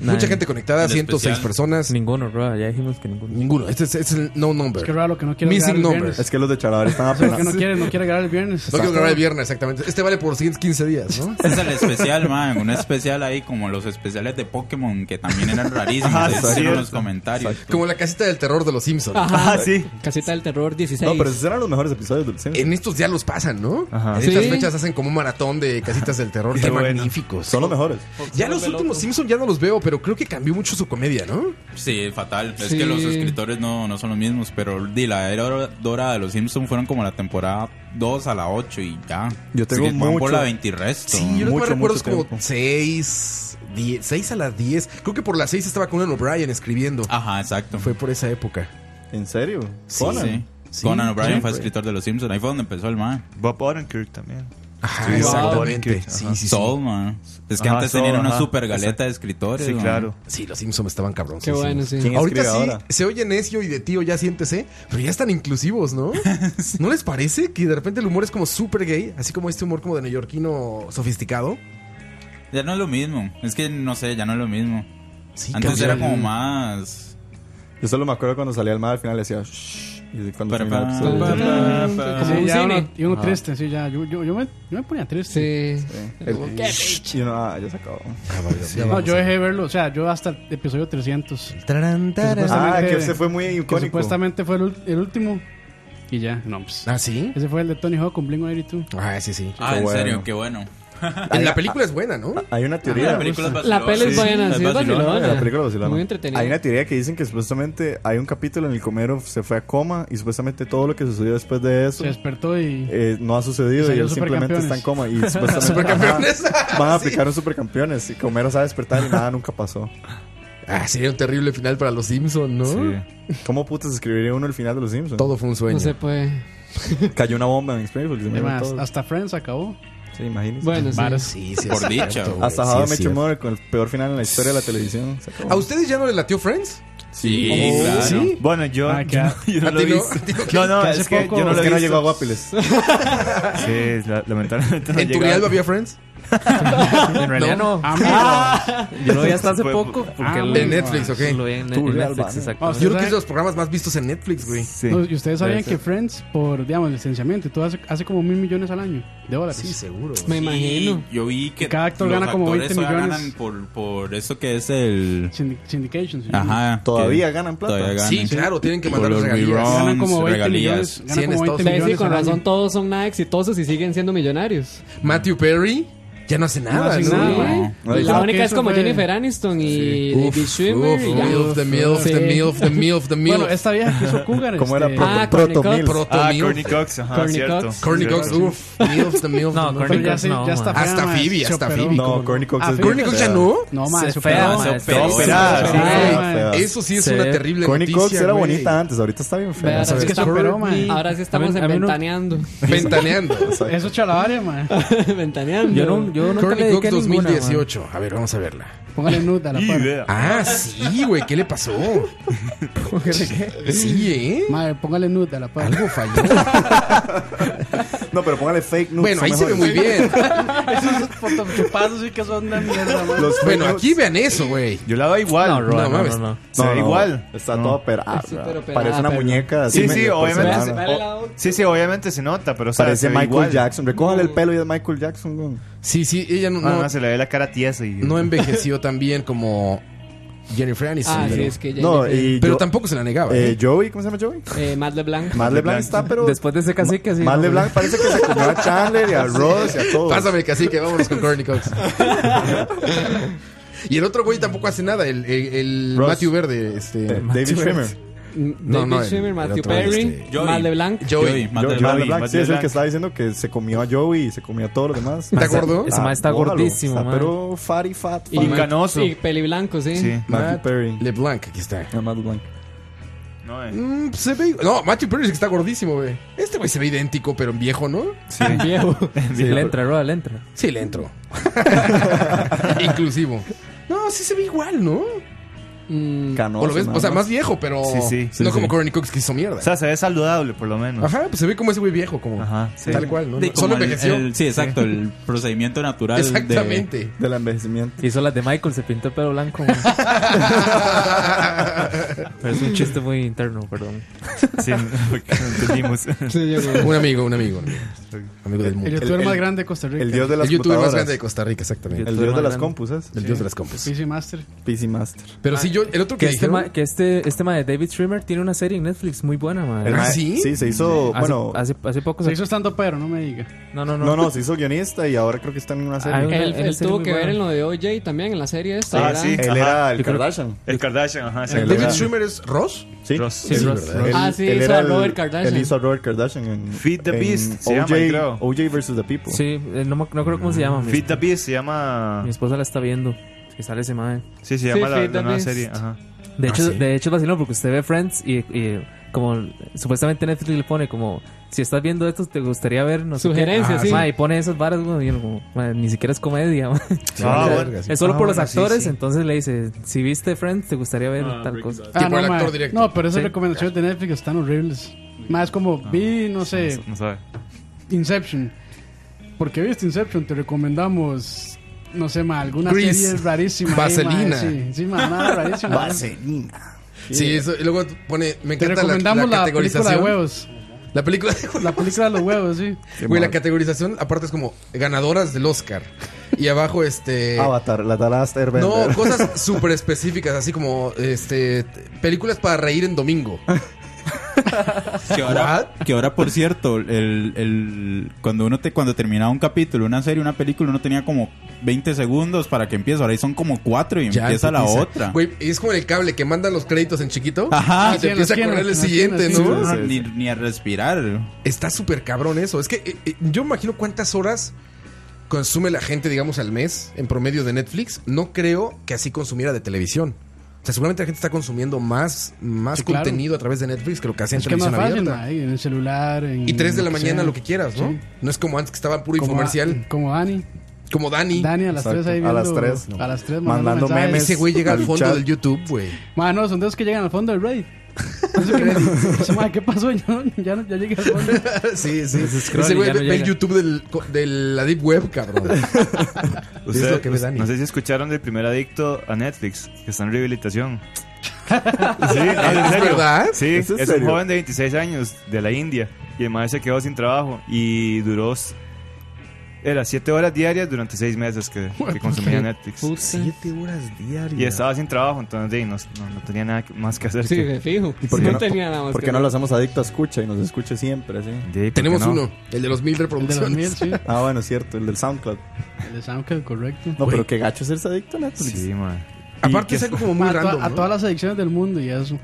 Mucha gente conectada, En 106 especial, personas. Ninguno, bro. Ya dijimos que ninguno. Ninguno. Este es, es el no number. Es que raro que no quiera grabar Missing el number. viernes. Es que los de Chalabar están O sea, que no quiere, no quiere grabar el viernes. No quiero grabar el viernes, exactamente. Este vale por los siguientes 15 días, ¿no? Es el especial, man. Un especial ahí como los especiales de Pokémon que también eran rarísimos. Ah, ahí hicieron cierto. los comentarios. Como la casita del terror de los Simpsons. Ah, Ajá, Caseta del Terror 16. No, pero esos eran los mejores episodios de los Simpsons. En estos días los pasan, ¿no? Ajá. En estas Sí. fechas hacen como un maratón de casitas del terror. Qué, Qué bueno. magníficos. Son los mejores. Ya los últimos Simpsons ya no los veo, pero creo que cambió mucho su comedia, ¿no? Sí, fatal. Es Sí. que los escritores no, no son los mismos, pero di, la era dorada de los Simpsons fueron como la temporada 2 a la 8 y ya. Yo tengo Sí, van por mucho- la 20 y resto. Sí, yo los recuerdo como 6, 10, 6 a las 10. Creo que por las 6 estaba Conan O'Brien escribiendo. Ajá, exacto. Fue por esa época. ¿En serio? Sí. Conan. Sí. Sí. Conan O'Brien Sí. fue escritor de los Simpsons. Ahí fue donde empezó el man. Bob Odenkirk también. Ajá, Sí, exactamente. Odenkirk, Sí, ajá. sí, sí. Soul, man. Es que Ajá, antes Soul, tenían una ajá. super galeta de Exacto. escritores. man. Sí, los Simpsons estaban cabrones. Qué bueno, sí. ¿Quién Ahorita sí, escribe ahora? se oye necio y de tío, ya siéntese, pero ya están inclusivos, ¿no? ¿No les parece que de repente el humor es como súper gay? Así como este humor como de neoyorquino sofisticado. Ya no es lo mismo. Es que no sé, ya no es lo mismo. Antes cambió. era como más. Yo solo me acuerdo cuando salía al mar al final le decía shh. Y cuando Para, terminaba, para, pues, para, sí. para. Sí, Como un ya cine. uno, y uno Ah. Ajá. triste, sí, ya. Yo, yo, yo, me, yo me ponía triste. Sí. El- Como, ¿qué? shh, Y uno, ah, ya se acabó. Sí. No, yo dejé de verlo, o sea, yo hasta el episodio 300. Tarán, tarán. Ah, que ese se fue muy icónico. supuestamente fue el, ul- el último. Y ya, no, pues. ¿Ah, sí? Ese fue el de Tony Hawk con Bling 82. Ah, sí, sí. Ah, Qué en bueno. serio, qué bueno. Ah, En la película es buena, ¿no? Ah, Hay una teoría. la película es La peli es buena, sí, es vacilona. La película vacilona. Muy entretenida. Hay una teoría que dicen que supuestamente hay un capítulo en el Comero se fue a coma y supuestamente todo lo que sucedió después de eso Se despertó y. eh, no ha Y sucedido y, salió él simplemente Supercampeones. está en coma y supuestamente Supercampeones. ajá, van a aplicar un supercampeones y Comero se va a despertar y nada nunca pasó. Ah, sería un terrible final para los Simpsons, ¿no? Sí. ¿Cómo putas escribiría uno el final de los Simpsons? Todo fue un sueño. No se puede. Cayó una bomba en Springfield. y se murieron Además, todos. hasta Friends acabó. Sí, imagínense. Bueno, sí. Varas. Sí, sí, Por es dicha, cierto, güey. Hasta Sí, How I es Met Your cierto. Mother con el peor final en la historia de la televisión. Se acabó. ¿A ustedes ya no les latió Friends? Sí, Oh, claro. ¿sí? Bueno, yo, Ah, yo, no- yo no ¿A lo ti he no? visto. ¿A ti no? No, no, Que es hace que poco- yo no Es lo he que no visto. llegó a Guapiles. Sí, la- lamentablemente no ¿En llegó. Turrialba había Friends? En realidad no. Ah, Ah. Yo lo vi hasta hace poco. Porque Ah, lo- En Netflix, ¿ok? Lo vi en, en Turrialba, Netflix, ¿no? exacto. Ah, Yo creo que es de los programas más vistos en Netflix, güey. No, y ustedes sabían Debe que ser. Friends, por, digamos, licenciamiento y todo, hace, hace como mil millones al año de dólares. Sí, seguro. Me imagino. Yo vi que Cada actor los gana como actores 20 ahora millones. ganan por, por eso que es el. Syndi- syndication, sí. Ajá. Todavía que- ganan plata. todavía ganan. Sí, claro, tienen que Por mandar los regalías. reruns, Ganan como 20 regalías. millones. Sí, Ganan en como 20 Estados Sí, sí, millones. con al año. razón todos son nada exitosos y siguen siendo millonarios. Matthew Perry ya no hace nada, hace ¿no? nada. No, la creo que única es eso como fue- Jennifer Aniston y Uf, David Schwimmer. uf, y ya. milf, the milf, the Sí. milf, the milf, the milf. Bueno, esta vieja que hizo Cougar. ¿Cómo este, era? Ah, Proto, proto Courtney Cox. Mills. Proto Ah, milf. Courtney Cox, ajá, Courtney cierto. Cox. Courtney Cierto. Cox, uff, milf, the milf. No, the milf. Courtney pero ya, Cox se- no, ya está man. fea, Hasta man, Phoebe, se hasta operó. Phoebe. No, Courtney Cox Ah, es Courtney Cox ya fea. no. No, más, Se se fea, operó. man, man. se operó. operada, Se sí. operó, Fea, man. fea. Eso sí es Sí. una terrible Courtney noticia, Cox era güey. bonita antes, ahorita está bien Vea, fea. ahora, ¿sabes sí qué estamos- superó, man? ahora sí A estamos mí- a mí no- ventaneando. Ventaneando. Eso es chalabaria, man. ventaneando. Yo, no, yo nunca le Courtney dediqué Cox ninguna, man. 2018. A ver, vamos a verla. Póngale nude a la par. Idea. Ah, sí, güey, ¿qué le pasó? Sí, ¿eh? Madre, póngale nude a la par. Algo falló. No, pero póngale fake news. Bueno, son ahí se ve muy bien. mejores. Esos fotochupazos sí que son una mierda, man. Los fake Bueno, news- aquí vean eso, güey. Yo la veo igual. No, Roa, No, no, no, mames. no, no. Se ve igual. Está No. todo operado. Es súper operada, Parece una pero- muñeca. así Sí, sí, medio obviamente. porcelana. Vale la otra. Sí, sí, obviamente se nota, pero o sea, Parece se ve Michael igual. Jackson. Recójale el pelo y es Michael Jackson. güey. Sí, sí, ella no, Ah, no, no, se le ve la cara tiesa y... no envejeció tan bien como Jennifer Aniston. Ah, sí, pero es que ya. No, y pero yo- tampoco se la negaba. eh, ¿eh? Joey, ¿cómo se llama Joey? eh, Matt LeBlanc. Más LeBlanc está, pero. Después de ese cacique, sí. Más no, LeBlanc parece que se comió a Chandler y a Ross y a todos. Pásame que así que vámonos con Courtney Cox. y el otro güey tampoco hace nada, el, el, el Ross. Matthew Verde, este Eh, David Schwimmer. no, David no, el- Schwimmer, el Matthew otro, Perry, este, Joey. Matt LeBlanc. Joey. Joey, Matt Joey, LeBlanc, Matt LeBlanc, Matt sí, es el LeBlanc. que estaba diciendo que se comió a Joey y se comió a todos los demás. ¿Está Está- gordo? Ese man está bójalo, gordísimo, está man. Pero fatty, fat, Y fat. canoso. Y peliblanco, sí. Sí. Matthew Perry. LeBlanc, aquí está. No, Matt LeBlanc. No, eh. Mm, se ve. No, Matthew Perry es que está gordísimo, güey. Este güey se ve idéntico, pero en viejo, ¿no? Viejo. Sí, le entra, Roa, le entra. Sí, le entro. Inclusivo. No, sí se ve igual, ¿no? Canoso, Mm. o, lo ves, nada o sea, más. más viejo, pero Sí, sí. no Sí, como sí. Courtney Cox que hizo mierda. O sea, se ve saludable por lo menos. Ajá, pues se ve como ese güey viejo, como sí. tal cual, ¿no? De- No, como Solo el- envejeció. el- Sí, exacto, el procedimiento natural. Exactamente. De, Del envejecimiento. Hizo las de Michael, se pintó el pelo blanco. güey. Pero es un chiste muy interno, perdón. Sí, porque no entendimos. Sí, Diego. Un amigo, un amigo. un amigo. Amigo del mundo. El youtuber más grande de Costa Rica. el dios de las El youtuber más computadoras. grande de Costa Rica, exactamente. El dios de las compus, ¿es? El dios de las compus. PC Master. PC Master. Pero sí, yo, el otro que, Que este, dijeron- ma- que este, este ma de David Schwimmer tiene una serie en Netflix muy buena, ma. Ah, El ma- Sí, se hizo, Ah, Hace- bueno... hace, hace poco Se hizo estando pero, no me diga. No, no, no. No, no, se hizo guionista y ahora creo que está en una serie. Él, él serie tuvo muy que ver buena. en lo de OJ también, en la serie esta. Ah, ¿verdad? sí. Él Ajá. era el Yo creo- Kardashian. El Kardashian, ajá. sí. El David era- Schwimmer es Ross. Sí, Ross. sí, Sí, Ross. ¿verdad? Ah, sí, hizo a Robert Kardashian. Él hizo a Robert Kardashian en Feed the en Beast, se OJ, llama, creo. OJ versus the People. Ah, Sí, eh, no, me- no creo cómo se llama. Mi, Feed the Beast se llama. mi esposa la está viendo. Es que sale ese mae. Sí, se llama Sí, la, Feed la the nueva Beast. serie. Ajá. De Ah, hecho, ¿sí? de hecho es vacilón porque usted ve Friends y, y como supuestamente Netflix le pone como si estás viendo esto te gustaría ver no sé qué. Sugerencias, Ah, sí. ma, y pone esas varas güey, y uno como, ma, ni siquiera es comedia. ma. Ah, Vale, bueno. verga, sí. Es solo Ah, por los bueno, sí, actores, sí. entonces le dice, si viste Friends te gustaría ver Ah, Ah, tal cosa. Tipo el ma. actor directo. No, pero esas Sí. recomendaciones de Netflix están horribles. Más como vi, no sé, Ah, No sabe. Inception. Porque viste Inception, te recomendamos, no sé, ma, alguna Grease. serie rarísima. ahí, ma, Vaselina. Sí, sí, ma, nada rarísima. Sí, eso, y luego pone. Me Te encanta la- recomendamos la, la, película de categorización. huevos. La película de huevos. La película de los huevos, sí. Güey, la categorización, aparte, es como ganadoras del Oscar. Y abajo, Eh, este. Ah, Avatar, la The Last Airbender. No, cosas súper específicas, así como este películas para reír en domingo. Que ahora, que ahora, por cierto, el, el- cuando uno te, cuando terminaba un capítulo, una serie, una película, uno tenía como 20 segundos para que empiece. Ahora ahí son como 4 y empieza la empieza. otra. Güey, es como en el cable que mandan los créditos en chiquito. Ajá. Y te Sí, en la empieza a esquina, correr en el la siguiente, esquina, Sí, ¿no? no, Ni, ni a respirar. Está súper cabrón eso. Es que eh, eh, yo imagino cuántas horas consume la gente, digamos, al mes en promedio de Netflix. No creo que así consumiera de televisión. O sea, seguramente la gente está consumiendo más, más Sí, claro. contenido a través de Netflix que lo que hacía en Es que es más televisión fácil, abierta. ma, ahí, en el celular. En, Y 3 de la mañana sea. lo que quieras, ¿no? Sí. No es como antes que estaba puro Como infomercial. Da- Como Dani. Como Dani. Dani a las Exacto, 3 ahí a viendo. las tres, A las 3 Mandando memes. Ese güey llega al Al fondo chat. del YouTube, güey. Mano, son de esos que llegan al fondo del Reddit. No sé qué me dice, "Ma, ¿Qué pasó? Yo no- ya, no- ya llegué al fondo. sí, sí. scroll Ese y güey ya no ve, ve el llega. YouTube del, co- de la Deep Web, cabrón. es Ustedes- lo que ve Dani. No sé si escucharon del primer adicto a Netflix, que está en rehabilitación. sí, no, en ¿Es serio. verdad? Sí, ¿Es es, en un serio? joven de 26 años de la India y además se quedó sin trabajo y duró. s- Era 7 horas diarias durante 6 meses que, que consumía Netflix. Puta. Sí, horas diarias. Y estaba sin trabajo, entonces de ahí, no, no- no tenía nada que- más que hacer. que- de fijo. ¿Y por qué no, no, tenía nada más por que qué no hacer. lo hacemos adicto a escucha y nos escuche siempre, sí? de ahí, ¿por qué Tenemos no? uno, el de los mil El de los mil, reproducciones. sí. Ah, bueno, cierto, el del SoundCloud. El de SoundCloud, correcto. No, Güey. pero qué gacho es ser adicto a Netflix. Sí, man. Aparte Y es que algo como muy Ma, a, to- random. a ¿no? todas las adicciones del mundo y eso.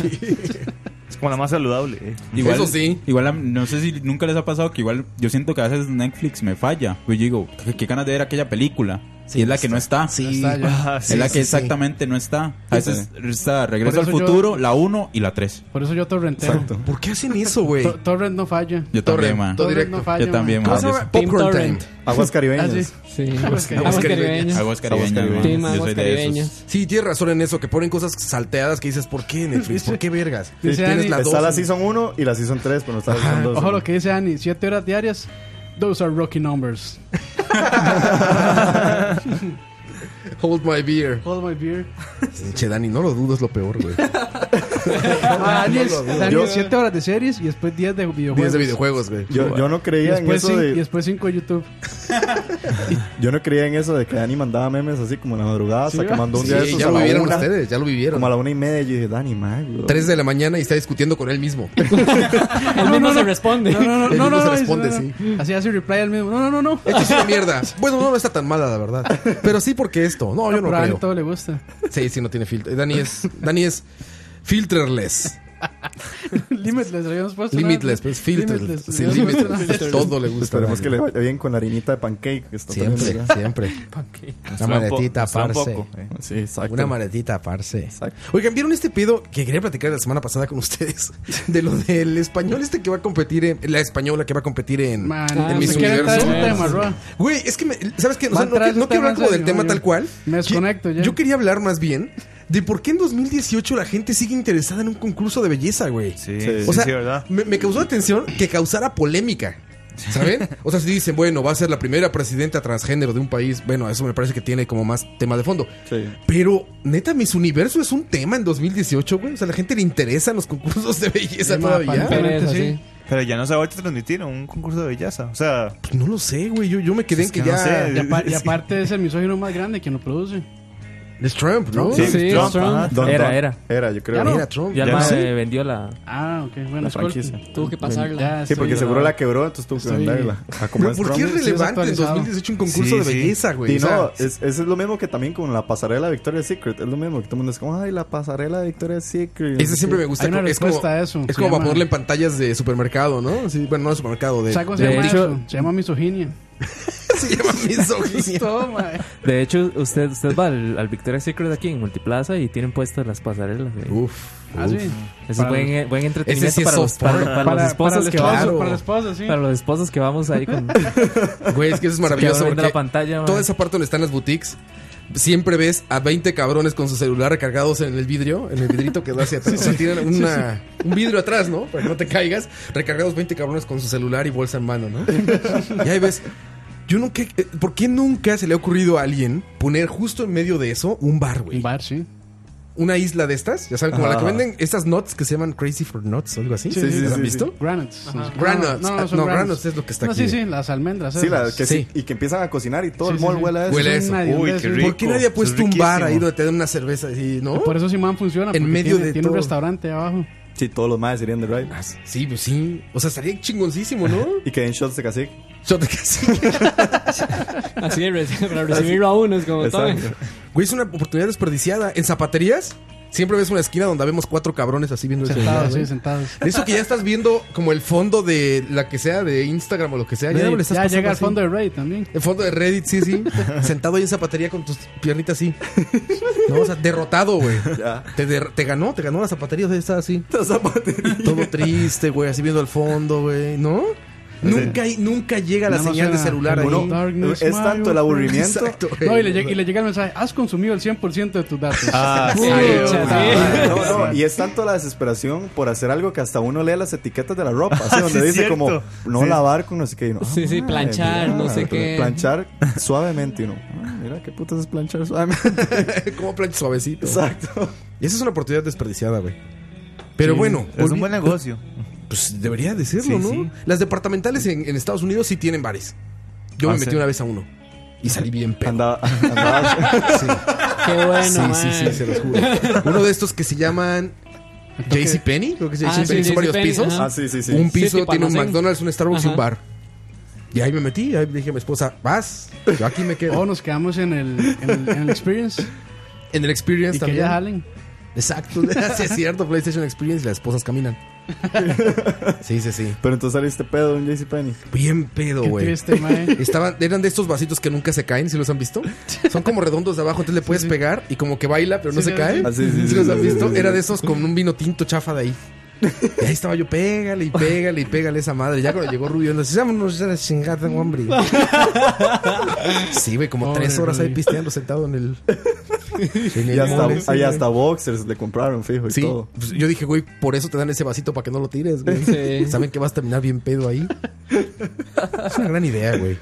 es como la más saludable. eh. Igual, Eso sí. Igual, a- no sé si nunca les ha pasado que igual yo siento que a veces Netflix me falla. Pues yo digo, qué, qué ganas de ver aquella película. y es la que no está. Sí. Está ya. Ah, es sí. la sí, que sí. exactamente no está. A veces está Regreso Por al eso yo- Futuro, la 1 y la 3. Por eso yo torrenteo. ¿Por qué hacen eso, güey? To- Torrent no falla. Yo también, man. Todo Torrent directo. no falla. Yo también, ¿Cómo man. se llama? Team Popcorn Time. Torrent. Aguas Ah, sí. caribeñas. Sí, Aguas aguas caribeñas. caribeñas. Aguas caribeñas, man. Sí, Yo aguas soy de esos. caribeñas. Sí, tienes razón en eso, que ponen cosas salteadas que dices, ¿por qué Netflix? ¿Por qué vergas? Dice tienes Dani, la Está la dos. Season 1 y la Season 3, pero no está la Season 2. Ojo lo que dice Annie, 7 horas diarias. Those are rocky numbers. Hold my beer. Hold my beer. Che, Dani, no lo dudo, es lo peor, güey. Ah, Dani, es- Dani, Yo- 7 horas de series y después 10 de videojuegos. 10 de videojuegos, güey. Yo, yo no Y creía en después eso cin- y de, después 5 de YouTube. yo no creía en eso de que Dani mandaba memes así como en la madrugada hasta Sí, que mandó un Sí, día de esos ya a lo la vivieron una, ustedes, ya lo vivieron. como a la una y media yo dije Dani man, 3 de la mañana y está discutiendo con él mismo. Él mismo se responde. No, no, no, Él no, mismo no, se no, responde, no, no. Así hace reply al mismo. No, no, no, no. Esto es una mierda. Bueno, no, no está tan mala, la verdad. Pero sí porque esto. No, yo no Pero a Dani creo. todo le gusta. Sí, sí, no tiene filtro. Dani es, Dani es filterless. Limitless, habíamos puesto. una- Limitless, pues filterless. Limitless, Sí, habíamos puesto una- limitless. Todo le gusta. a esperemos Dani. que le vaya bien con la harinita de pancake que está Siempre, también, siempre. Una Suena un po- maletita, suena un parce. poco, eh. ¿verdad? sí exacto Una maletita, parce. Exacto. Oigan, ¿vieron este pedo que quería platicar la semana pasada con ustedes? De lo del español este que va a competir en... La española que va a competir en... Man, En me Miss quiere entrar en Universo. tema, Roa. Güey, es que, me- ¿sabes qué? O sea, Man, no, trae que- no quiero ese este tema hablar como en del serio, tema man, tal yo- cual. me Qui- desconecto ya. Yo quería hablar más bien de por qué en 2018 la gente sigue interesada en un concurso de belleza, güey. Sí, sí, sí, ¿verdad? Me, me causó atención que causara polémica. ¿Saben? O sea, si dicen, bueno, va a ser la primera presidenta transgénero de un país, bueno, eso me parece que tiene como más tema de fondo. Pero, neta, Miss Universo es un tema en 2018, güey. O sea, la gente le interesan los concursos de belleza Sí, todavía. aparentemente sí. Pero ya no se ha vuelto a transmitir un concurso de belleza. O sea, no lo sé, güey. Yo, yo me quedé en que No ya- Y, sé. apa- y aparte es el misógino más grande quien lo produce. Es Trump, ¿no? Sí, Sí, Trump, Trump. ajá. Don- Era, Don- era. Era, yo creo. Ya no. Era Trump. Ya el Ya mae sí. vendió la. Ah, ok, bueno, La disculpe. franquicia. Tuvo que pasarla. Ya Sí, porque estoy- seguro la quebró, entonces tuvo que Estoy- venderla. Ah, como Pero es ¿por qué Trump. es relevante en 2018 un concurso de belleza, güey? Y O no, sea, es, eso es lo mismo que también con la pasarela Victoria's Secret. Es lo mismo que todo el mundo es como, ay, la pasarela Victoria's Secret. Ese siempre me gusta. es como, es como para ponerle en pantallas de supermercado, ¿no? Sí, bueno, no de supermercado. De, ¿Sabes cómo se de- llama de- eso? Se llama misoginia. se llama misoginia. De hecho, usted, usted va al, al Victoria's Secret aquí en Multiplaza y tienen puestas las pasarelas. Uf. Ah, sí. Es Para- buen, buen entretenimiento Ese sí es para, los, soft porn. para, para Para- los esposos para el que esposo, vamos. para el esposo, sí. Para los esposos que vamos ahí con. Güey, es que eso es maravilloso. Que ahora Porque vende la pantalla, man. toda esa parte donde están las boutiques, siempre ves a 20 cabrones con su celular recargados en el vidrio, en el vidrito que da hacia atrás. Sí, o sea, sí. tienen Sí, una- un vidrio atrás, ¿no? Para que no te caigas. Recargados 20 cabrones con su celular y bolsa en mano, ¿no? Y ahí ves. Yo nunca. eh, ¿Por qué nunca se le ha ocurrido a alguien poner justo en medio de eso un bar, güey? Un bar, sí. Una isla de estas, ya saben, como la que Ajá. venden estas nuts que se llaman Crazy for Nuts o algo así. Ah. Sí, sí, ¿Las sí, han sí. visto? Granuts. Ajá. Granuts. No, no, Ah, son no, granuts. granuts es lo que está no, aquí. Sí, sí, las almendras. Sí, la esas. que sí. Y que empiezan a cocinar y todo el mall huele a eso. Huele a eso. ¿Por qué nadie ha puesto un bar ahí donde te den una cerveza? así, ¿no? Por eso Simán funciona. En porque medio tiene, de tiene un todo. restaurante abajo. Sí, todos los más serían de right. Sí, pues sí. O sea, estaría chingoncísimo, ¿no? y que den shots de cacique. Shots de cacique. Así es, para recibirlo a uno es como todo. Güey, es una oportunidad desperdiciada. En zapaterías siempre ves una esquina donde vemos cuatro cabrones así viendo el celular, Sentados, Pues güey. sí, sentados. De Eso que ya estás viendo como el fondo de la que sea de Instagram o lo que sea. Güey, Ya, le estás ya pasando llega al así. fondo de Reddit también. El fondo de Reddit, sí, sí. Sentado ahí en zapatería con tus piernitas así. No, o sea, derrotado, güey. Te, der- te ganó, te ganó la zapatería. O sea, estaba así. Todo triste, güey, así viendo al fondo, güey. ¿No? Nunca, hay- nunca llega la Nada más señal de suena celular ahí. Hello, darkness, Mario. Exacto, güey. No, y le, llega- y le llega el mensaje: has consumido el 100% de tus datos. Ah, sí, Puta güey. madre. No, no, y es tanto la desesperación por hacer algo que hasta uno lee las etiquetas de la ropa, así donde Sí, dice cierto. como no Sí. lavar con no sé qué. y uno, ah, Sí, sí, madre, planchar, no sé qué. Planchar suavemente, y uno. ah, mira, qué putas es planchar suavemente. Como plancha suavecito. Exacto. Y esa es una oportunidad desperdiciada, güey. Pero Sí, bueno. es volvi- un buen negocio. Pues debería de serlo, Sí, ¿no? sí. Las departamentales en, en Estados Unidos sí tienen bares. Yo Ah, me metí sí. una vez a uno. Y salí bien pedo. Sí. Qué bueno, Sí, sí, man. sí, se los juro. Uno de estos que se llaman JC Penny, creo que es Ah, JC Penny, sí, son varios JCPenney, pisos. ajá. Ah, sí, sí, sí. Un Sí, piso tipo tiene un almacén. McDonald's, un Starbucks y un Ajá. bar. Y ahí me metí, ahí le dije a mi esposa, "Vas, yo aquí me quedo." O Oh, nos quedamos en el, en el, en el Experience. En el Experience Y que también. ya jalen. Exacto, sí es cierto, PlayStation Experience y las esposas caminan. Sí, sí, sí. Pero entonces saliste pedo en JCPenney. Bien pedo, Qué güey. triste, mae. Estaban, eran de estos vasitos que nunca se caen, si los han visto. Son como redondos de abajo, entonces le puedes pegar y como que baila, pero no Sí, se sí, cae. sí. Ah, sí, sí, ¿Sí sí, los sí, han sí, visto, sí, sí. era de esos con un vino tinto chafa de ahí. Y ahí estaba yo, pégale y pégale y pégale esa madre. Ya cuando llegó Rubio, nos vámonos ya la chingada, hombre. Sí, güey, como Pobre tres horas ahí Rubio. pisteando sentado en el. en el Y hasta, mole, sí, ahí güey. hasta boxers le compraron, fijo, y Sí, todo. pues yo dije, güey, por eso te dan ese vasito para que no lo tires, güey. Sí. Saben que vas a terminar bien pedo ahí. Es una gran idea, güey.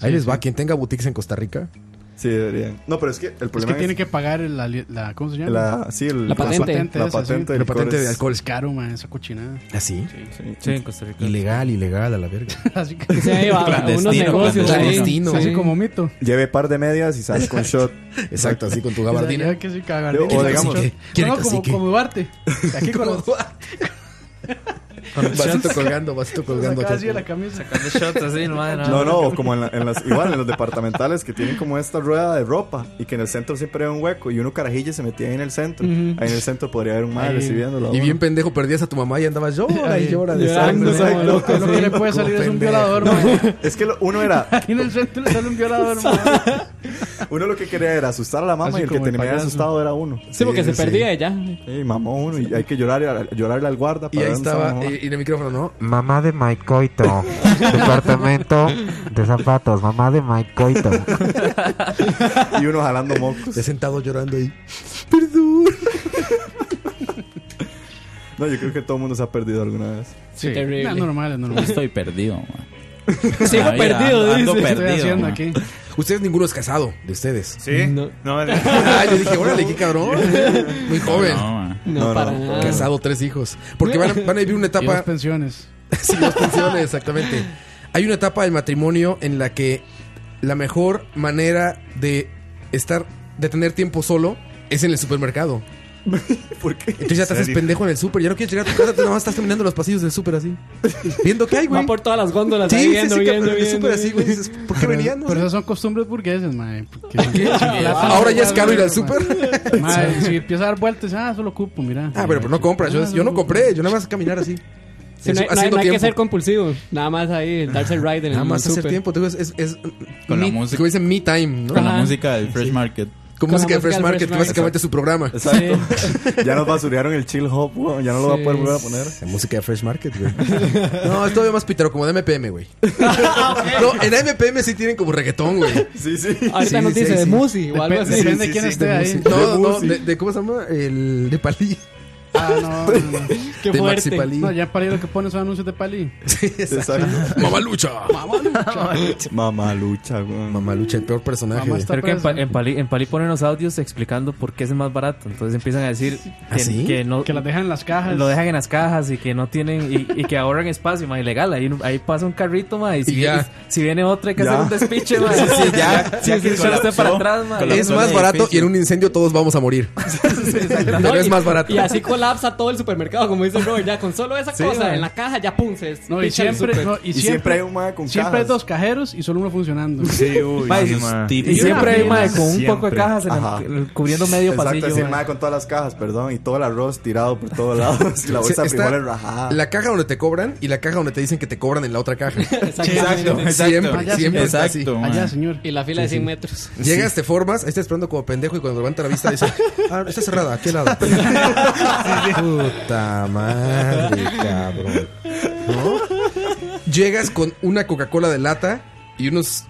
Ahí Sí, les sí. va, quien tenga boutiques en Costa Rica. Sí, deberían. No, pero es que el Es problema que es tiene que pagar el- la, la. ¿Cómo se llama? La- sí, el- la La patente. patente, la esa, sí. patente de licores. Es caro, man, esa cochinada. ¿Así? Sí, en Costa Rica. ¿Ah, Ilegal, ilegal, a la verga. Así que Sí, ahí va, unos negocios ahí. clandestino. Sí. Así como mito. Lleve par de medias y sale con shot. Exacto, así con tu Ya, ya que sí, gabardina. O digamos- No, ¿Quiere no, como, cacique? como Duarte. Aquí con los- Vasito colgando, vasito colgando. Sacaba aquí. así de la camisa. Sacando shots así, no, madre, No, no, como en, la- en las, igual en los departamentales que tienen como esta rueda de ropa y que en el centro siempre hay un hueco y uno carajillo se metía ahí en el centro. Ujú. Ahí en el centro podría haber un mal recibiéndolo. a Y uno. bien pendejo, perdías a tu mamá y andabas llora y Ahí, llora. llorando, exacto. Lo que le puede salir es un violador, No, man. es que lo- uno era, Ahí en el centro le sale un violador, man. uno lo que quería era asustar a la mamá Así y el que como el terminaba payaso. asustado era uno. Sí, porque se perdía y ya. Sí, mamó uno y hay que llorar, llorarle al guarda. Y ahí ver dónde está estaba, la mamá. eh, Y, y en el micrófono, ¿no? Mamá de Mike Coito. Departamento de zapatos. Mamá de Mike Coito. y uno jalando mocos. De sentado llorando ahí. No, yo creo que todo el mundo se ha perdido alguna vez. Sí. Terrible. Es normal, es normal. Estoy perdido, man. Sigo Todavía perdido, ando- ando dice. perdido, Estoy haciendo man. aquí. Ustedes ninguno es casado, de ustedes. ¿Sí? No. Ah, yo dije, órale, qué cabrón. Muy joven. No, man. No, para nada. Casado, tres hijos. Porque van a, van a vivir una Y dos etapa. pensiones. Sí, dos pensiones, exactamente. Hay una etapa del matrimonio en la que la mejor manera de estar, de tener tiempo solo, es en el supermercado. ¿Por qué? Entonces ya te haces pendejo en el súper, ya no quieres llegar a tu casa, te nomás estás caminando los pasillos del súper así. Viendo qué hay, güey. Va por todas las góndolas. Sí, ahí sí, viendo, sí, viendo, cabrón, es viendo, súper así, viendo. güey. Dices, ¿Por qué venían? Pero esas son costumbres burgueses, mae. porque- Ahora ya es caro ir al súper. Mae, si empieza a dar vueltas, ah, solo cupo, mira. Ah, pero, pero no compras. Yo, yo no compré, yo nada más caminar así. Sí, no hay, no hay- Haciendo no hay que tiempo. ser compulsivo. Nada más ahí, darse el ride en Nada el más hacer súper. tiempo. te digo, Es, es, es Con la me- música. como dicen me time, ¿no? Con la música del Fresh Market. Con Con la música de música Fresh del Market, Fresh que básicamente es su programa. Exacto. ya nos basurearon el chill hop, weón. Ya no lo va a poder volver a poner. La música de Fresh Market, güey. No, es todavía más pitero, como de MPM, güey. No, en MPM sí tienen como reggaetón, güey. Sí, sí. Ahorita Sí, nos sí, dice de sí. Musi o algo Depende, así. depende de quién esté De ahí. Musi. No, no, de, de- ¿cómo se llama? El de Palí. Ah, no, no, no. Qué de Maxi fuerte. Palí. No, ya en Palí lo que ponen son anuncios de Palí. Sí, exacto. Exacto. Mamalucha. Mamalucha, weón. Mamalucha, el peor personaje, Mamá güey. está Creo que en, presa. Pa- en Pali, en Pali ponen los audios explicando por qué es el más barato. Entonces empiezan a decir ¿Ah, que, sí? que no, Que las dejan en las cajas. lo dejan en las cajas y que no tienen y, y que ahorran espacio, ma, ilegal. Ahí, ahí pasa un carrito, ma, y si, Y ya. y si viene otro hay que Ya. hacer un despiche, ma. sí, ya. Sí, hay que echar usted para atrás, ma. colapsó. Es Colapsó más el barato edificio. y en un incendio todos vamos a morir. Pero es más barato. Y así colapsa todo el supermercado, como dice Robert. Ya con solo esa Sí, cosa man. en la caja, ya pum, se No, y picha el siempre, súper. no, Y siempre hay un mae con siempre hay cajas. dos cajeros y solo uno funcionando. Sí, uy, Ma, sí, esos ma. tipos. Y siempre hay, ma, con un Siempre. poco de cajas en el- Ajá. el- cubriendo medio Exacto, pasillo. así, ma. mae, con todas las cajas, perdón, y todo el arroz tirado por todos lados, y la bolsa de Está frijoles rajada. La caja donde te cobran y la caja donde te dicen que te cobran en la otra caja. Exacto, exacto. Siempre, Allá siempre está Exacto, así. man. Allá, señor. Y la fila de 100 metros. Llegas, te formas, ahí estás esperando como pendejo y cuando levanta la vista dice, ah, está cerrada, ¿a qué lado? Puta madre, cabrón. ¿No? Llegas con una Coca-Cola de lata y unos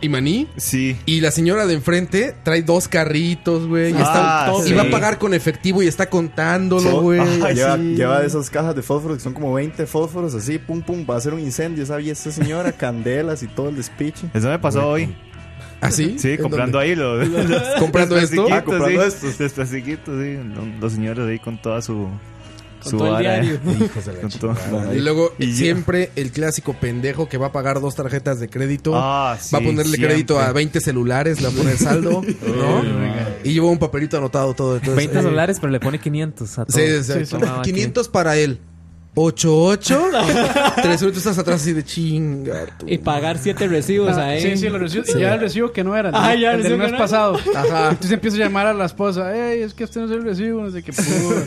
y maní Sí. y la señora de enfrente trae dos carritos, güey, y, está- Ah, y va a sí. Ah, pagar con efectivo y está contándolo, Todo- güey. Ajá, lleva, así. lleva esas cajas de fósforos que son como 20 fósforos así, pum pum, va a ser un incendio, ¿sabes? Esta señora, candelas y todo el despiche. Eso me pasó hoy. ¿Así? Sí, ¿Ah, ¿En comprando dónde? ahí los. los- ¿Comprando los esto? plastiquitos, Ah, comprando sí. estos. Los plastiquitos, sí. Los- Los señores ahí con toda su. Con su todo el vara, eh. diario. Con todo- Y luego Y yo- siempre el clásico pendejo que va a pagar dos tarjetas de crédito. Ah, sí, va a ponerle siempre. crédito a 20 celulares, le va a poner saldo, ¿no? y lleva un papelito anotado todo. entonces, 20 eh, dólares, pero le pone 500 a todo. Sí, sí, sí. Toma, ma, 500 para él. 88 Tres minutos estás atrás así de chinga. tú. Y pagar 7 recibos Ah, ahí. Sí, sí, lo recibo. Y ya el recibo que no era. ¿no? Ah, ya el el del recibo que mes no era. pasado. Ajá. Entonces empiezo a llamar a la esposa. Ey, es que este no es el recibo, no sé qué. pudo.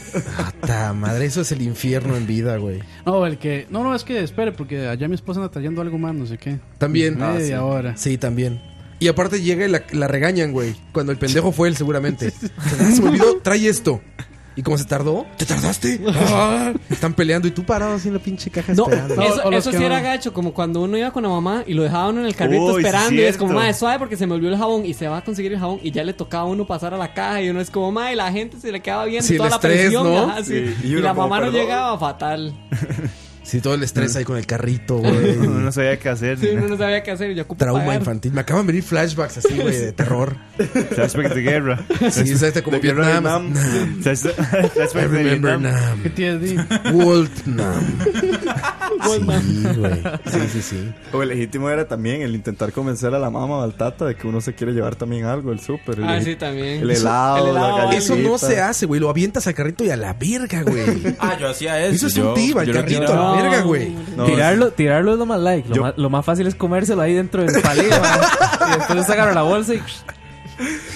Ta madre, eso es el infierno en vida, güey. No, el que. No, no, es que espere, porque allá mi esposa anda trayendo algo más, no sé qué. También. Ah, Media sí. hora. Sí, también. Y aparte llega y la, la regañan, güey. Cuando el pendejo fue él, seguramente. Se me olvidó, trae esto. Y como se tardó, ¿te tardaste? Ah, están peleando y tú parado así en la pinche caja No, esperando. No, eso, o los eso que sí era no. gacho, como cuando uno iba con la mamá y lo dejaba uno en el carrito Uy, sí, esperando y es cierto. como, mae, suave porque se me olvidó el jabón y se va a conseguir el jabón y ya le tocaba a uno pasar a la caja y uno es como, mae, la gente se le quedaba viendo Sí, el toda la estrés, presión ¿no? ajá, sí. Sí, y y, uno la como, mamá no perdón. llegaba fatal. Sí, todo el estrés ahí con el carrito, güey. Uno no sabía qué hacer. Sí, uno no sabía qué hacer y yo ocupo Trauma pagar. infantil. Me acaban de venir flashbacks así, güey, de terror. Flashback de guerra. Sí, exacto, como De guerra de Vietnam. Nam. Flashback I de remember Vietnam. Nam. ¿Qué tienes? Woltnam. Pues. Sí, güey. Sí, sí, sí. O el legítimo era también el intentar convencer a la mamá o al tata de que uno se quiere llevar también algo, el súper. el Ah, legi- sí, también. El helado, El helado, la algo. Eso no se galletita. hace, güey. Lo avientas al carrito y a la verga, güey. Ah, yo hacía eso. Eso es yo- un tiba, el yo lo carrito a tiraba. la verga, güey. No, Tirarlo, tirarlo es lo más like. Lo, Yo- más, lo más fácil es comérselo ahí dentro del palillo. man. y después sacaron la bolsa y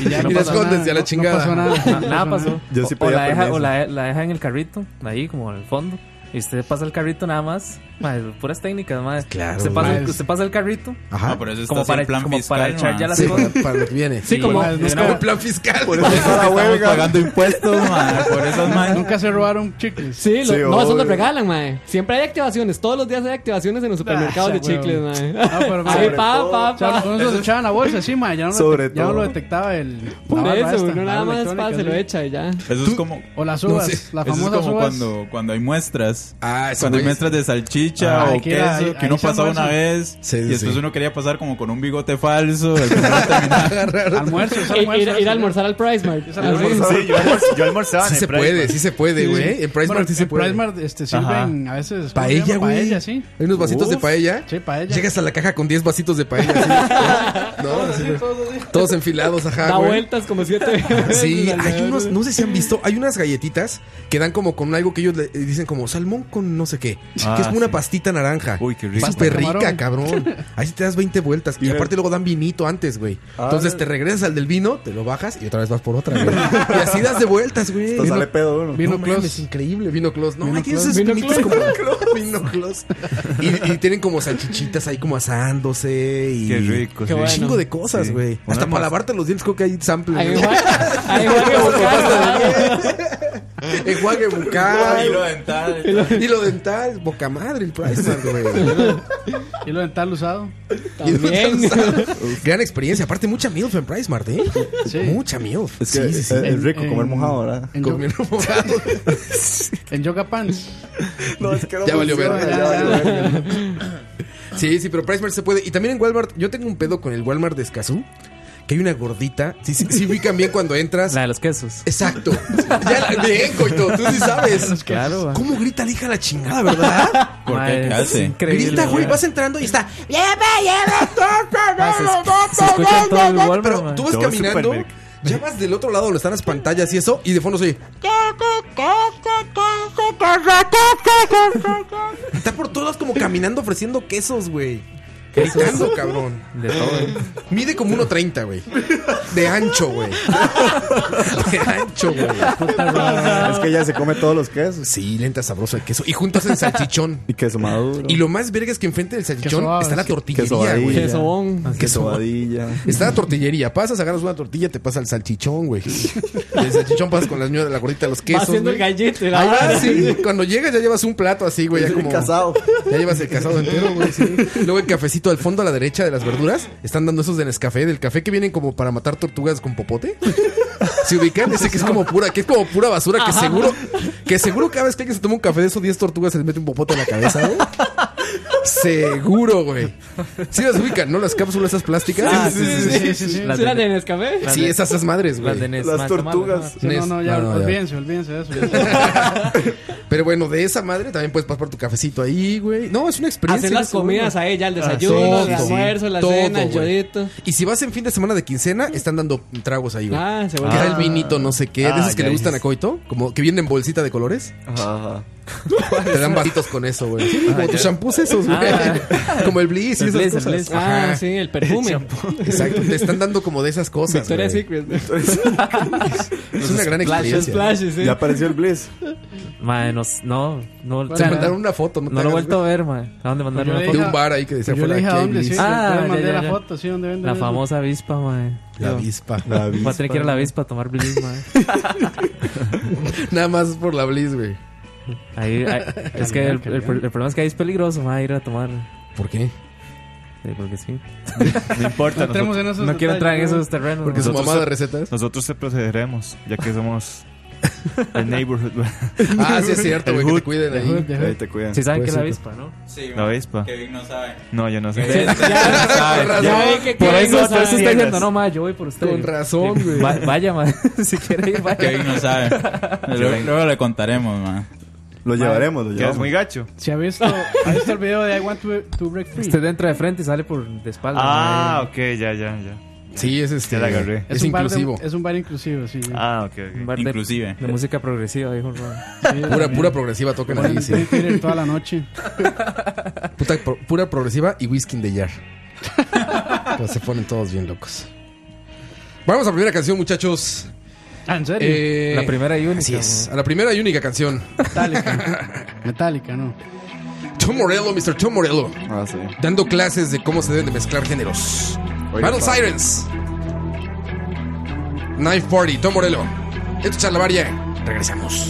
Y ya Y la escondes y a la chingada. No pasó nada. na- nada pasó. Yo sí o, o pedía la deja, permiso. o la, la deja en el carrito, ahí como en el fondo. Y usted pasa el carrito nada más. Mae, puras técnicas, mae. Claro, Usted pasa, mae. el, usted pasa el carrito. Ajá. No, pero eso está como sin para, plan como fiscal, para echar mae. ya las Sí, cosas. para- para lo que viene. Sí, como- es como un plan fiscal. Por eso está la huelga. pagando impuestos, mae, por eso, mae. Nunca se robaron chicles. Sí, lo- no, eso lo regalan, mae. Siempre hay activaciones. Todos los días hay activaciones en los supermercados Ah, de esa chicles, huevo. mae. Ah, pero, mae, Ahí, pa, pa, Chao, pa. con eso se echaban la bolsa, sí, mae. Ya no, lo- Sobre ya no todo. lo detectaba el. la Por barra eso, esta, uno nada la más electrónica, pa, se lo sí. echa y ya. Eso es como. O las no uvas, sé. las Eso es famosas como uvas. cuando, cuando hay muestras. Ah, eso, cuando hay güey. muestras de salchicha Ah, o que era- queso, ahí- que ahí uno se pasaba una almuerzan. vez. Sí, y sí, después sí. uno quería pasar como con un bigote falso. al final terminaba- Almuerzo, Ir- ir, ir a almorzar al Price Mart. almorzar. Sí, yo almor- yo almorzaba Sí en el se Price puede, Mart. sí se puede, Sí, güey. sí. En Price Bueno, Mart sí se en puede. Price Mart, este, sirven a veces, ¿cómo se Paella, llama? güey. Paella, sí. Hay unos vasitos de Uf. paella. Sí, paella. Llegas a la caja con 10 vasitos de paella. así. no, así, Todos enfilados, ajá. Da güey. vueltas como siete veces. Sí, al hay revés. unos, no sé si han visto, hay unas galletitas que dan como con algo que ellos le eh, dicen como salmón con no sé qué, Ah, que es como una sí. pastita naranja. Uy, qué rico. Súper Pasta rica, cabrón. Ahí sí te das 20 vueltas. Y aparte luego dan vinito antes, güey. Ah. Entonces te regresas al del vino, te lo bajas y otra vez vas por otra, güey. Y así das de vueltas, güey. Hasta sale pedo uno. Vino Vino no, Claus. mames, increíble, vino Clos. No, Vino hay Claus. esos Vino pinitos como Claus. vino Claus. Y, y tienen como salchichitas ahí como asándose y Qué rico, un sí. Qué chingo bueno. de cosas, Sí. güey. Una Hasta pasta. para lavarte los dientes creo que hay samples. Hay güey. enjuague- hay enjuague Enjuague bucal. Hilo dental. Hilo dental. Boca madre el Price Mart, güey. Y lo dental usado. Y lo dental. Gran experiencia. Aparte, mucha MILF en Price Mart, ¿eh? Mucha MILF. Es que es- es rico comer mojado, ¿verdad? En, Comer mojado. en Yoga Pants. No, es que ya valió ver. verga. ya valió verga. Sí, sí, pero Price Mart se puede. Y también en Walmart, yo tengo un pedo con el Walmart de Escazú. Que hay una gordita. Sí, sí, sí, ubican bien cuando entras. La de los quesos. Exacto. Ya la, bien, coito. Tú sí sabes. Claro. ¿Cómo grita la hija la chingada, verdad? ¿Por Mae, qué? ¿Qué es hace? increíble, Grita, güey. mae. Vas entrando y está. ¡Lleva, lleva! Ah, se escucha en todo el Walmart, Pero man. tú vas Todo caminando. Supermerc. Ya vas del otro lado donde están las pantallas y eso. Y de fondo soy. Está por todas como caminando ofreciendo quesos, güey. Gritando, cabrón. De todo. ¿eh? Mide como 1.30, güey. De ancho, güey. De ancho, güey. Es que ella se come todos los quesos. Sí, lenta sabrosa el queso. Y juntas en salchichón. Y queso maduro. Y lo más verga es que enfrente del salchichón Queso- está la que- tortillería, quesobadilla. güey. Quesobón. Quesobadilla. Está la tortillería. Pasas, agarras una tortilla, te pasa el salchichón, güey. El salchichón pasas con la señora de la gordita los quesos. haciendo el güey. gallete, Ah, la Ahí va, vara. sí. Cuando llegas ya llevas un plato así, güey. Ya como. casado. Ya llevas el casado entero, güey. sí. Luego el cafecito al fondo a la derecha de las verduras. Están dando esos de Nescafé, del café que vienen como para matar tortugas con popote. ¿Se ubican? Ese que es como pura, que es como pura basura, que Ajá. seguro, que seguro cada vez que alguien se toma un café de esos 10 tortugas se les mete un popote en la cabeza, güey. Seguro, güey. Si las ubican, ¿no? Las cápsulas esas plásticas. Ah, sí, sí, sí, sí, sí, sí. Las ¿Sí de- eran de Nescafé? Sí, esas, esas madres, güey. Las de Nes- Las más tortugas. Sí, no, no, ya, No, no, ya. olvídense, olvídense de eso. Pero bueno, de esa madre también puedes pasar por tu cafecito ahí, güey. No, es una experiencia. Ah, Hacer las seguro. comidas a ella, el desayuno, el almuerzo, la Todo, cena, el güey. yodito. Y si vas en fin de semana de quincena, están dando tragos ahí, güey. Ah, se Que vuelve- da el Ah. vinito, no sé qué. Ah, de esos que ya le gustan dices. a Coito, como que vienen en bolsita de colores. Ajá, Te dan vasitos con eso, güey. Sí, como Ah, tus ya. shampoos esos, güey. Como el bliss y Ah. El esas Bliss, el cosas. Bliss. Ajá. Ah, sí, el perfume. Exacto, te están dando como de esas cosas. Victoria's güey. Secret. Es una gran experiencia. Ya apareció el Bliss. Mae, no, no, no. Te mandaron una foto, no No, te lo he hagas, vuelto a ver, mae. ¿A dónde mandaron Yo una le dije- foto? De un bar ahí que decía Pues Yo fuera le dije aquí a hay dónde, sí, Bliss. sí, Ah, entonces ya, mandé ya, la ya. foto, sí, donde venden La eso. famosa avispa, mae. La Yo- avispa. Voy a tener que ir a la avispa a tomar bliss, mae. Nada más por la bliss, güey. Ahí, ahí- es que el, el- el problema es que ahí es peligroso, mae, ir a tomar. ¿Por qué? porque sí. No importa. No entremos en nosotros- esos No quiero entrar en detalles, esos ¿no? terrenos. Porque su mamá se- de recetas. Nosotros se procederemos, ya que somos el neighborhood. güey. Ah, sí, es cierto, El güey, que te hood. cuiden ahí. El hood, el hood. Ahí te cuidan. Pues Sí saben Puede que es la ser. avispa, ¿no? Sí, La avispa. Kevin no sabe. No, yo no sé. Sí, ya- Ya, ya ve ve que que por Kevin eso, no por sabe. eso está diciendo, no, ma, yo voy por usted. Con razón, güey. Va- vaya, ma, si quiere ir, vaya. Kevin no sabe. Luego, luego le contaremos, man. Lo llevaremos, lo Que es muy gacho. Si ha visto, ha visto el video de I Want to, to Break Free. Usted entra de frente y sale por de espalda. Ah, ok, ya, ya, ya. Sí, es este. Ya la agarré. Es, un Bar de- es un bar inclusivo, sí. Ah, ok, ok. Inclusive. De música progresiva, dijo el ma. Pura, pura progresiva tocan ahí, sí. Twitter toda la noche. Puta, pro- pura progresiva y whisky in the jar. Pues se ponen todos bien locos. Vamos a la primera canción, muchachos. Ah, ¿en serio? Eh, La primera y única, Así es, la primera y única canción. Metallica. Metallica, ¿no? Tom Morello, Mr. Tom Morello. Ah, sí. Dando clases de cómo se deben de mezclar géneros. Oiga, Battle pa- Sirens. Knife Party, Tom Morello. Esto es Charlavaria. Regresamos.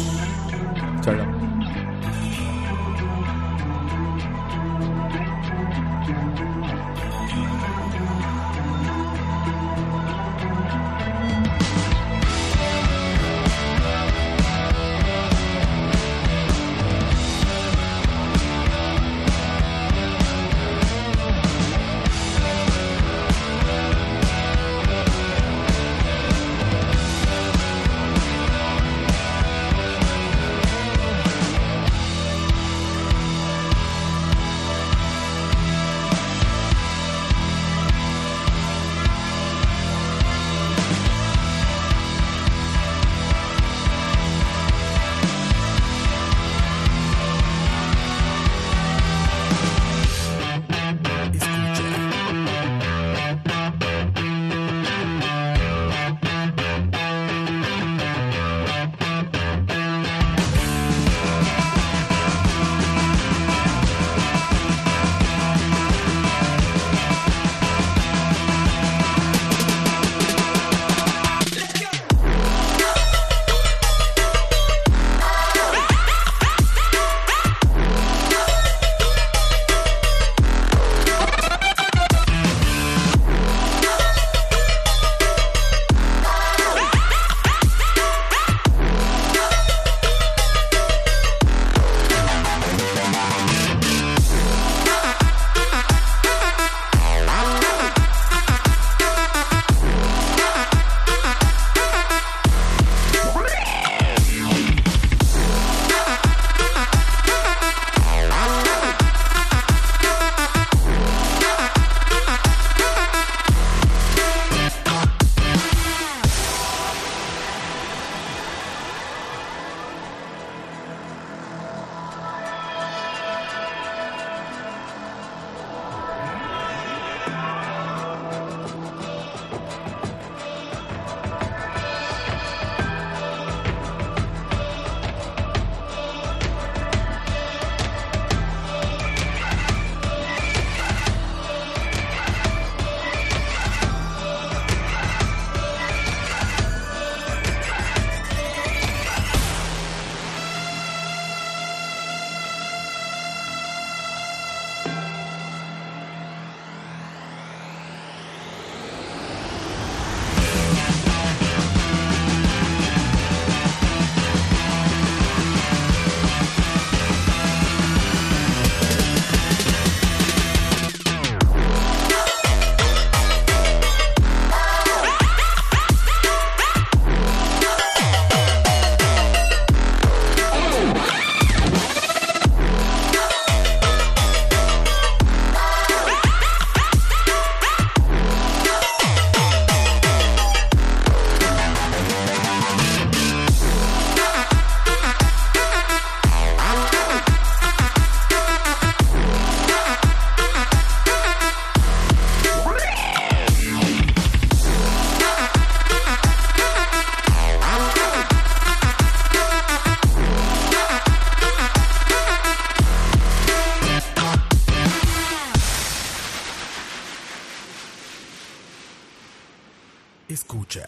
Escucha.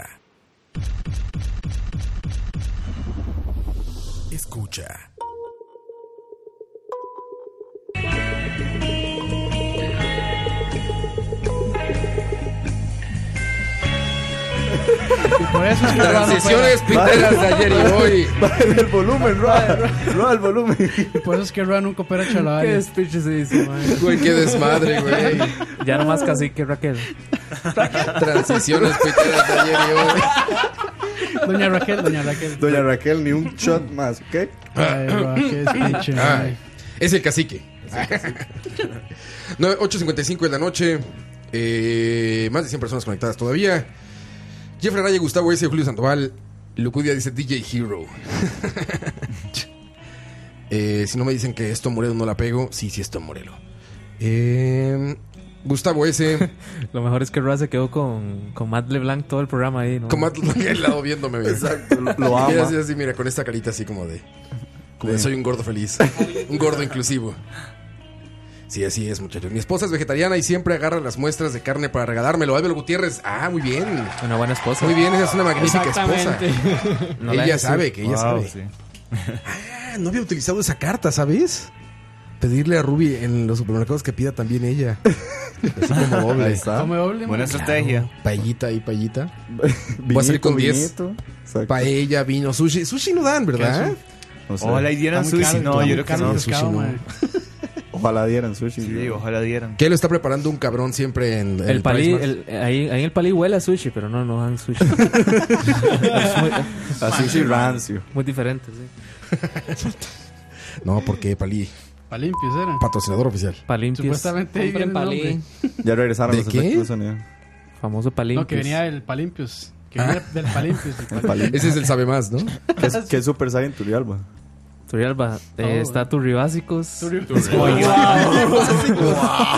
Escucha. Por eso es que Transiciones pinteras de ayer y hoy. el volumen, Roa. Roa el volumen. Por eso es que Roa nunca opera chalabari. Qué despiche se dice, Güey, qué desmadre, güey. Ya nomás casi que Raquel. Transiciones pinteras de ayer y hoy. Doña Raquel, doña Raquel. Doña Raquel, ni un shot más, ¿ok? Roa, qué despiche, Ah, güey. es el cacique. No, 8.55 de la noche. eh, más de 100 personas conectadas todavía. Jeffrey Raya, Gustavo S. Julio Sandoval. Lucudia dice DJ Hero. Eh, si no me dicen que esto Morelo no la pego, sí, sí, esto Morelo. Eh, Gustavo ese. Lo mejor es que Roa se quedó con, con Matt LeBlanc todo el programa ahí, ¿no? Con Matt LeBlanc al lado viéndome. güey. lo Y ama. así, así, mira, con esta carita así como de... como de soy un gordo feliz. un gordo inclusivo. Sí, así es, muchachos. Mi esposa es vegetariana y siempre agarra las muestras de carne para regalármelo. Álvaro Gutiérrez. Ah, muy bien. Una buena esposa. Muy bien, esa es una magnífica esposa. Exactamente. No la ella dejes ir. sabe que ella Wow, sabe. sí. Ah, no había utilizado esa carta, ¿sabes? Pedirle a Ruby en los supermercados que pida también ella. Así como doble. Ahí está. Come doble, Buena man. estrategia. Payita y payita. Voy a salir con Vinito, 10. vinito. Paella, vino, sushi. Sushi no dan, ¿verdad? ¿Qué No sé. Ojalá dieran Está muy sushi. caro, No, está yo muy creo que caro no. el pescado, man. Ojalá dieran sushi. Sí, ojalá dieran. ¿Qué lo está preparando un cabrón siempre en en El palí, Price Mart? el- ahí, ahí en el palí huele a sushi, pero no, no dan sushi. A sushi rancio. Muy diferente, sí. No, porque Palí. Palimpios pues, era. Patrocinador oficial. Palimpios. Supuestamente ahí viene Compren el nombre. palí. Ya regresaron ¿De los qué? efectos de sonido. Famoso No, que venía del Palimpios. Que venía del Palimpios. del Palimpios. Ah. Ese es el sabe más, ¿no? ¿Qué es, qué es Super Saiyan Turialba? Turrialba, eh, Oh. está Turribásicos. Turribásicos. Wow.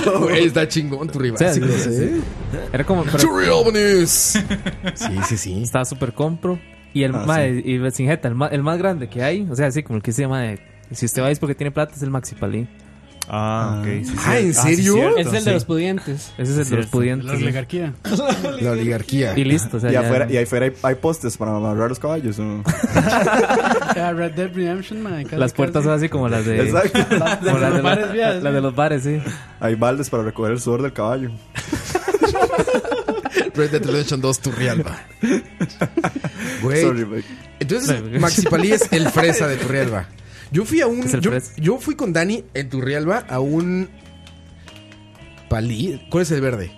Wow, güey, está chingón Turribásicos, ¿eh? Era como. Turrialbanis. Sí, sí, sí. Estaba super compro. Y el Ah, más, y Betzingeta, el, ma- el más grande que hay. O sea, así como el que se llama. de- si usted va ahí es porque tiene plata, es el Maxi Palí. Ah, ok. sí, Ah, ¿en cierto. Ah, sí, serio? cierto, Es el de sí. los pudientes. Ese es el de los pudientes. La oligarquía. La oligarquía. Y listo, o sea, y, ya- afuera, y ahí fuera hay, hay postes para amarrar los caballos. ¿no? Ah, Red Dead Redemption, man. casi, Las casi. puertas son así como las de. Exacto. como las de, bares, vía, las de los bares, sí. Hay baldes para recoger el sudor del caballo. Red Dead Redemption 2 Turrialba. Güey. Sorry, Mike. Entonces, Maxipalí es el fresa de Turrialba. Yo fui a un. Es el Yo, fresa. yo fui con Dani en Turrialba a un. Palí. ¿Cuál es el verde?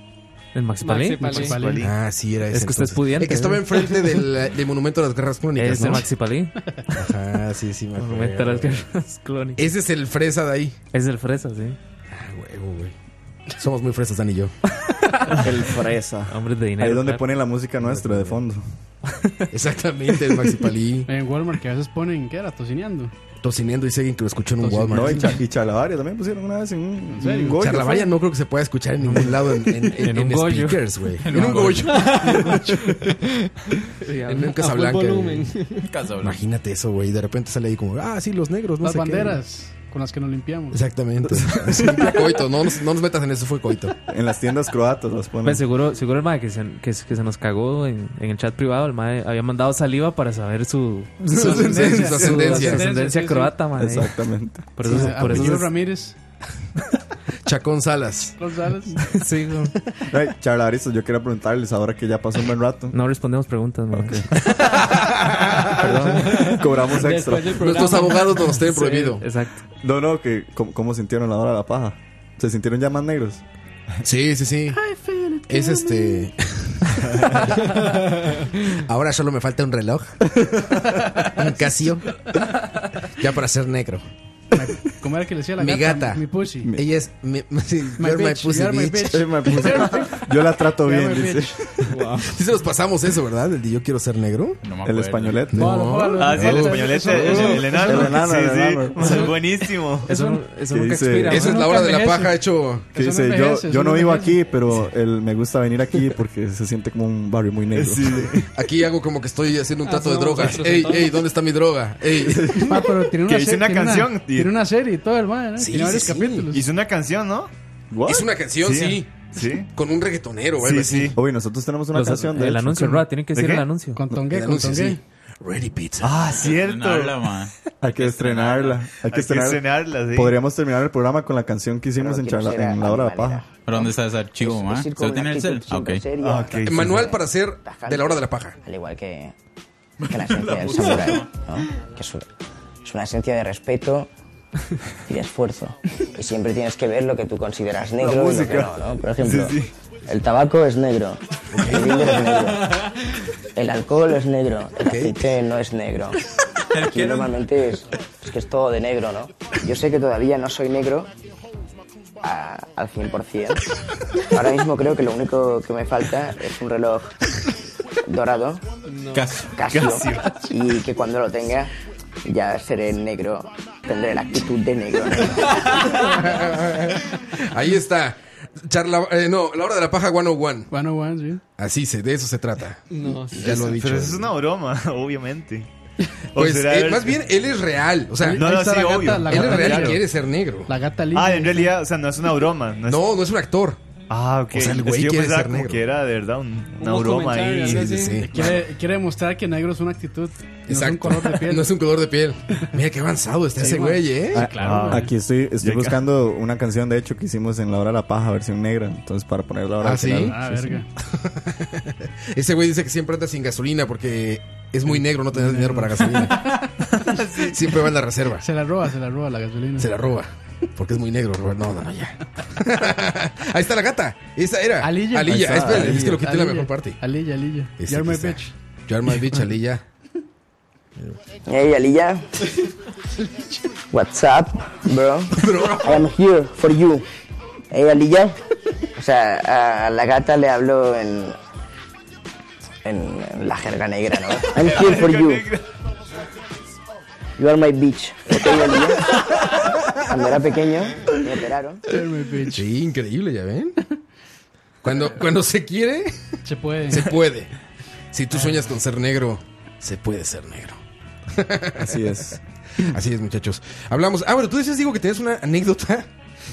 El Maxipalí. Maxipalí. Maxipalí. Ah, sí, era Es ese. que usted es entonces. pudiente. ¿eh? El que estaba enfrente del, del Monumento de las Guerras Clónicas. Es el ¿no? Maxipalí. Ajá, sí, sí, me acuerdo. Monumento a las guerras clónicas. Ese es el fresa de ahí. Es el fresa, sí. Ah, huevo, güey. Somos muy fresas, Dani y yo. El fresa. Hombres de dinero, Ahí es donde claro. ponen la música nuestra de fondo. Exactamente, el Maxipalí. En Walmart, que a veces ponen, ¿qué era? Tocineando. Tocineando dice alguien que lo escuchó en un Walmart. No, y, cha- y charlavaria también pusieron una vez en un, en Charla un Goya, Charlavaria fue. no creo que se pueda escuchar en ningún lado en, en, en- En un en Goyo. speakers, güey. En En, un un Goyo. Sí, a- en un a Casablanca. full güey. volumen. Imagínate eso, güey. De repente sale ahí como, ah, sí, los negros, no Las sé qué. banderas con las que nos limpiamos. Exactamente. Sí, fue coito, no nos, no nos metas en eso, fue coito. En las tiendas croatas las ponen. Pues seguro, seguro el mae que se, que, se- que se nos cagó en, en el chat privado, el mae había mandado saliva para saber su, Su ascendencia. su- su Ascendencia. ascendencia Sí, sí. croata, mae. Exactamente. Por eso, Sí, por eso apellido es- Ramírez. Chacón Salas. González. sí, güey. Ay, charlavaristas, yo quería preguntarles ahora que ya pasó un buen rato. No respondemos preguntas, mae. Perdón. Cobramos extra. Después del programa. Nuestros abogados nos los tienen Sí, prohibido. exacto. No, no, que ¿cómo, cómo sintieron la hora de la paja? ¿Se sintieron ya más negros? Sí, sí, sí. Es este. Ahora solo me falta un reloj. Un Casio. Ya para ser negro. ¿Cómo era que le decía la Mi gata. Mi pussy. Ella es. Mi, sí, My you're bitch, pussy you're my bitch. bitch. You're my pussy. Yo la trato You're bien, my dice. bitch. Sí se los pasamos eso, ¿verdad? El de yo quiero ser negro. El españolete. Ah, sí, el españolete, el, el enano. El enano, sí, el sí. enano. Es buenísimo. Que dice- Esa es la hora de la paja hecho. Que dice, yo, yo no vivo aquí, pero el, me gusta venir aquí porque se siente como un barrio muy negro. Aquí hago como que estoy haciendo un trato de somos drogas. nosotros Ey, entonces. ey, ¿dónde está mi droga? Ey. Ah, pero tiene una Que hice serie- una tiene canción, tío. Tiene una serie y todo, el mae, ¿no? Sí, Tiene sí, varios sí. capítulos. Hizo una canción, ¿no? Es una canción, sí. Sí. Sí. Con un reggaetonero, ¿eh? güey. Sí, sí. Oye, nosotros tenemos una Los- canción de el hecho. anuncio, Roa, tienen que ¿De decir qué? el anuncio. Con tongué, El con anuncio, tongué. sí. Ah, cierto. Hay que estrenarla. Hay que estrenarla. estrenarla, sí. Podríamos terminar el programa con la canción que hicimos en, charla, en la hora de la paja. ¿Pero dónde está ese archivo, ma? ¿Se lo tiene en el cel? Ah, ok. Manual para hacer de la hora de la paja. Al igual que, que la esencia del samurái, ¿no? que es, un- es una esencia de respeto y de esfuerzo. Y siempre tienes que ver lo que tú consideras negro y lo que música. no, ¿no? Por ejemplo, Sí, sí. el tabaco es negro, el vidrio es negro, el alcohol es negro, el aceite no es negro. Aquí normalmente es, es que es todo de negro, ¿no? Yo sé que todavía no soy negro a- al 100%. Ahora mismo creo que lo único que me falta es un reloj dorado. Casio. Casio. Casio. Y que cuando lo tenga ya seré negro. Tendré la actitud de negro. ¿no? Ahí está. Charla, eh, no, la hora de la paja 101. 101, sí. Así se, de eso se trata. No, ya lo he dicho. Pero eso es una broma, obviamente. O Pues, será eh, ver- más bien, él es real. O sea, no, no, sí, obvio. él es real y quiere ser negro. La gata Ah, en realidad, o sea, no es una broma. No, es... no, es un actor. Ah, ok. O sea, el Es güey que yo quiere pensaba ser como negro. que era de verdad un- una Un broma comentario, ahí. algo así. Quiere, quiere demostrar que negro es una actitud. No es un Exacto. color de piel. No es un color de piel. Mira qué avanzado está Sí, ese man. güey, ¿eh? Ah, ah, güey. aquí estoy, estoy Ya- buscando una canción, de hecho, que hicimos en La Hora de la Paja, versión negra. Entonces, para poner la hora ¿Ah, al sí? final. Ah, verga. Ese güey dice que siempre anda sin gasolina porque es muy negro no tener dinero para gasolina. Siempre va en la reserva. Se la roba, se la roba la gasolina. Se la roba. Porque es muy negro, Robert. No, no, no, ya. Ahí está la gata. Esa era. Alilla. Alilla. Ahí está, Espera, Alilla. es que lo quité la Alilla. mejor parte. Alilla, Alilla. Ese You're que my está. bitch. You're my bitch, Alilla. Hey, Aliyah. What's up, bro? I'm here for you. Hey, Aliyah. O sea, a la gata le hablo en, en, en la jerga negra, ¿no? I'm here for you. You are my bitch. Ok, Aliyah. Cuando era pequeño, me operaron. Sí, increíble, ¿ya ven? Cuando, cuando se quiere, se puede. Se puede. Si tú sueñas con ser negro, se puede ser negro. Así es. Así es, muchachos. Hablamos. Ah, bueno, tú decías, digo, que tienes una anécdota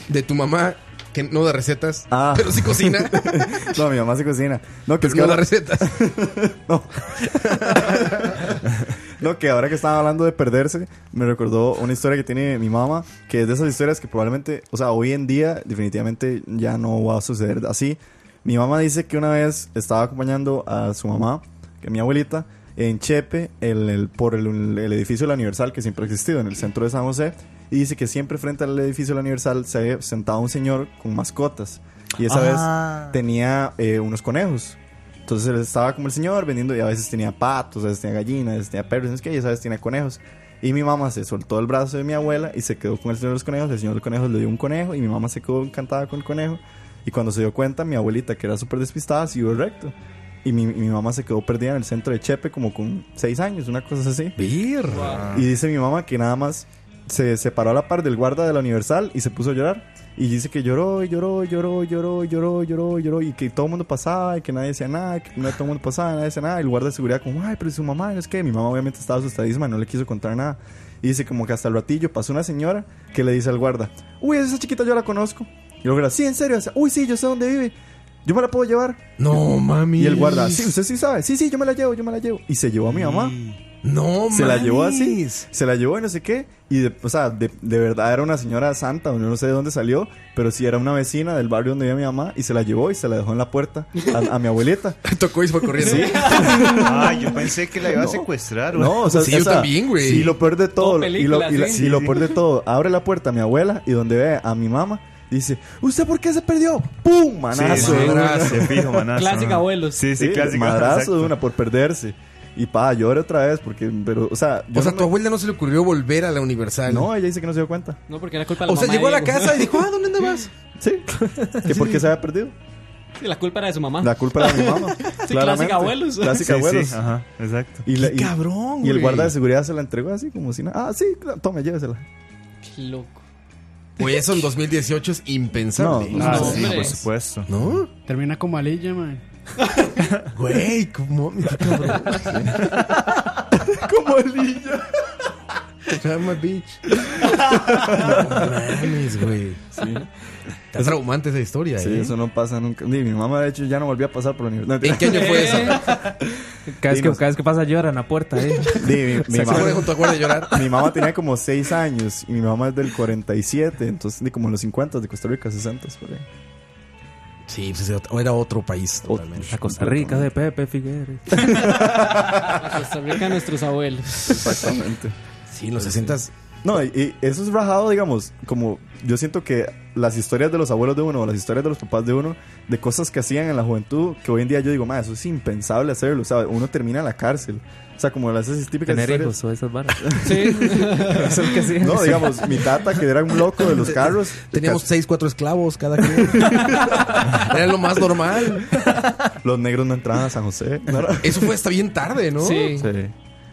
de tu mamá que no da recetas, pero sí cocina. Ah. no, mi mamá se cocina. No, Pero que es que no ahora- da recetas. No, que ahora que estaban hablando de perderse, me recordó una historia que tiene mi mamá, que es de esas historias que probablemente, o sea, hoy en día definitivamente ya no va a suceder así. Mi mamá dice que una vez estaba acompañando a su mamá, que mi abuelita, en Chepe, el, el- por el, el edificio de la Universal que siempre ha existido en el centro de San José, y dice que siempre frente al edificio de la Universal se había sentado un señor con mascotas. Y esa Ah. vez tenía eh, unos conejos. Entonces él estaba como el señor vendiendo y a veces tenía patos, a veces tenía gallinas, a veces tenía perros, es que ya sabes, tenía conejos. Y mi mamá se soltó el brazo de mi abuela y se quedó con el señor de los conejos. El señor de los conejos le dio un conejo y mi mamá se quedó encantada con el conejo. Y cuando se dio cuenta, mi abuelita, que era súper despistada, siguió recto. Y mi, y mi mamá se quedó perdida en el centro de Chepe como con seis años, una cosa así. Y dice mi mamá que nada más se separó a la par del guarda de la Universal y se puso a llorar. Y dice que lloró, y lloró, y lloró, y lloró, y lloró, y lloró, y lloró, y que todo el mundo pasaba, y que nadie decía nada, que no todo el mundo pasaba, nadie decía nada. Y el guarda de seguridad como, ay, pero es su mamá, es que mi mamá obviamente estaba asustadísima, no le quiso contar nada. Y dice como que hasta el ratillo pasó una señora que le dice al guarda, uy, esa chiquita yo la conozco. Y luego era, sí, en serio, Dice, uy, sí, yo sé dónde vive, yo me la puedo llevar. No, mami. Y el guarda, sí, usted sí sabe, sí, sí, yo me la llevo, yo me la llevo. Y se llevó a mi mamá. No, Se la llevó mames. así, se la llevó y no sé qué. Y, de, o sea, de, de verdad era una señora santa, yo no sé de dónde salió, pero sí era una vecina del barrio donde vivía mi mamá y se la llevó y se la dejó en la puerta a, a mi abuelita. Tocó y se fue corriendo. Ah, yo pensé que la iba a No. secuestrar, güey. No, o sea, esa- Sí, lo peor de todo. Todo y lo, y la- película, sí. sí, lo peor de todo. Abre la puerta a mi abuela y donde ve a mi mamá, dice: ¿Usted por qué se perdió? ¡Pum! Manazo. Sí, de una. manazo, fijo, manazo. Clásica abuelos. Sí, sí, clásica, Madrazo exacto. de una por perderse. Y pa, llora otra vez porque, pero, o sea, O sea, tu abuela no se le ocurrió volver a la Universal. No, ella dice que no se dio cuenta. No, porque era culpa de la O sea, mamá de llegó a la Diego. casa y dijo, ah, ¿dónde andabas? ¿Que por qué se había perdido? Sí, La culpa era de su mamá. La culpa era de mi mamá. Ah. sí, clásica abuelos. Clásica Sí, sí, abuelos. ajá, exacto. Y la- y- cabrón, Y el güey. guarda de seguridad se la entregó así, como si nada. Ah, sí, claro, tome, llévesela. Qué loco. Güey, Pues eso en 2018 es impensable. No, Ah, no, sí, por supuesto. ¿No? Termina como Alilla, man. Güey, ¿cómo? Qué cabrón. como Alilla. I'm a bitch. No mames, güey. Sí. Está traumante esa historia, Sí, ¿eh? eso no pasa nunca. Ni mi mamá, de hecho, ya no volvió a pasar por la universidad. ¿En qué año fue eso? Cada vez, que, cada vez que pasa llora en la puerta. ¿eh? Sí, mi, mi mamá, a llorar. mi mamá tenía como 6 años y mi mamá es del 47, entonces de como en los 50 de Costa Rica, 60 por ahí. Sí, pues, era- era otro país totalmente. La Costa Rica de Pepe Figueres. A Costa Rica nuestros abuelos. Exactamente. Sí, en los 60 No, y, y eso es rajado, digamos, como yo siento que las historias de los abuelos de uno, o las historias de los papás de uno, de cosas que hacían en la juventud, que hoy en día yo digo, ma, eso es impensable hacerlo, o sea, uno termina en la cárcel. O sea, como las esas típicas Tener historias- hijos o esas varas. Sí. Eso es que sí. No, digamos, mi tata, que era un loco de los carros. Teníamos 6, 4 esclavos cada quien. Era lo más normal. Los negros no entraban a San José. Eso fue hasta bien tarde, ¿no? Sí.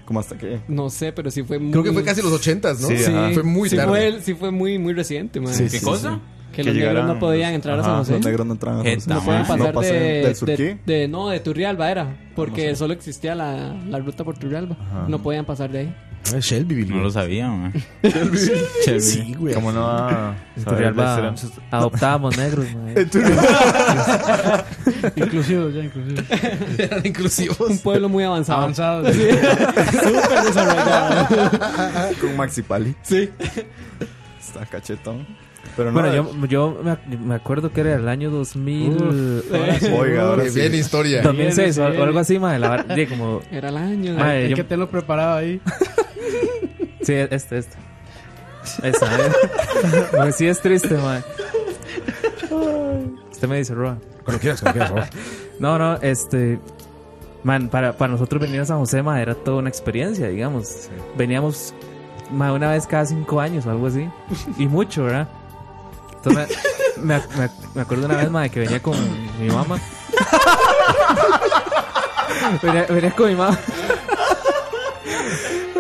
¿Cómo hasta qué? No sé, pero sí fue muy... Creo que fue casi los 80s, ¿no? Sí, Fue muy sí tarde. Fue, sí fue muy, muy reciente, man. Sí, ¿Qué sí, cosa? Que Que, los negros no podían entrar a San José. Los negros no entraban a San José. No podían pasar No pasé de, del de, Surquí. de- No, de Turrialba era. Porque solo existía la, la ruta por Turrialba. No podían pasar de ahí. Shelbyville. No lo sabía, man. Shelbyville. Sí, güey. ¿Cómo no va a En saber Turrialba de ser- Ah, adoptábamos negros, mae. Inclusivos, ya inclusivos. inclusivos. Un pueblo muy avanzado. Avanzado. Sí. Súper desarrollado. Con Maxi Pali. Sí. Está cachetón. Pero no. bueno, yo, yo me, ac- me acuerdo que era el año 2000. Uf, ahora sí. Oiga, ahora Que sí. viene historia. 2006 Viene, o, o algo viene. así, mae. La, verdad, de como, Era el año. ¿eh? Mae, Hay yo- que tenerlo preparado ahí. Sí, este, este. Esa, ¿eh? Mae, sí es triste, mae. Usted me dice, Roa. Cuando quieras, cuando quieras, Roa. No, no, este. Man, para, para nosotros venir a San José, mae, era toda una experiencia, digamos. Veníamos, mae, una vez cada cinco años o algo así. Y mucho, ¿verdad? Entonces, me, me, ac- me ac- me acuerdo una vez, mae, que venía con mi mamá. venía, venía con mi mamá.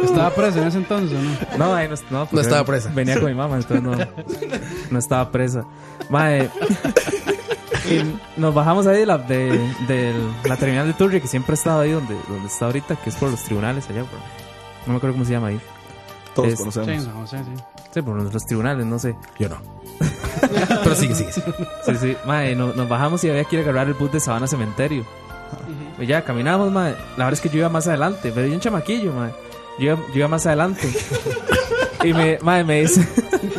Estaba preso en ese entonces, ¿o ¿no? No, ahí no, no, porque No estaba presa. Venía con mi mamá, entonces no, no estaba presa. Mae. Y nos bajamos ahí de la, de, de la terminal de Turri, que siempre ha estado ahí donde, donde está ahorita, que es por los tribunales allá. por- no me acuerdo cómo se llama ahí. Todos Es- conocemos. Sí, no, sí, sí. Sí, por los tribunales, no sé. Yo no. Pero sigue, sigue. Sí, sí. Mae, no- nos bajamos y había que ir a agarrar el bus de Sabana Cementerio. Y ya caminamos, mae. La verdad es que yo iba más adelante, pero yo un chamaquillo, mae. Yo, iba- yo iba más adelante. y me, mae, me dice,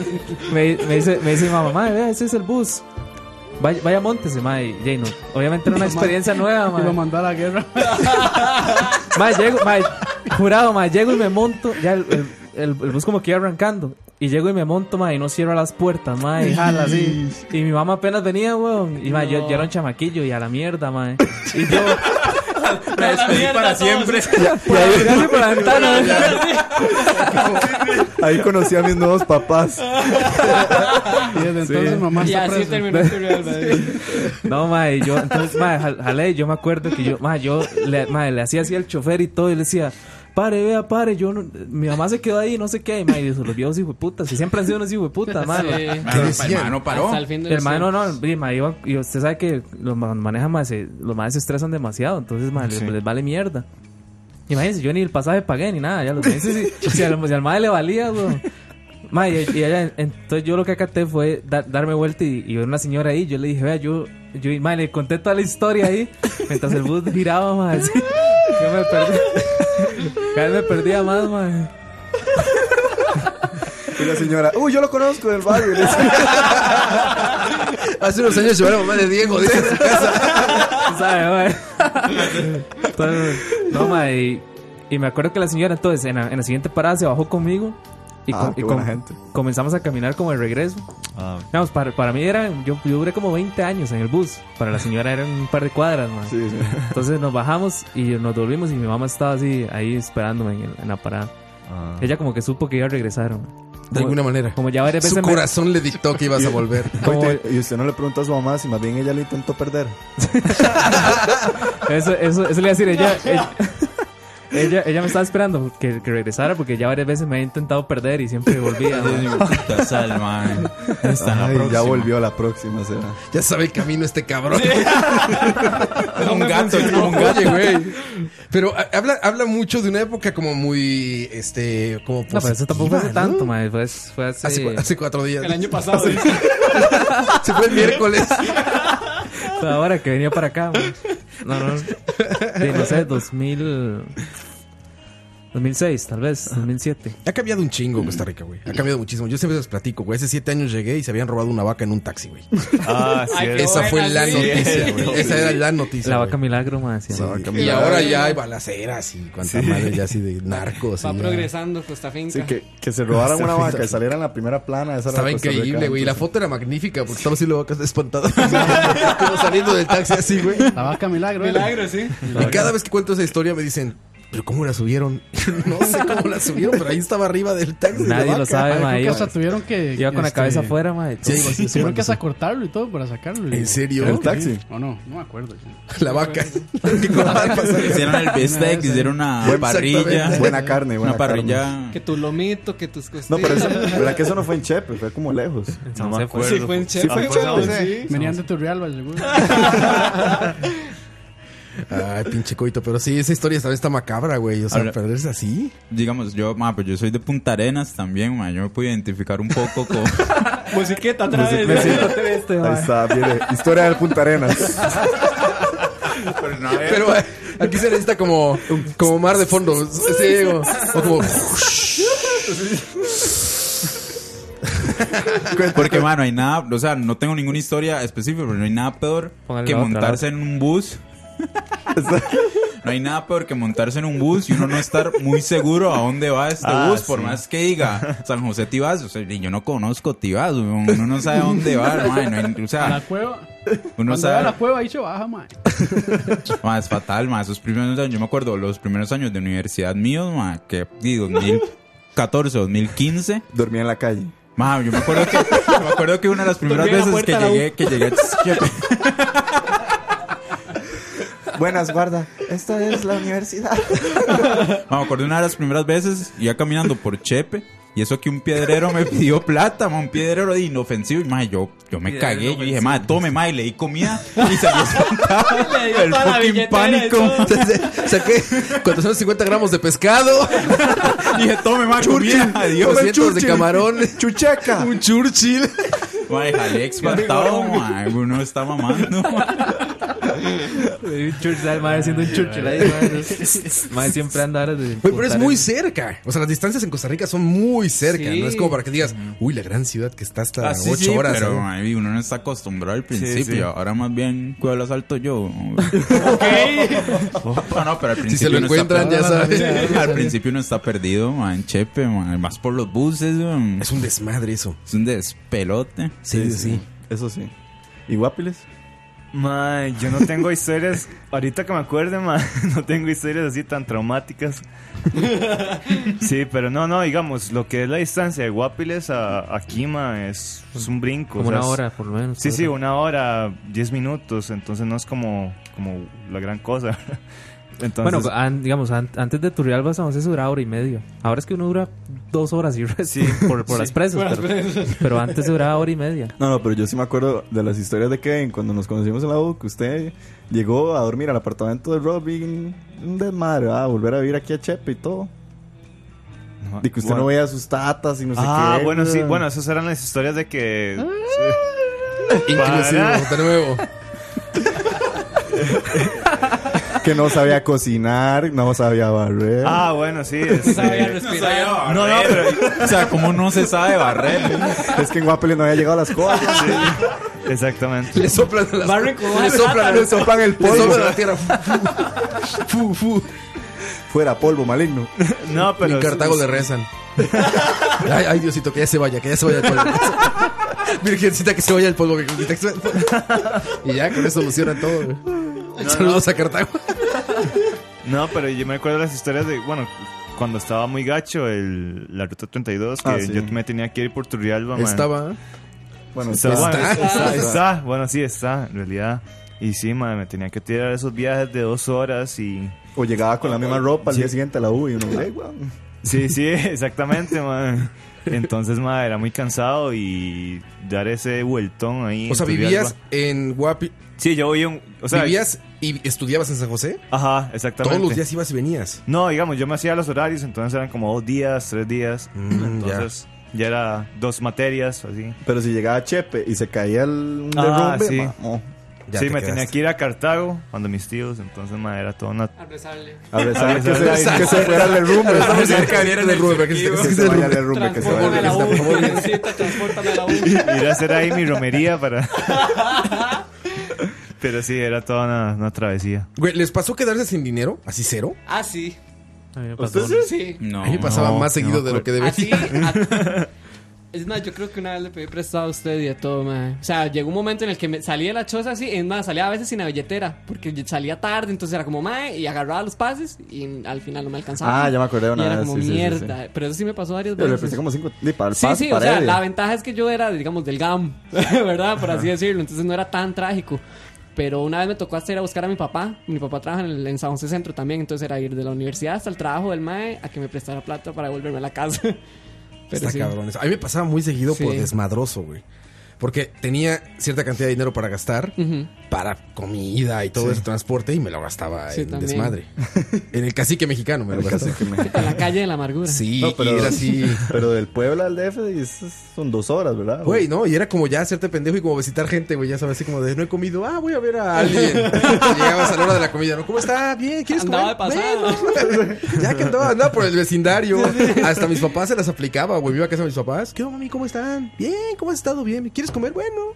me, me dice, me dice mi mamá, mae, vea, ese es el bus. Vaya, vaya montese, mae. Y ahí no- obviamente era una experiencia nueva, Y lo mae. mandó a la guerra. Mae, llego, mae, jurado, mae, llego y me monto. Ya el, el- el- el bus como que iba arrancando. Y llego y me monto, mae, y no cierra las puertas, mae, y jala así. Y mi mamá apenas venía, weón. Y mae, yo, yo era un chamaquillo y a la mierda, mae. Y yo. La despedí para siempre. Y ahí casi por la ventana. Ahí conocí a mis nuevos papás. Y desde entonces mamá Y está así presa. terminó Turrialba. No, mae, yo, entonces, mae, jal- jalé, yo me acuerdo que yo, mae, yo le, mae, le hacía así al chofer y todo, y le decía, pare, vea, pare, yo, no- mi mamá se quedó ahí, no sé qué, y mae, los viejos hijos de puta, si siempre han sido unos hijos de puta, mae. Mae, el mae no paró. Hasta el fin de El mae, no, no, y, mae, iba- y usted sabe que los ma- manejan, mae, se- los maes se estresan demasiado, entonces, mae, les, Sí. les vale mierda. Imagínense, yo ni el pasaje pagué ni nada, ya los maes, si, si al, si al mae le valía, weón. Ma, y, y ella- entonces yo lo que acaté fue da- darme vuelta y, y ver una señora ahí. Yo le dije, vea, yo, yo y, ma, le conté toda la historia ahí mientras el bus giraba, ma. así. Yo me perdí. Cada vez me perdía más, ma. Y la señora, uy, yo lo conozco del barrio. Le dice, Hace unos años llevó a la mamá de Diego, dice en su casa. ¿Sabes, ma? Entonces, no, ma, y, y me acuerdo que la señora entonces en la, en la siguiente parada se bajó conmigo. Y, Ah, com- qué y buena com- gente. comenzamos a caminar como de regreso. Ah, Vamos, para, para mí era, yo, yo duré como 20 años en el bus. Para la señora eran un par de cuadras, man. Sí, sí. Entonces nos bajamos y nos volvimos y mi mamá estaba así ahí esperándome en, el- en la parada. Ella como que supo que iba a regresar. man. Ah. De alguna manera. Como ya varias Su veces me- corazón le dictó que ibas a volver. "Oye, Y usted no le pregunta a su mamá si más bien ella le intentó perder. Eso, eso, eso le iba a decir, ella, ella, ella, ella me estaba esperando que, que regresara porque ya varias veces me había intentado perder y siempre volvía. man. Puta sal, mae. Hasta la Ay, próxima. ya volvió la próxima será. Ya sabe el camino este cabrón. Como un gato, como un gato. Oye, güey. Pero ah, habla, habla mucho de una época como muy, este, como No, pero eso tampoco fue hace positiva, ¿no? tanto, man. Fue, fue hace... Hace, cu- hace cuatro días. El año pasado. ¿eh? Se fue el miércoles. Fue ahora que venía para acá, güey. No, no. De, no sé, 2000. 2006, tal vez, 2007. Ah. Ha cambiado un chingo Costa Rica, güey. Ha cambiado muchísimo. Yo siempre les platico, güey. Hace siete años llegué y se habían robado una vaca en un taxi, güey. Ah, sí. Ay, qué Esa fue buena, la sí. noticia, güey. Esa era la noticia. La güey. vaca milagro, man. decía, man. Sí, Y ahora ya hay balaceras y cuanta madre ya así de narcos. Va y ya. progresando Costa Finca. Sí, que, que se robaran una vaca y salieran en la primera plana. Esa era Estaba la Costa Rica increíble, güey. Y La antes. foto era magnífica porque estaba así la vaca espantada. Como saliendo del taxi así, güey. La vaca milagro. ¿eh? Milagro, sí. Y cada vez que cuento esa historia me dicen, ¿Pero cómo la subieron? no sé cómo la subieron, pero ahí estaba arriba del taxi. de Nadie vaca. lo sabe, ma. que hasta tuvieron que. Iba con la cabeza afuera, ma. Sí, Sí, tuvieron que sí. sacortarlo y todo para sacarlo. ¿En serio? ¿En el taxi? O no, no me acuerdo. La vaca. Hicieron el bistec, hicieron una Buen- parrilla. exactamente. Buena carne, buena Una parrilla. Que tu lomito, que tus costillas. No, pero eso, ¿verdad que eso no fue en Chepe? Fue como lejos. No me acuerdo. Sí, fue en Chepe. Sí, fue en Chepe, Ah, fue en Chepe. sí. Venían de Turrialba, seguro. Ay, pinche coito. Pero sí, esa historia también está macabra, güey. O sea, Ahora- perderse así. Digamos, yo, ma, pues yo soy de Punta Arenas también, ma. Yo me puedo identificar un poco con. Musiqueta otra vez, este, Musiqueta. ¿no? Triste, Ahí man. está, Ah, viene. Historia del Punta Arenas. Pero eh, aquí se necesita como, como mar de fondo. Sí, o, o como. Porque, mano, hay nada. O sea, no tengo ninguna historia específica, pero no hay nada peor Póngale que la otra, montarse la en un bus. No hay nada peor que montarse en un bus y uno no estar muy seguro a dónde va este Ah, bus, por sí. más que diga San José Tibás. O sea, y yo no conozco Tibás, weón. uno no sabe a dónde va, hermano. No hay- O A la sea, cueva. uno Cuando va a sabe. la cueva, ahí se baja, ma. Ma, es fatal, ma. Esos primeros años, yo me acuerdo, los primeros años de universidad míos, ma, que di, 2014, 2015. Dormía en la calle. Ma, yo me acuerdo que, yo me acuerdo que una de las primeras Dormía en la veces que puerta de la llegué, U. que llegué, Buenas, guarda. Esta es la universidad. ma, me acuerdo una de las primeras veces, iba caminando por Chepe. Y eso que un piedrero me pidió plata, ma, un piedrero de inofensivo. Y ma, yo, yo me Piedrero cagué. Yo dije, ma, tome, ma, y le di comida. Y salió espantado. El fucking pánico. Saqué 450 gramos de pescado. Dije, tome, ma, comida. Adiós. 200 de camarones. Chuchaca. Un Churchill. Ma, jalé espantado, ma. Uno está mamando. Un Churchill, el madre siendo un Churchill ahí, madre. Madre siempre anda ahora de. Güey, Pues, pero es muy cerca. O sea, las distancias en Costa Rica son muy cerca. Sí. No es como para que digas, uy, la gran ciudad que está hasta Ah, sí, 8 sí, horas. Pero ¿eh?" ay, uno no está acostumbrado al principio. sí. Ahora más bien, ¿cuál lo salto yo? No, no, pero al principio. Si se lo uno está encuentran, ya perdido. saben. Al principio uno está perdido, man, en Chepe, man, más por los buses. Es un desmadre eso. Es un despelote. Sí, sí. Eso sí. ¿Y Guapiles? Mae, yo no tengo historias. Ahorita que me acuerde, mae, no tengo historias así tan traumáticas. Sí, pero no, no, digamos, lo que es la distancia de Guapiles a, a Quima es, es un brinco. Como o sea, una es- hora, por lo menos, Sí, creo sí, que. una hora, diez minutos, entonces no es como, como la gran cosa. Entonces, bueno, ah, an- digamos, an- antes de Turrialba San José se duraba hora y media. Ahora es que uno dura dos horas y resto por, por Sí. las presas. Por las pero, presas. pero antes se duraba hora y media. No, no, pero yo sí me acuerdo de las historias de Kevin cuando nos conocimos en la U, que usted llegó a dormir al apartamento de Robin, un desmadre, a volver a vivir aquí a Chepe y todo. Y que usted no bueno. veía sus tatas y no sé ah, qué. bueno, sí, güey. bueno, esas eran las historias de que... Inclusivo, Para- de nuevo. Que no sabía cocinar, no sabía barrer. Ah, bueno, sí. este- respirar. No, no, pero... O sea, como no se sabe barrer. Es que en Guapiles no había llegado las cosas. Exactamente. Le soplan a las Barry con le soplan, Le soplan el polvo. Le soplan a la tierra. Fu, fu. Fuera polvo maligno. No, pero. En Cartago le rezan. Ay, ay, Diosito, que ya se vaya, que ya se vaya el polvo. Virgencita, que se vaya el polvo. virgencita, que se vaya el polvo. Y ya, con eso solucionan todo. güey. Saludos a Cartago. No, pero yo me acuerdo las historias de, bueno, cuando estaba muy gacho el, la ruta 32, que Ah, sí. yo me tenía que ir por Turrialba, man. Estaba. Bueno, Está, está. bueno, está, Está. está, está. Bueno, sí, está, en realidad. Y sí, man, me tenía que tirar esos viajes de dos horas y... Ah, O llegaba con la misma ropa al día siguiente a la U y uno, ¿eh? "Ey, weón". Sí, sí, exactamente, man. Entonces, man, era muy cansado y dar ese vueltón ahí. O sea, en Turrialba. vivías en Guapi. Sí, yo vivía un... O sea, ¿Vivías y estudiabas en San José? Ajá, exactamente. Todos los días ibas y venías. No, digamos, yo me hacía los horarios, entonces eran como dos días, tres días. Mm, entonces ya. era dos materias, así. Pero si llegaba Chepe y se caía el un Ah, derrumbe, sí. ma, no. sí, me tenía que ir a Cartago cuando mis tíos, entonces ma, era todo una... A rezar que rezarle se- ahí. que se fuera el derrumbe. A rezar Que se- que cayera el derrumbe, que se- que se vaya el derrumbe, que se vaya el derrumbe. Ir a hacer ahí mi romería para... Pero sí, era toda una, una travesía. Güey, ¿les pasó quedarse sin dinero? ¿Así cero? Ah, sí. A mí me pasó. ¿Usted sí? a mí me pasaba más seguido de lo que debía. Así, a- Ah, Es más, yo creo que una vez le pedí prestado a usted y de todo, mae. O sea, llegó un momento en el que me salí de la choza así, es más, salía a veces sin la billetera, porque yo salía tarde, entonces era como mae, y agarraba los pases y al final no me alcanzaba. Ah, ya me acordé de una Y era vez, como sí, sí, sí, mierda. sí. Pero eso sí me pasó varias Yo veces. le presté como cinco. di, para el Sí, pas- sí, o para sea, él. la ventaja es que yo era, digamos, del GAM, ¿verdad? Por así decirlo, entonces no era tan trágico. Pero una vez me tocó hasta ir a buscar a mi papá. Mi papá trabaja en, el- en San José Centro también, entonces era ir de la universidad hasta el trabajo del MAE a que me prestara plata para volverme a la casa. Pero Está sí. cabrón eso. A mí me pasaba muy seguido por Sí. desmadroso, güey. Porque tenía cierta cantidad de dinero para gastar, Ujú. para comida y todo Sí. ese transporte, y me lo gastaba Sí, en también. desmadre. en el cacique mexicano me lo gastaba. En la calle de la amargura. Sí, y era así. Pero del Puebla al DF y eso son dos horas, ¿verdad? Güey, no, y era como ya hacerte pendejo y como visitar gente, güey, ya sabes, así como de no he comido, ah, voy a ver a alguien. Llegabas a la hora de la comida, ¿no? ¿Cómo está? Bien, ¿quieres Andaba comer? de Bueno. ya que andaba, andaba por el vecindario. Hasta mis papás se las aplicaba, güey. Iba a casa de mis papás. ¿Qué onda, mami? ¿Cómo están? Bien, ¿cómo has estado? Bien, ¿quieres comer? Bueno.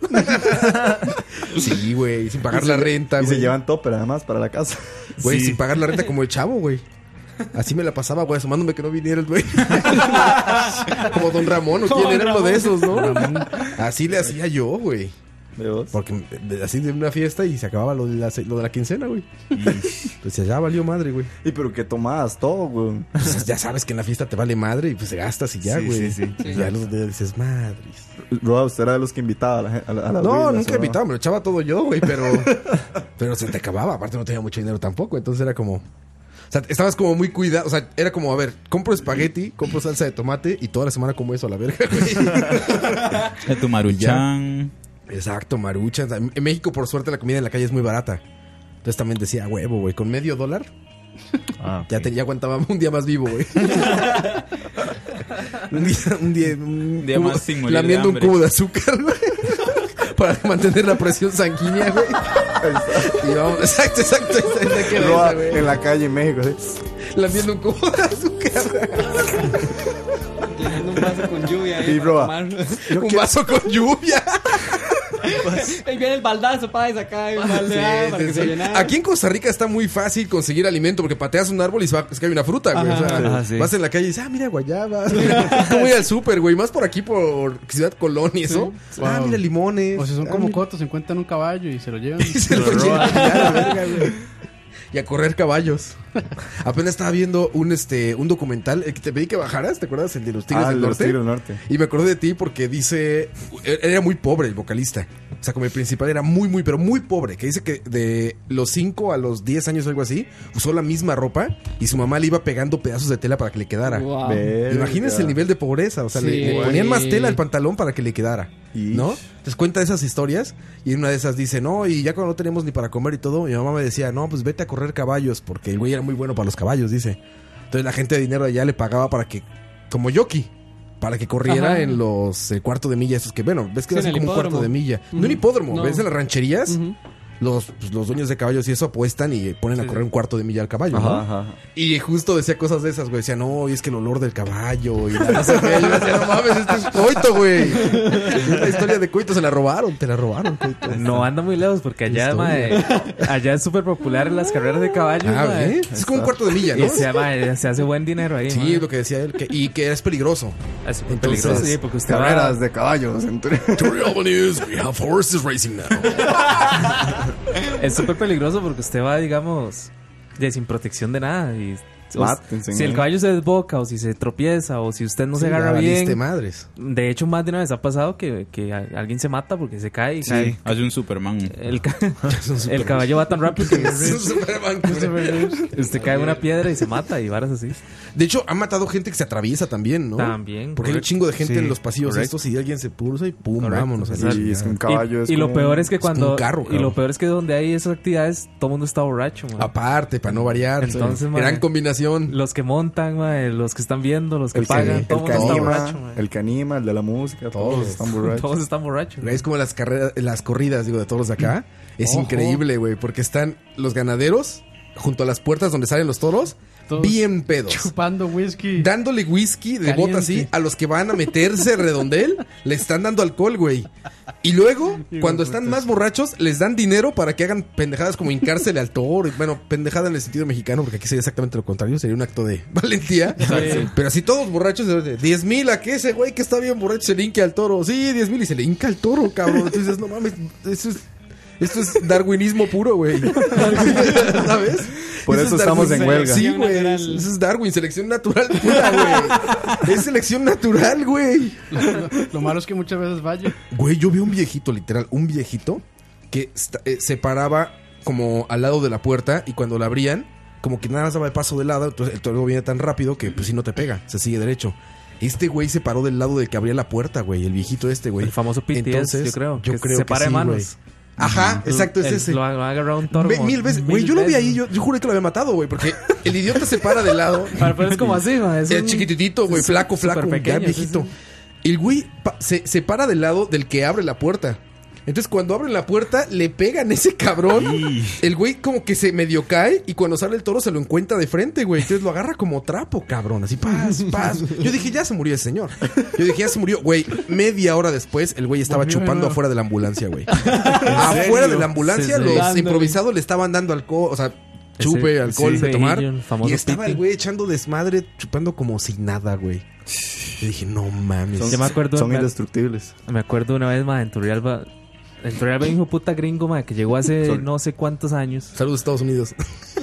sí, güey, sin pagar Y la se- renta, Y güey. se llevan topper además para la casa. Güey, sin pagar la renta como el chavo, güey. Así me la pasaba, güey, asomándome que no viniera el güey. como Don Ramón, o Como quién Don era uno de Ramón. esos, ¿no? Ramón. Así le hacía yo, güey. Porque de- así de una fiesta y se acababa lo de la, lo de la quincena, güey. pues ya valió madre, güey. ¿Y pero qué tomabas todo, güey? Pues ya sabes que en la fiesta te vale madre y pues gastas y ya, Sí, güey. sí, sí. Y Ya los dedos dices, madre. Roa, usted era de los que invitaba a la, gen- a la- a las No, ruinas, nunca ¿o invitaba, me lo echaba todo yo, güey, pero. pero se te acababa, aparte no tenía mucho dinero tampoco, entonces era como. O sea, estabas como muy cuidado. O sea, era como, a ver, compro espagueti, compro salsa de tomate y toda la semana como eso a la verga, güey. tu maruchan. Exacto, maruchan. En México, por suerte, la comida en la calle es muy barata. Entonces también decía, "A huevo, güey, con medio dólar. Ah, ya, te- ya aguantaba un día más vivo, güey. un día, un día, un día cubo- más sin morir de lamiendo un hambre. cubo de azúcar, güey. para mantener la presión sanguínea, güey. Y vamos- exacto, exacto, exacto, exacto, que era Roa, esa, güey. en la calle en México. ¿eh? ¿sí? Lamiendo un cubo de azúcar. un vaso con lluvia. ¿eh? Y Roa. un vaso con lluvia. Ahí viene el baldazo, pa, y saca el balde ah, para Sí, que sí, se sí. llenara. Aquí en Costa Rica está muy fácil conseguir alimento porque pateas un árbol y se va- se cae una fruta, güey. Ajá. O sea, Ajá, sí. Vas en la calle y dices, ah, mira, guayabas. Tú voy al súper, güey. Más por aquí, por Ciudad Colón y eso. Ah, mira, limones. "Ah, O si son como cotos, se encuentran un caballo y se lo llevan. se lo llevan ya, la verga, güey. Y a correr caballos. Apenas estaba viendo un este un documental el que te pedí que bajaras, ¿te acuerdas? El de los Tigres Ah, del los Norte. Tigres del Norte. Y me acordé de ti porque dice era muy pobre el vocalista. O sea, como el principal era muy muy pero muy pobre, que dice que de los 5 a los 10 años o algo así, usó la misma ropa y su mamá le iba pegando pedazos de tela para que le quedara. Wow. Imagínense Verga. el nivel de pobreza, o sea, le, Sí. le ponían más Güey. tela al pantalón para que le quedara. ¿No? Entonces cuenta esas historias y en una de esas dice, no, y ya cuando no tenemos ni para comer y todo, mi mamá me decía, no, pues vete a correr caballos, porque el güey era muy bueno para los caballos, dice. Entonces la gente de dinero allá le pagaba para que, como jockey, para que corriera Ajá. en los eh, cuarto de milla, esos que, bueno, ves que Sí, en hacen el como un cuarto de hipódromo. milla. Ujú. No en hipódromo, No. ves en las rancherías, los, pues, los dueños de caballos y eso apuestan y ponen a correr un cuarto de milla al caballo, Ajá, ¿no? ajá, ajá. Y justo decía cosas de esas, güey. Decía, no, y es que el olor del caballo. Y la no sé qué. Yo decía, no mames, este es coito, güey. Esta historia de coito se la robaron, te la robaron, coito. No anda muy lejos porque allá, Historia. mae, allá es súper popular las carreras de caballo. Ah, mae. ¿ves? Es como un cuarto de milla, ¿no? Y se, mae, se hace buen dinero ahí. Sí, lo que decía él. que- y que es peligroso. Es súper Entonces, peligroso. Sí, porque usted va- caballos. To the avenues, we have horses racing now. Es súper peligroso porque usted va, digamos, de sin protección de nada. Y, o- Mátense, si el ¿no? caballo se desboca o si se tropieza o si usted no Sí, se agarra ya valiste bien. madres. De hecho, más de una vez ha pasado que, que a- alguien se mata porque se cae. Y cae. Hace un Superman. El, ca- el caballo va tan rápido que usted cae en una piedra y se mata y varas así. De hecho, ha matado gente que se atraviesa también, ¿no? También, Porque hay un correcto. chingo de gente Sí, en los pasillos correcto. estos y alguien se pulsa y pum, Correcto, vámonos. o sea, así. y, y lo peor es que como cuando un carro, y cabrón. lo peor es que donde hay esas actividades todo el mundo está borracho man. aparte para no variar entonces man, gran combinación los que montan man, los que están viendo los que El, pagan que- todo el mundo el está canima, borracho man. el canima, el de la música, todos, están borrachos. todos están borrachos Es como las carreras, las corridas, digo, de todos los de acá. Es Ojo. increíble, güey, porque están los ganaderos junto a las puertas donde salen los toros bien pedos. Chupando whisky. Dándole whisky de Caliente. bota así a los que van a meterse redondel, le están dando alcohol, güey. Y luego, cuando están más borrachos, les dan dinero para que hagan pendejadas como hincársele al toro. Y, Bueno, pendejada en el sentido mexicano, porque aquí sería exactamente lo contrario, sería un acto de valentía. Exacto. Pero así todos borrachos, de 10 mil a que ese güey que está bien borracho se le hinque al toro. Sí, 10 mil y se le hinca al toro, cabrón. Entonces, no mames, eso es, esto es darwinismo puro, güey. ¿Sabes? Por eso estamos en huelga. Sí, güey. Eso es Darwin, selección natural pura, güey. Es selección natural, güey. Lo, lo malo es que muchas veces vaya. Güey, yo vi un viejito, literal, un viejito que esta- eh, se paraba como al lado de la puerta y cuando la abrían, como que nada más daba el paso de lado, entonces el toro viene tan rápido que pues si no te pega, se sigue derecho. Este güey se paró del lado del que abría la puerta, güey, el viejito este, güey. El famoso BTS, yo creo, que se para de manos. Ajá, Ujú. exacto, es El- ese. Lo ha lo ha agarrado un toro. Ve- como mil veces, güey, yo lo vi veces. ahí, yo, yo juré que lo había matado, güey, porque el idiota se para de lado. Pero, pero es como así, ma, es Eh, un- chiquititito, güey, es flaco, flaco, súper un gran pequeño, sí, viejito. El güey pa- se, se para del lado del que abre la puerta. Entonces, cuando abren la puerta, le pegan a ese cabrón. El güey como que se medio cae y cuando sale el toro se lo encuentra de frente, güey. Entonces lo agarra como trapo, cabrón. Así, paz, paz. Yo dije, ya se murió ese señor. Yo dije, ya se murió. Güey, media hora después, el güey estaba Volvió de chupando nuevo. afuera de la ambulancia, güey. Afuera Ah, de la ambulancia, Sí, sí. los Dándole. improvisados le estaban dando alcohol, o sea, chupe, Ese- alcohol ese de tomar. pejillo, el famoso Y estaba el piti. güey echando desmadre, chupando como si nada, güey. Yo dije, no mames. Yo me acuerdo- me- indestructibles. Pues, Me acuerdo una vez, más en Turrialba. En Turrialba hay un hijo puta gringo, ma, que llegó hace Sorry. no sé cuántos años. Saludos, Estados Unidos.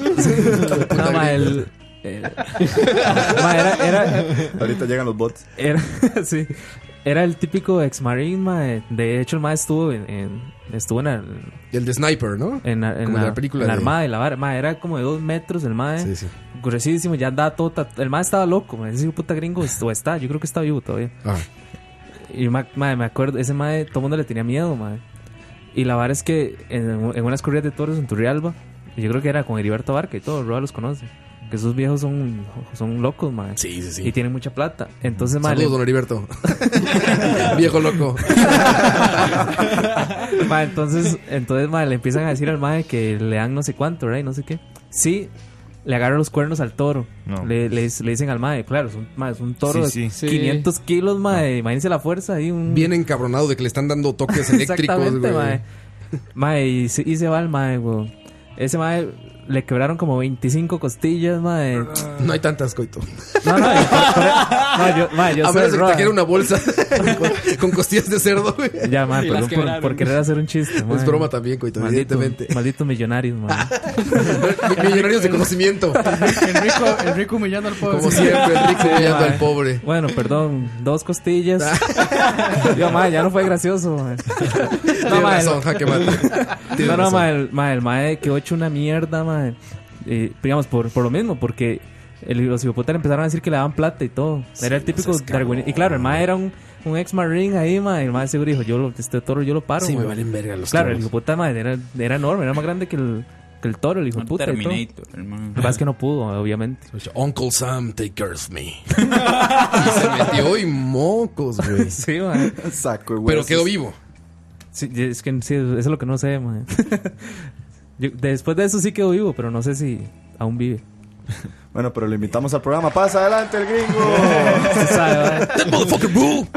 no, ma, el. el- ma, era, era- Ahorita llegan los bots. Era, sí. Era el típico ex marine, mae. De hecho, el mae estuvo en. en- estuvo en. el- El de Sniper, ¿no? En, en Como la, de la película en la de- armada y la vara. Mae, era como de dos metros el mae. Sí, sí. Gruesísimo, ya andaba todo. tat- El mae estaba loco, mae. Ese hijo de puta gringo. O está, yo creo que está vivo todavía. Ah. Y ma- mae, me acuerdo, ese mae, todo el mundo le tenía miedo, mae. Y la vara es que en, en unas corridas de toros en Turrialba, yo creo que era con Heriberto Barca y todo, Roa los conoce. Que esos viejos son, son locos, mae. Sí, sí, sí. Y tienen mucha plata. Entonces, mae. Saludos, le- don Heriberto. Viejo loco. Ma, entonces, entonces ma, le empiezan a decir al mae que le dan no sé cuánto, ¿verdad? Y no sé qué. Sí, le agarran los cuernos al toro. No. Le, le- le dicen al mae, claro, es un, mae, es un toro Sí, de sí. 500 kilos, mae. Imagínense la fuerza ahí. Un... Bien encabronado de que le están dando toques eléctricos, Exactamente, güey. mae. Mae, y se, y se va el mae, güey. Ese mae le quebraron como 25 costillas, mae. No hay tantas, coito. No, no, y por- por- mae, yo, mae, yo a soy menos de que Roa. te quiera una bolsa con, con costillas de cerdo, güey. Ya, mae, perdón por, por querer hacer un chiste, mae. Es broma también, coito, Maldito- evidentemente. Malditos millonarios, mae. Millonarios de conocimiento. El rico, el rico humillando al pobre. Como siempre, el rico Sí, humillando mae. al pobre. Ah. Bueno, perdón, dos costillas. Yo, mae, ya no fue gracioso. mae. Tiene mae, razón, el- jaque mate. Tiene No, no, razón. mae, el, mae, el mae quedó hecho una mierda, mae. Eh, digamos, por, por lo mismo, porque el, los hipopotas empezaron a decir que le daban plata y todo. era el típico Darwin. Y claro, el mae era un, un ex marine ahí, mae. El mae seguro dijo, yo lo- este toro yo lo paro. Sí, me mae. valen verga los Claro, toros. el hipopota, mae, era, era enorme, era más grande que el, que el toro, el hijo de puta. y todo. Terminator, el mae. Lo que pasa es que no pudo, obviamente. Uncle Sam, take care of me. y se metió y mocos, güey. Sí, mae. Saco, de Pero huesos. quedó vivo. Sí, es que sí, eso es lo que no sé, man. Yo- después de eso sí quedó vivo, pero no sé si aún vive. Bueno, pero lo invitamos al programa. Pasa adelante el gringo. That motherfucker rule.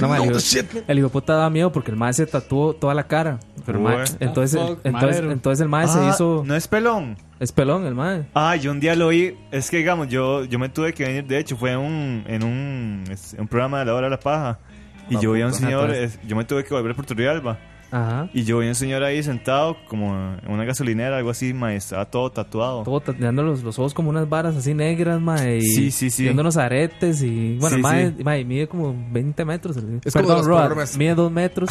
No, man, No, el, the hijo- el hijo puta daba miedo porque el mae se tatuó toda la cara. Pero el mae- What the entonces, fuck, entonces, madero. entonces el mae se Ah, hizo. No es pelón. Es pelón el mae. Ah, yo un día lo oí. Es que, digamos, yo, yo me tuve que venir. De hecho, fue en un, en un, es- un programa de la hora de la paja. Y Ah, yo vi a un puta. señor. Ah, es- yo me tuve que volver por Turrialba. Ajá. Y yo vi a un señor ahí sentado, como en una gasolinera, algo así, mae, estaba todo tatuado. Todo tatuando los, los ojos como unas varas así negras, mae. Y Sí, sí, sí. y unos aretes y. Bueno, Sí, el mae, sí. mae mide como 20 metros. el- Es como de Perdón, los Roa, programas. mide 2 metros.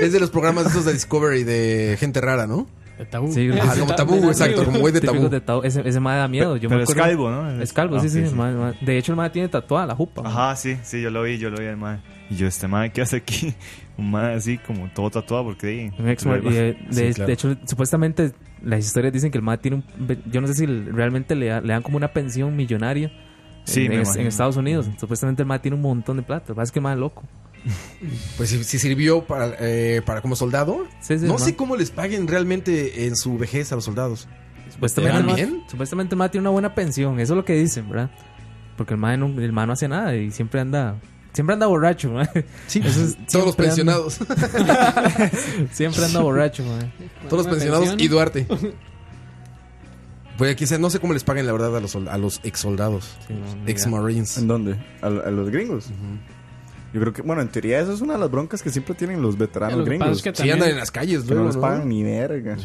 Es de los programas esos de Discovery de gente rara, ¿no? De tabú. Sí, Ah, como tabú, exacto, como güey de Típico tabú. Ese, ese mae da miedo. Yo Pero me es acuerdo- calvo, ¿no? Es calvo, Ah, sí, sí. sí, el sí. mae- mae- De hecho, el mae tiene tatuada la jupa. mae. Ajá, sí, sí, yo lo vi, yo lo vi al mae. Y yo, este mae, ¿qué hace aquí? Un mae así, como todo tatuado, porque. Un ex mar- y, eh, de, de hecho, supuestamente las historias dicen que el MAD tiene un... Yo no sé si el- realmente le, da- le dan como una pensión millonaria Sí, en, me en- imagino. en Estados Unidos. Supuestamente el MAD tiene un montón de plata. Lo que pasa es que el MAD es loco. Pues si, si sirvió para, eh, para como soldado. Sí, sí, no ma. sé cómo les paguen realmente en su vejez a los soldados. Supuestamente, el ma- ¿También? supuestamente el mae tiene una buena pensión, eso es lo que dicen, ¿verdad? Porque el mae no, el mae no hace nada y siempre anda siempre anda borracho, mae. Eso es- todos los siempre anda- pensionados. siempre anda borracho, mae. Todos los Bueno, pensionados pensión. y Duarte. Pues aquí se- no sé cómo les paguen la verdad a los, sol- a los ex soldados. ex Marines. ¿En dónde? ¿A, a los gringos? Yo creo que, bueno, en teoría eso es una de las broncas que siempre tienen los veteranos Lo que pasa gringos. es que Sí, también- andan en las calles que luego, no les ¿no? pagan ni verga.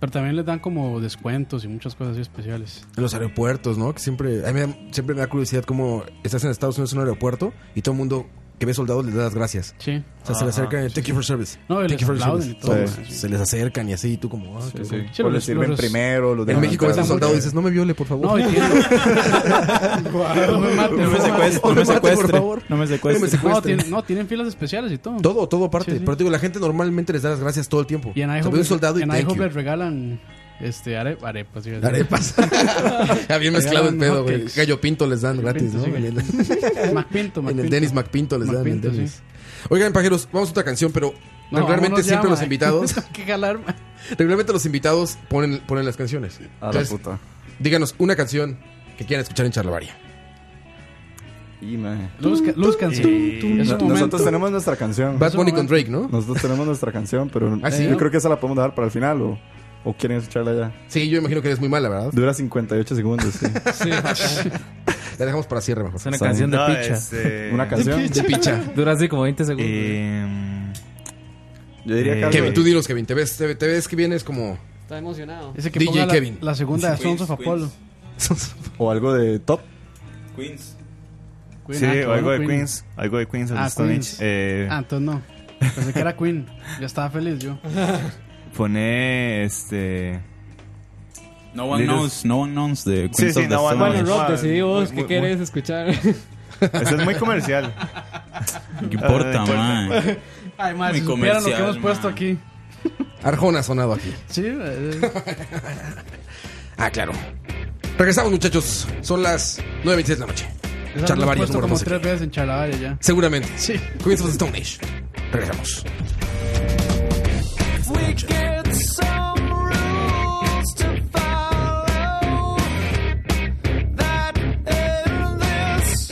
Pero también les dan como descuentos y muchas cosas así especiales. En los aeropuertos, ¿no? Que siempre. A mí me da- siempre me da curiosidad cómo estás en Estados Unidos en un aeropuerto y todo el mundo que ve soldados les da las gracias. Sí. O sea, se le Ajá, acercan y, thank you for service. No, y Thank les you for aplauden service". y todo, Sí. sí. Se les acercan y así, y tú como. ah, qué bueno. sí. Sí, O los- Pues les sirven los- primero, los En dejan México ves a un entrar. soldado y dices, no me viole, por favor. No, y tienen- No me mate, No me no me secuestre, mate, no me por secuestre, favor. no me secuestre. No me secuestre. No, tienen, no, tienen filas especiales y todo. Todo, todo aparte. Sí, sí. Pero te digo, la gente normalmente les da las gracias todo el tiempo. Y en Te IHOP, ve un soldado y en thank IHOP you. les regalan este, are- arepas. iba a decir. Arepas. Ya bien mezclado el Regalan pedo, güey. hotcakes. Gallo Pinto les dan gratis, Pinto, ¿no? sí, En el- McPinto, En el McPinto. Dennis McPinto les dan. en el McPinto, sí. Dennis. Oigan, pajeros, vamos a otra canción, pero No, regularmente vámonos ya, siempre los mae. invitados. Qué jalar, mae. Regularmente los invitados ponen, ponen las canciones. la puta. Díganos una canción que quieran escuchar en Charlavaria. Y, man. Luz, ca- luz canción. Y- Es no- un momento. nosotros tenemos nuestra canción. Eh, Bad Bunny con Drake, ¿no? Nosotros tenemos nuestra canción, pero ¿Ah, sí? yo creo que esa la podemos dejar para el final o, o quieren escucharla ya. Sí, yo imagino que eres muy mala, ¿verdad? Dura 58 segundos. sí. La dejamos para cierre mejor. Es una canción de No, picha. es, eh, Una canción. De picha. Dura así como 20 segundos. Em, Yo diría que algo Kevin, de- Eh, tú dilos, Kevin. Te ves, te, te ves que vienes como Está emocionado. Ese que DJ ponga la- Kevin. La, segunda de Queens, Sons of Apollo. o algo de top. Queens. Sí, ah, o algo de Queen. Queens. Algo de Queens of the Ah, Stone Age. Queens. Eh, Ah, entonces no. Pensé que era Queen. Yo estaba feliz yo. Pone este. No one Little- knows, no one knows de Queens Sí, sí, of the no one Stone knows. Age. Rob, Ah, decidí vos muy- muy- qué quieres escuchar. Eso es muy comercial. Ah, ¿Qué importa, man? Ay, mae, Muy si supieran lo que comercial, hemos puesto mae. aquí. Arjona sonado aquí. Sí, eh, Ah, claro. Regresamos, muchachos. Son las 9.26 de la noche. esa la hemos Charlavaria puesto número como 12. tres veces en Charlavaria ya. Seguramente. Sí. Queens of the Stone Age. Regresamos. We get some rules to follow that endless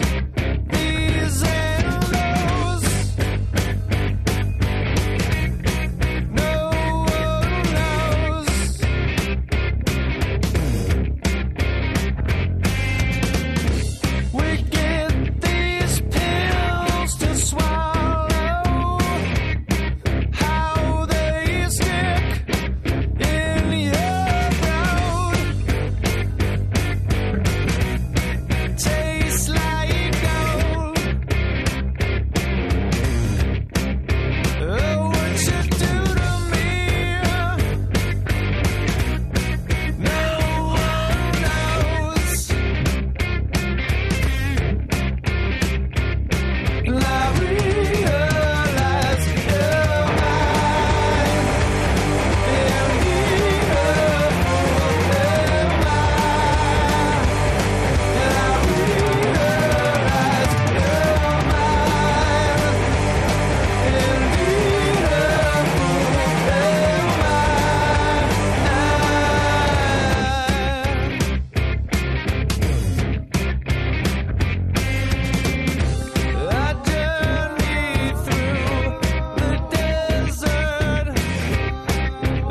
these and No one knows. We get these pills to swallow how they stick. Oh, Uh,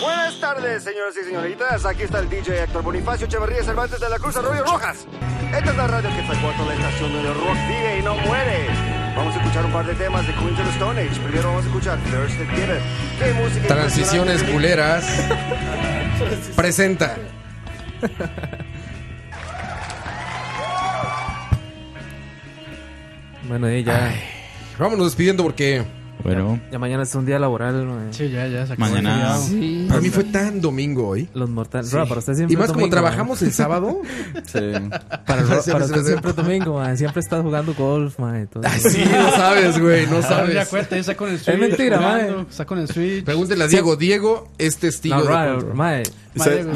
Buenas tardes, señoras y señoritas. Aquí está el DJ Héctor Bonifacio Echeverría Cervantes de la Cruz Arroyo Rojas. Esta es la radio que sacó a toda la estación de rock vive y no muere. Vamos a escuchar un par de temas de Queens of the Stone Age. Primero vamos a escuchar First It Given. ¡Qué música Transiciones impresionante! culeras. Presenta. Bueno, y ya. Vámonos despidiendo porque. Bueno. Ya mañana es un día laboral, mae. Sí, ya, ya. Mañana. Sí. Para mí fue tan domingo hoy. Los mortales. Roa, para usted siempre Y más es como domingo, trabajamos mae. el sábado. Para, Siempre Roa- para se me usted hace- siempre es domingo, mae. Siempre estás jugando golf, mae. entonces- Sí, no sabes, güey, no Ahora ya sabes. cuenta, está con el Switch. Es mentira, mae. jugando, Está con el Switch. Pregúntele a Diego. Diego es testigo No, de Roa, control. mae. Mae, Diego,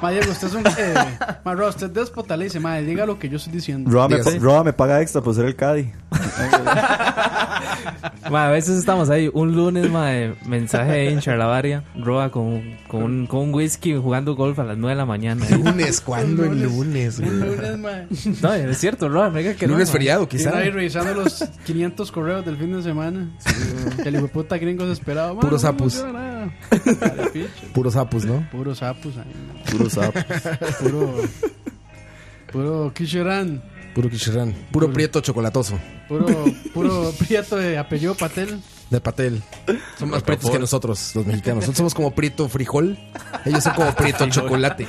Mae, Diego, usted es un. Eh, mae, Roa, usted es déspota, le dice, mae, diga lo que yo estoy diciendo. Roa me, Diga, pa- Roa me paga extra por ser el Cadi. Mae, a veces estamos ahí un lunes, mae, mensaje en Charlavaria, Roa con, con, un, con un whisky jugando golf a las 9 de la mañana. ¿Lunes? ¿Cuándo el lunes, güey? Lunes, mae. No, es cierto, Roa, me diga que no, Lunes mae. feriado, Y ahí revisando los 500 correos del fin de semana. Que el hijo de puta gringo desesperado. mae, Puros no me sapos. funciona nada. Puros sapos, ¿no? Puros sapos. ahí. Puros sapos. Puro. Puro Kishiran. Puro quicherán. Puro, prieto chocolatoso. Puro, puro prieto de apellido Patel. De patel. Son más Por prietos favor. que nosotros, los mexicanos. Nosotros somos como prieto frijol. Ellos son como prieto chocolate.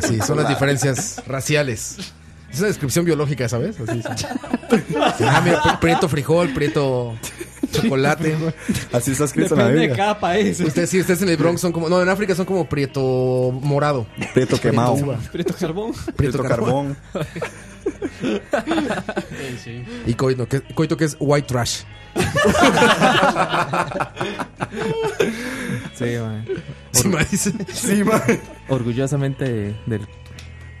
Sí, son las diferencias raciales. Es una descripción biológica, ¿sabes? Así es. Ah, mira, pri- prieto frijol, prieto chocolate. Así está escrito en la Depende de Biblia. cada país. Ustedes, sí, ustedes en el Bronx son como. No, en África son como prieto morado. Prieto quemado. uva. Prieto Carbón. Prieto carbón. Y coito que, coito que es white trash. Sí, mae. Sí, mae, dice. Sí, mae. Orgullosamente de- del.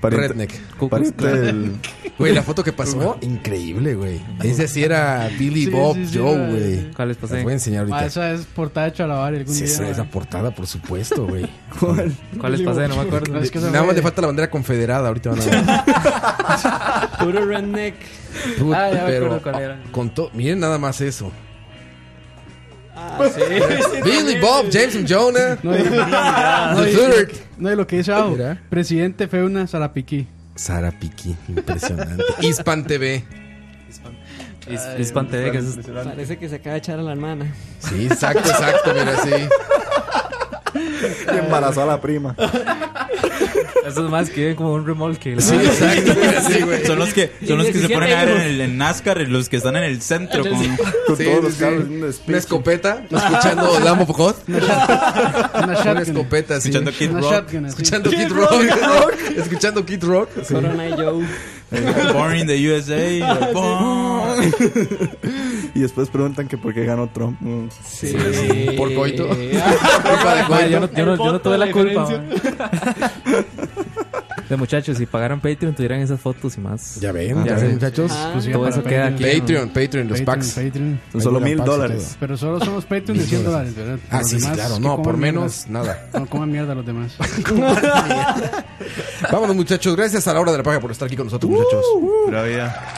Pariente- Redneck. Ku Klux pariente Klan. del- Güey, la foto que pasó, increíble, güey. Ese sí era Billy Sí, Bob sí, sí, Joe, era- güey. ¿Cuál les pasé? Les voy a enseñar Ah, ahorita. esa es portada de Chalabar algún Sí, día. esa, esa portada, por supuesto, güey. ¿Cuál? ¿Cuál les pasé? No me acuerdo. Es que esa Nada fue- más le falta la bandera confederada, ahorita van a ver. Puro redneck. Put- Ah, ya me pero acuerdo cuál era. con to- miren nada más eso. Ah, Sí, sí, Billy también. Bob, Jameson Jonah, No, y- no, The y- Third. no, y lo que dice Ao, presidente fue una zarapiquí. Sara Piqui, impresionante. Hispan TV. His- Hispan TV, que es- Parece que se acaba de echar a la hermana. Sí, exacto, exacto, mira, sí. Y embarazó a la prima. Esos más que viven como un remolque. Sí, exacto, sí, güey. Son los que, son los que se 17 ponen a ver en, euros. el, en NASCAR, los que están en el centro con, con Sí, todos sí, los sí. carros. Una escopeta, escuchando Lambo Hot. Una shotgun. escopeta, sí. Escuchando Kid Una Rock. shotgun, así. Escuchando Kid Kid Rock, Rock. Kid Rock. Escuchando Kid Rock. sí. Corona y Joe. Born in the USA. Ah, born. Y después preguntan que por qué ganó Trump. Mm. Sí. Por coito. Culpa de Culpa Mae, de yo, no, coito. yo no- yo no tuve la de culpa. diferencia. mae. De muchachos, si pagaran Patreon, tuvieran esas fotos y más. Ah, Ya ven, ya ven, muchachos. Ah. Pues Todo eso queda aquí. Patreon, mae. Patreon, los packs. Ahí van packs y todo. Pero solo son los Patreon de 100 dólares, ¿verdad? Ah, Los sí, sí, demás, claro. que No, coman por mierda. menos, nada. No coman mierda los demás. Vámonos, muchachos. Gracias a la hora de la paga por estar aquí con nosotros, muchachos. No, hombre,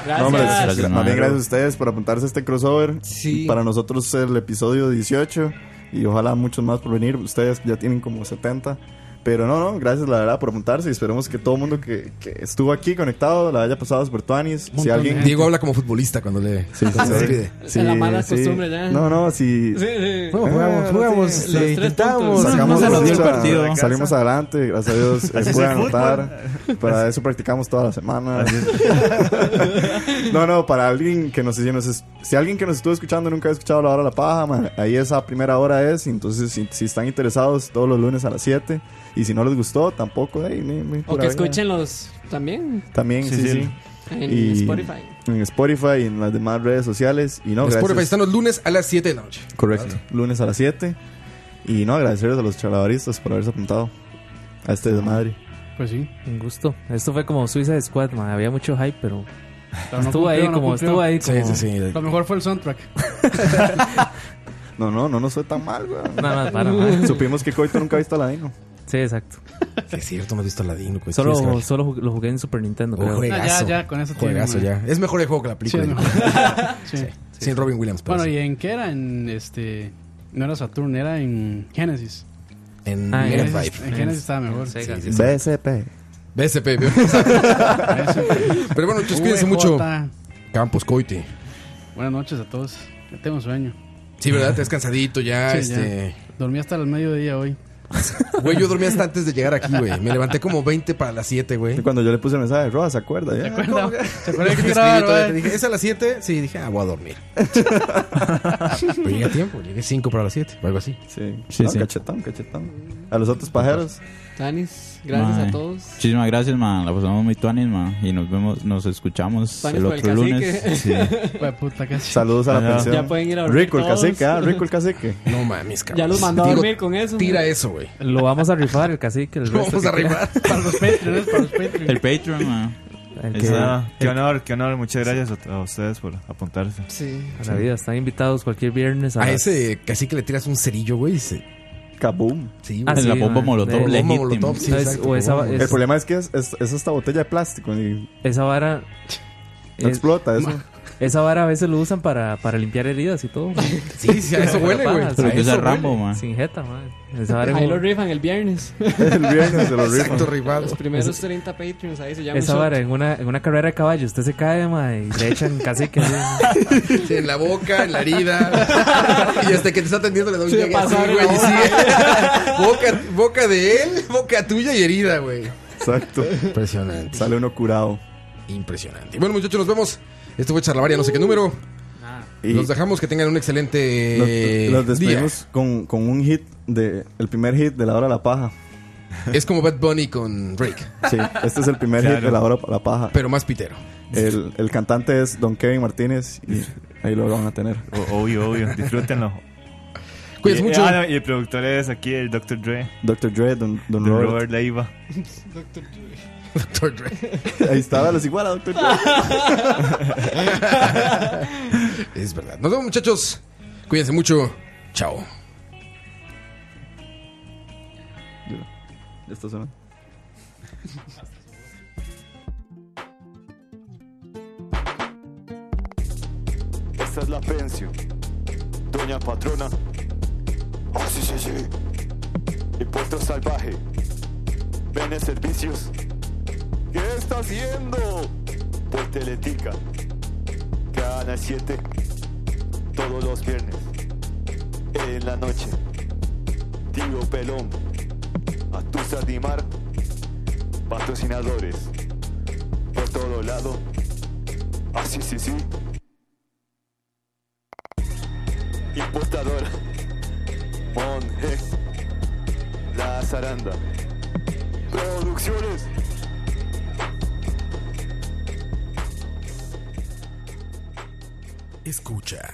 Gracias. Uh, gracias. Más bien gracias a ustedes por apuntarse a este crossover. Sí. Para nosotros es el episodio 18 y ojalá muchos más por venir. Ustedes ya tienen como 70. Pero no, no, gracias la verdad por apuntarse y esperemos que todo el mundo que, que estuvo aquí conectado la haya pasado super tuanis. Si ¿eh? alguien... eh. Diego habla como futbolista cuando le Sí, cuando se sí. despide. Sí, sí. ¿eh? No, no, si... Ah. Bueno, jugamos, jugamos, le intentamos. Sacamos Nos la salió el lucha, partido. Salimos adelante, gracias a Dios. Así Se es puede el fútbol. anotar. Para eso practicamos toda la semana. no, no, para alguien que nos, si nos es- si alguien que nos estuvo escuchando nunca ha escuchado la hora de la paja, man, ahí esa primera hora es. Entonces, si, si están interesados, todos los lunes a las 7. Y si no les gustó, tampoco. hey, ni- ni O pura que vida. escuchen los también. También, sí, sí. En Y- Spotify. En Spotify y en las demás redes sociales. Y no, En Spotify gracias. están los lunes a las 7 de la noche. Correcto. Lunes a las 7. Y no, agradecerles a los charlavaristas por haberse apuntado a este desmadre. Pues sí. Un gusto. Esto fue como Suicide Squad, mae. Había mucho hype, pero. Pero no estuvo, cumplió, ahí no como, cumplió. estuvo ahí como. Lo mejor fue el soundtrack. No, no, no nos fue tan mal, güey. No, no, para nada. Supimos que Coito nunca ha visto a la Dino. Sí, exacto. Es cierto, no he visto a Ladino, güey. Tienes que Solo, verlo. solo ju- lo jugué en Super Nintendo, Un creo. Ah, juegazo. Juegazo, ya. Es mejor el juego que la película. Sí, yo es creo. mejor. Sí. Sí. Sin Robin Williams, pero Bueno, sí. ¿y en qué era? En este. No era Saturn, era en Genesis. En Ah, Mega Genesis, Drive. en Genesis estaba mejor. Sega, sí, sí. BSP. BSP, BSP. Pero bueno, entonces cuídense mucho. VJ. Campos, Coite. E Buenas noches a todos. Ya tengo sueño. Sí, ¿verdad? Te has cansadito ya, Sí, este... Dormí hasta el mediodía hoy. Güey, yo dormí hasta antes de llegar aquí, güey. Me levanté como 20 para las 7, güey. Cuando yo le puse el mensaje, Roa, ¿se acuerda? Ya? ¿Cómo que- ¿Te acuerdas que te escribí todavía? Te dije, ¿es a las 7? Sí, dije, ah, voy a dormir. Ah, Pero llega a tiempo, llegué 5 para las 7, o algo así. Sí, Sí, No, sí. Cachetón, cachetón. A los otros pajeros. Tanis, gracias Mae, a todos. Muchísimas gracias, man. La pasamos muy tuanis, man. Y nos vemos, nos escuchamos Tuanis el por el otro lunes. Sí. cacique. Pues puta, casi. Saludos a la Ya. pensión. Ya pueden ir a dormir Rico el todos. cacique, ah, rico el cacique. No mames, cabrón. Ya los mandó a Digo, dormir con eso. Tira mae. eso, güey. Lo vamos a rifar, el cacique. El Lo resto vamos a que queda. rifar. Para los Patreons, para los Patreons. El Patreon, man. El que- Esa- qué el- honor, qué honor. Muchas gracias a, a ustedes por apuntarse. Sí. A la vida, están invitados cualquier viernes. A las- ese casi que le tiras un cerillo, güey. y se- Kaboom. Sí, Ah, güey. sí, man. La De- bomba molotov, sí, Entonces, exacto. o esa- bomba es- El problema es que es, es- es esta botella de plástico. y Esa vara. No explota eso. Esa vara a veces lo usan para, para limpiar heridas y todo. Sí, sí, a eso huele, güey. Pajas, Pero a que eso sea huele. Rambo, man. Sin jeta, man. Esa vara es Ahí como- lo rifan el viernes. El viernes se lo rifan. Exacto, rifado. Los primeros 30 Patreons ahí se llaman. Esa vara, en una, en una carrera de caballo, usted se cae, ma, y le echan cacique. así. Sí, en la boca, en la herida. y hasta que te está atendiendo le da un Se llegue así, pasaron güey. la y sigue. boca, boca de él, boca tuya y herida, güey. Exacto. Impresionante. Sale uno curado. Impresionante. Y bueno, muchachos, nos vemos. Esto fue Charlavaria, no sé qué número. Ah. Y- Los dejamos que tengan un Los, excelente los día. despedimos con, con un hit, de, el primer hit de la hora de la paja. Es como Bad Bunny con Drake. Sí, este es el primer hit Claro. de la hora de la paja. Pero más pitero. El, el cantante es Don Kevin Martínez y ahí lo van a tener. obvio, obvio. Disfrútenlo. Cuídense Y- mucho. ah, no, y el productor es aquí, el Dr. Dre. Dr. Dre, Don, don Don Robert, Robert. Leiva. Dr. Dre. Ahí estaba, los igual a Dr. Dre. Es verdad. Nos vemos, muchachos. Cuídense mucho. Chao. Esto suena. Esta es la pensión. Doña Patrona. Ah, sí, sí, sí. Impuesto salvaje. Bienes servicios. ¿Qué está haciendo? Por Teletica. Cada 7. Todos los viernes. En la noche. Digo Pelón. Atusa Dimar. Patrocinadores. Por todo lado. Ah, sí, sí, sí. Impostadora. Monje. La zaranda. Producciones. Escucha.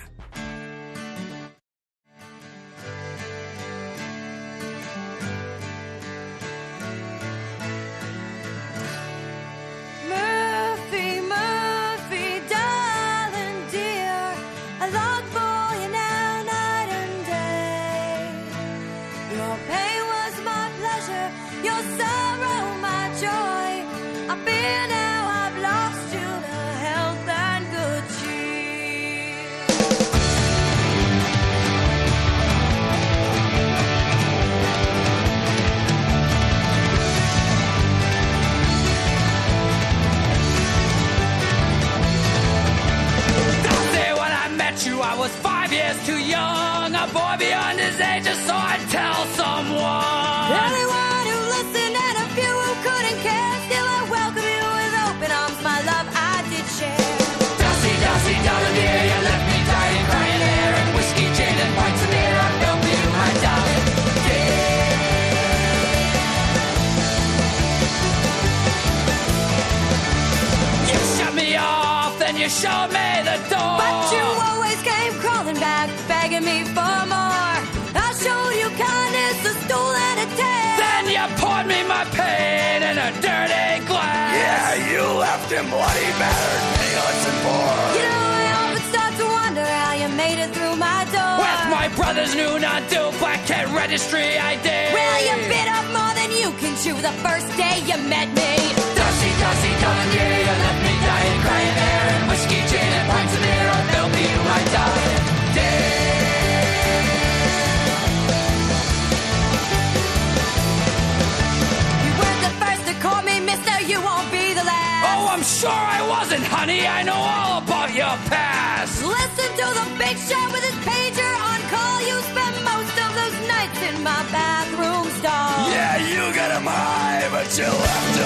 Murphy, Murphy, darling dear, I long for you now, night and day. Your pain was my pleasure, your sorrow my joy. I fear now I've lost you to health and good cheer. That day when I met you, I was five years too young, a boy beyond his age, just so I'd tell someone. Anyone who listened and a few who couldn't care, still I welcome you with open arms, my love I did share. Dusty, dusty, darling dear, you left me dying, crying there, and whiskey, gin, and pints of beer, I've known you, my darling. You shut me off, then you showed me the door. But you always came crawling back, begging me for more. I showed you kindness, a stool and a tail. Then you poured me my pain in a dirty glass. Yeah, you left him bloody battered, penniless and poor. You know, I often start to wonder how you made it through my door. With my brother's new non-due black cat registry ID. Well, you bit off more than you can chew the first day you met me. Dusty, dusty, darling, yeah, you left me dying, crying there. And whiskey, gin, and pints of beer, I'll fill me my darling. Day. Oh, about your past. Listen to the big shot with his pager on call. You spend most of those nights in my bathroom stall. Yeah, you get him high, but you left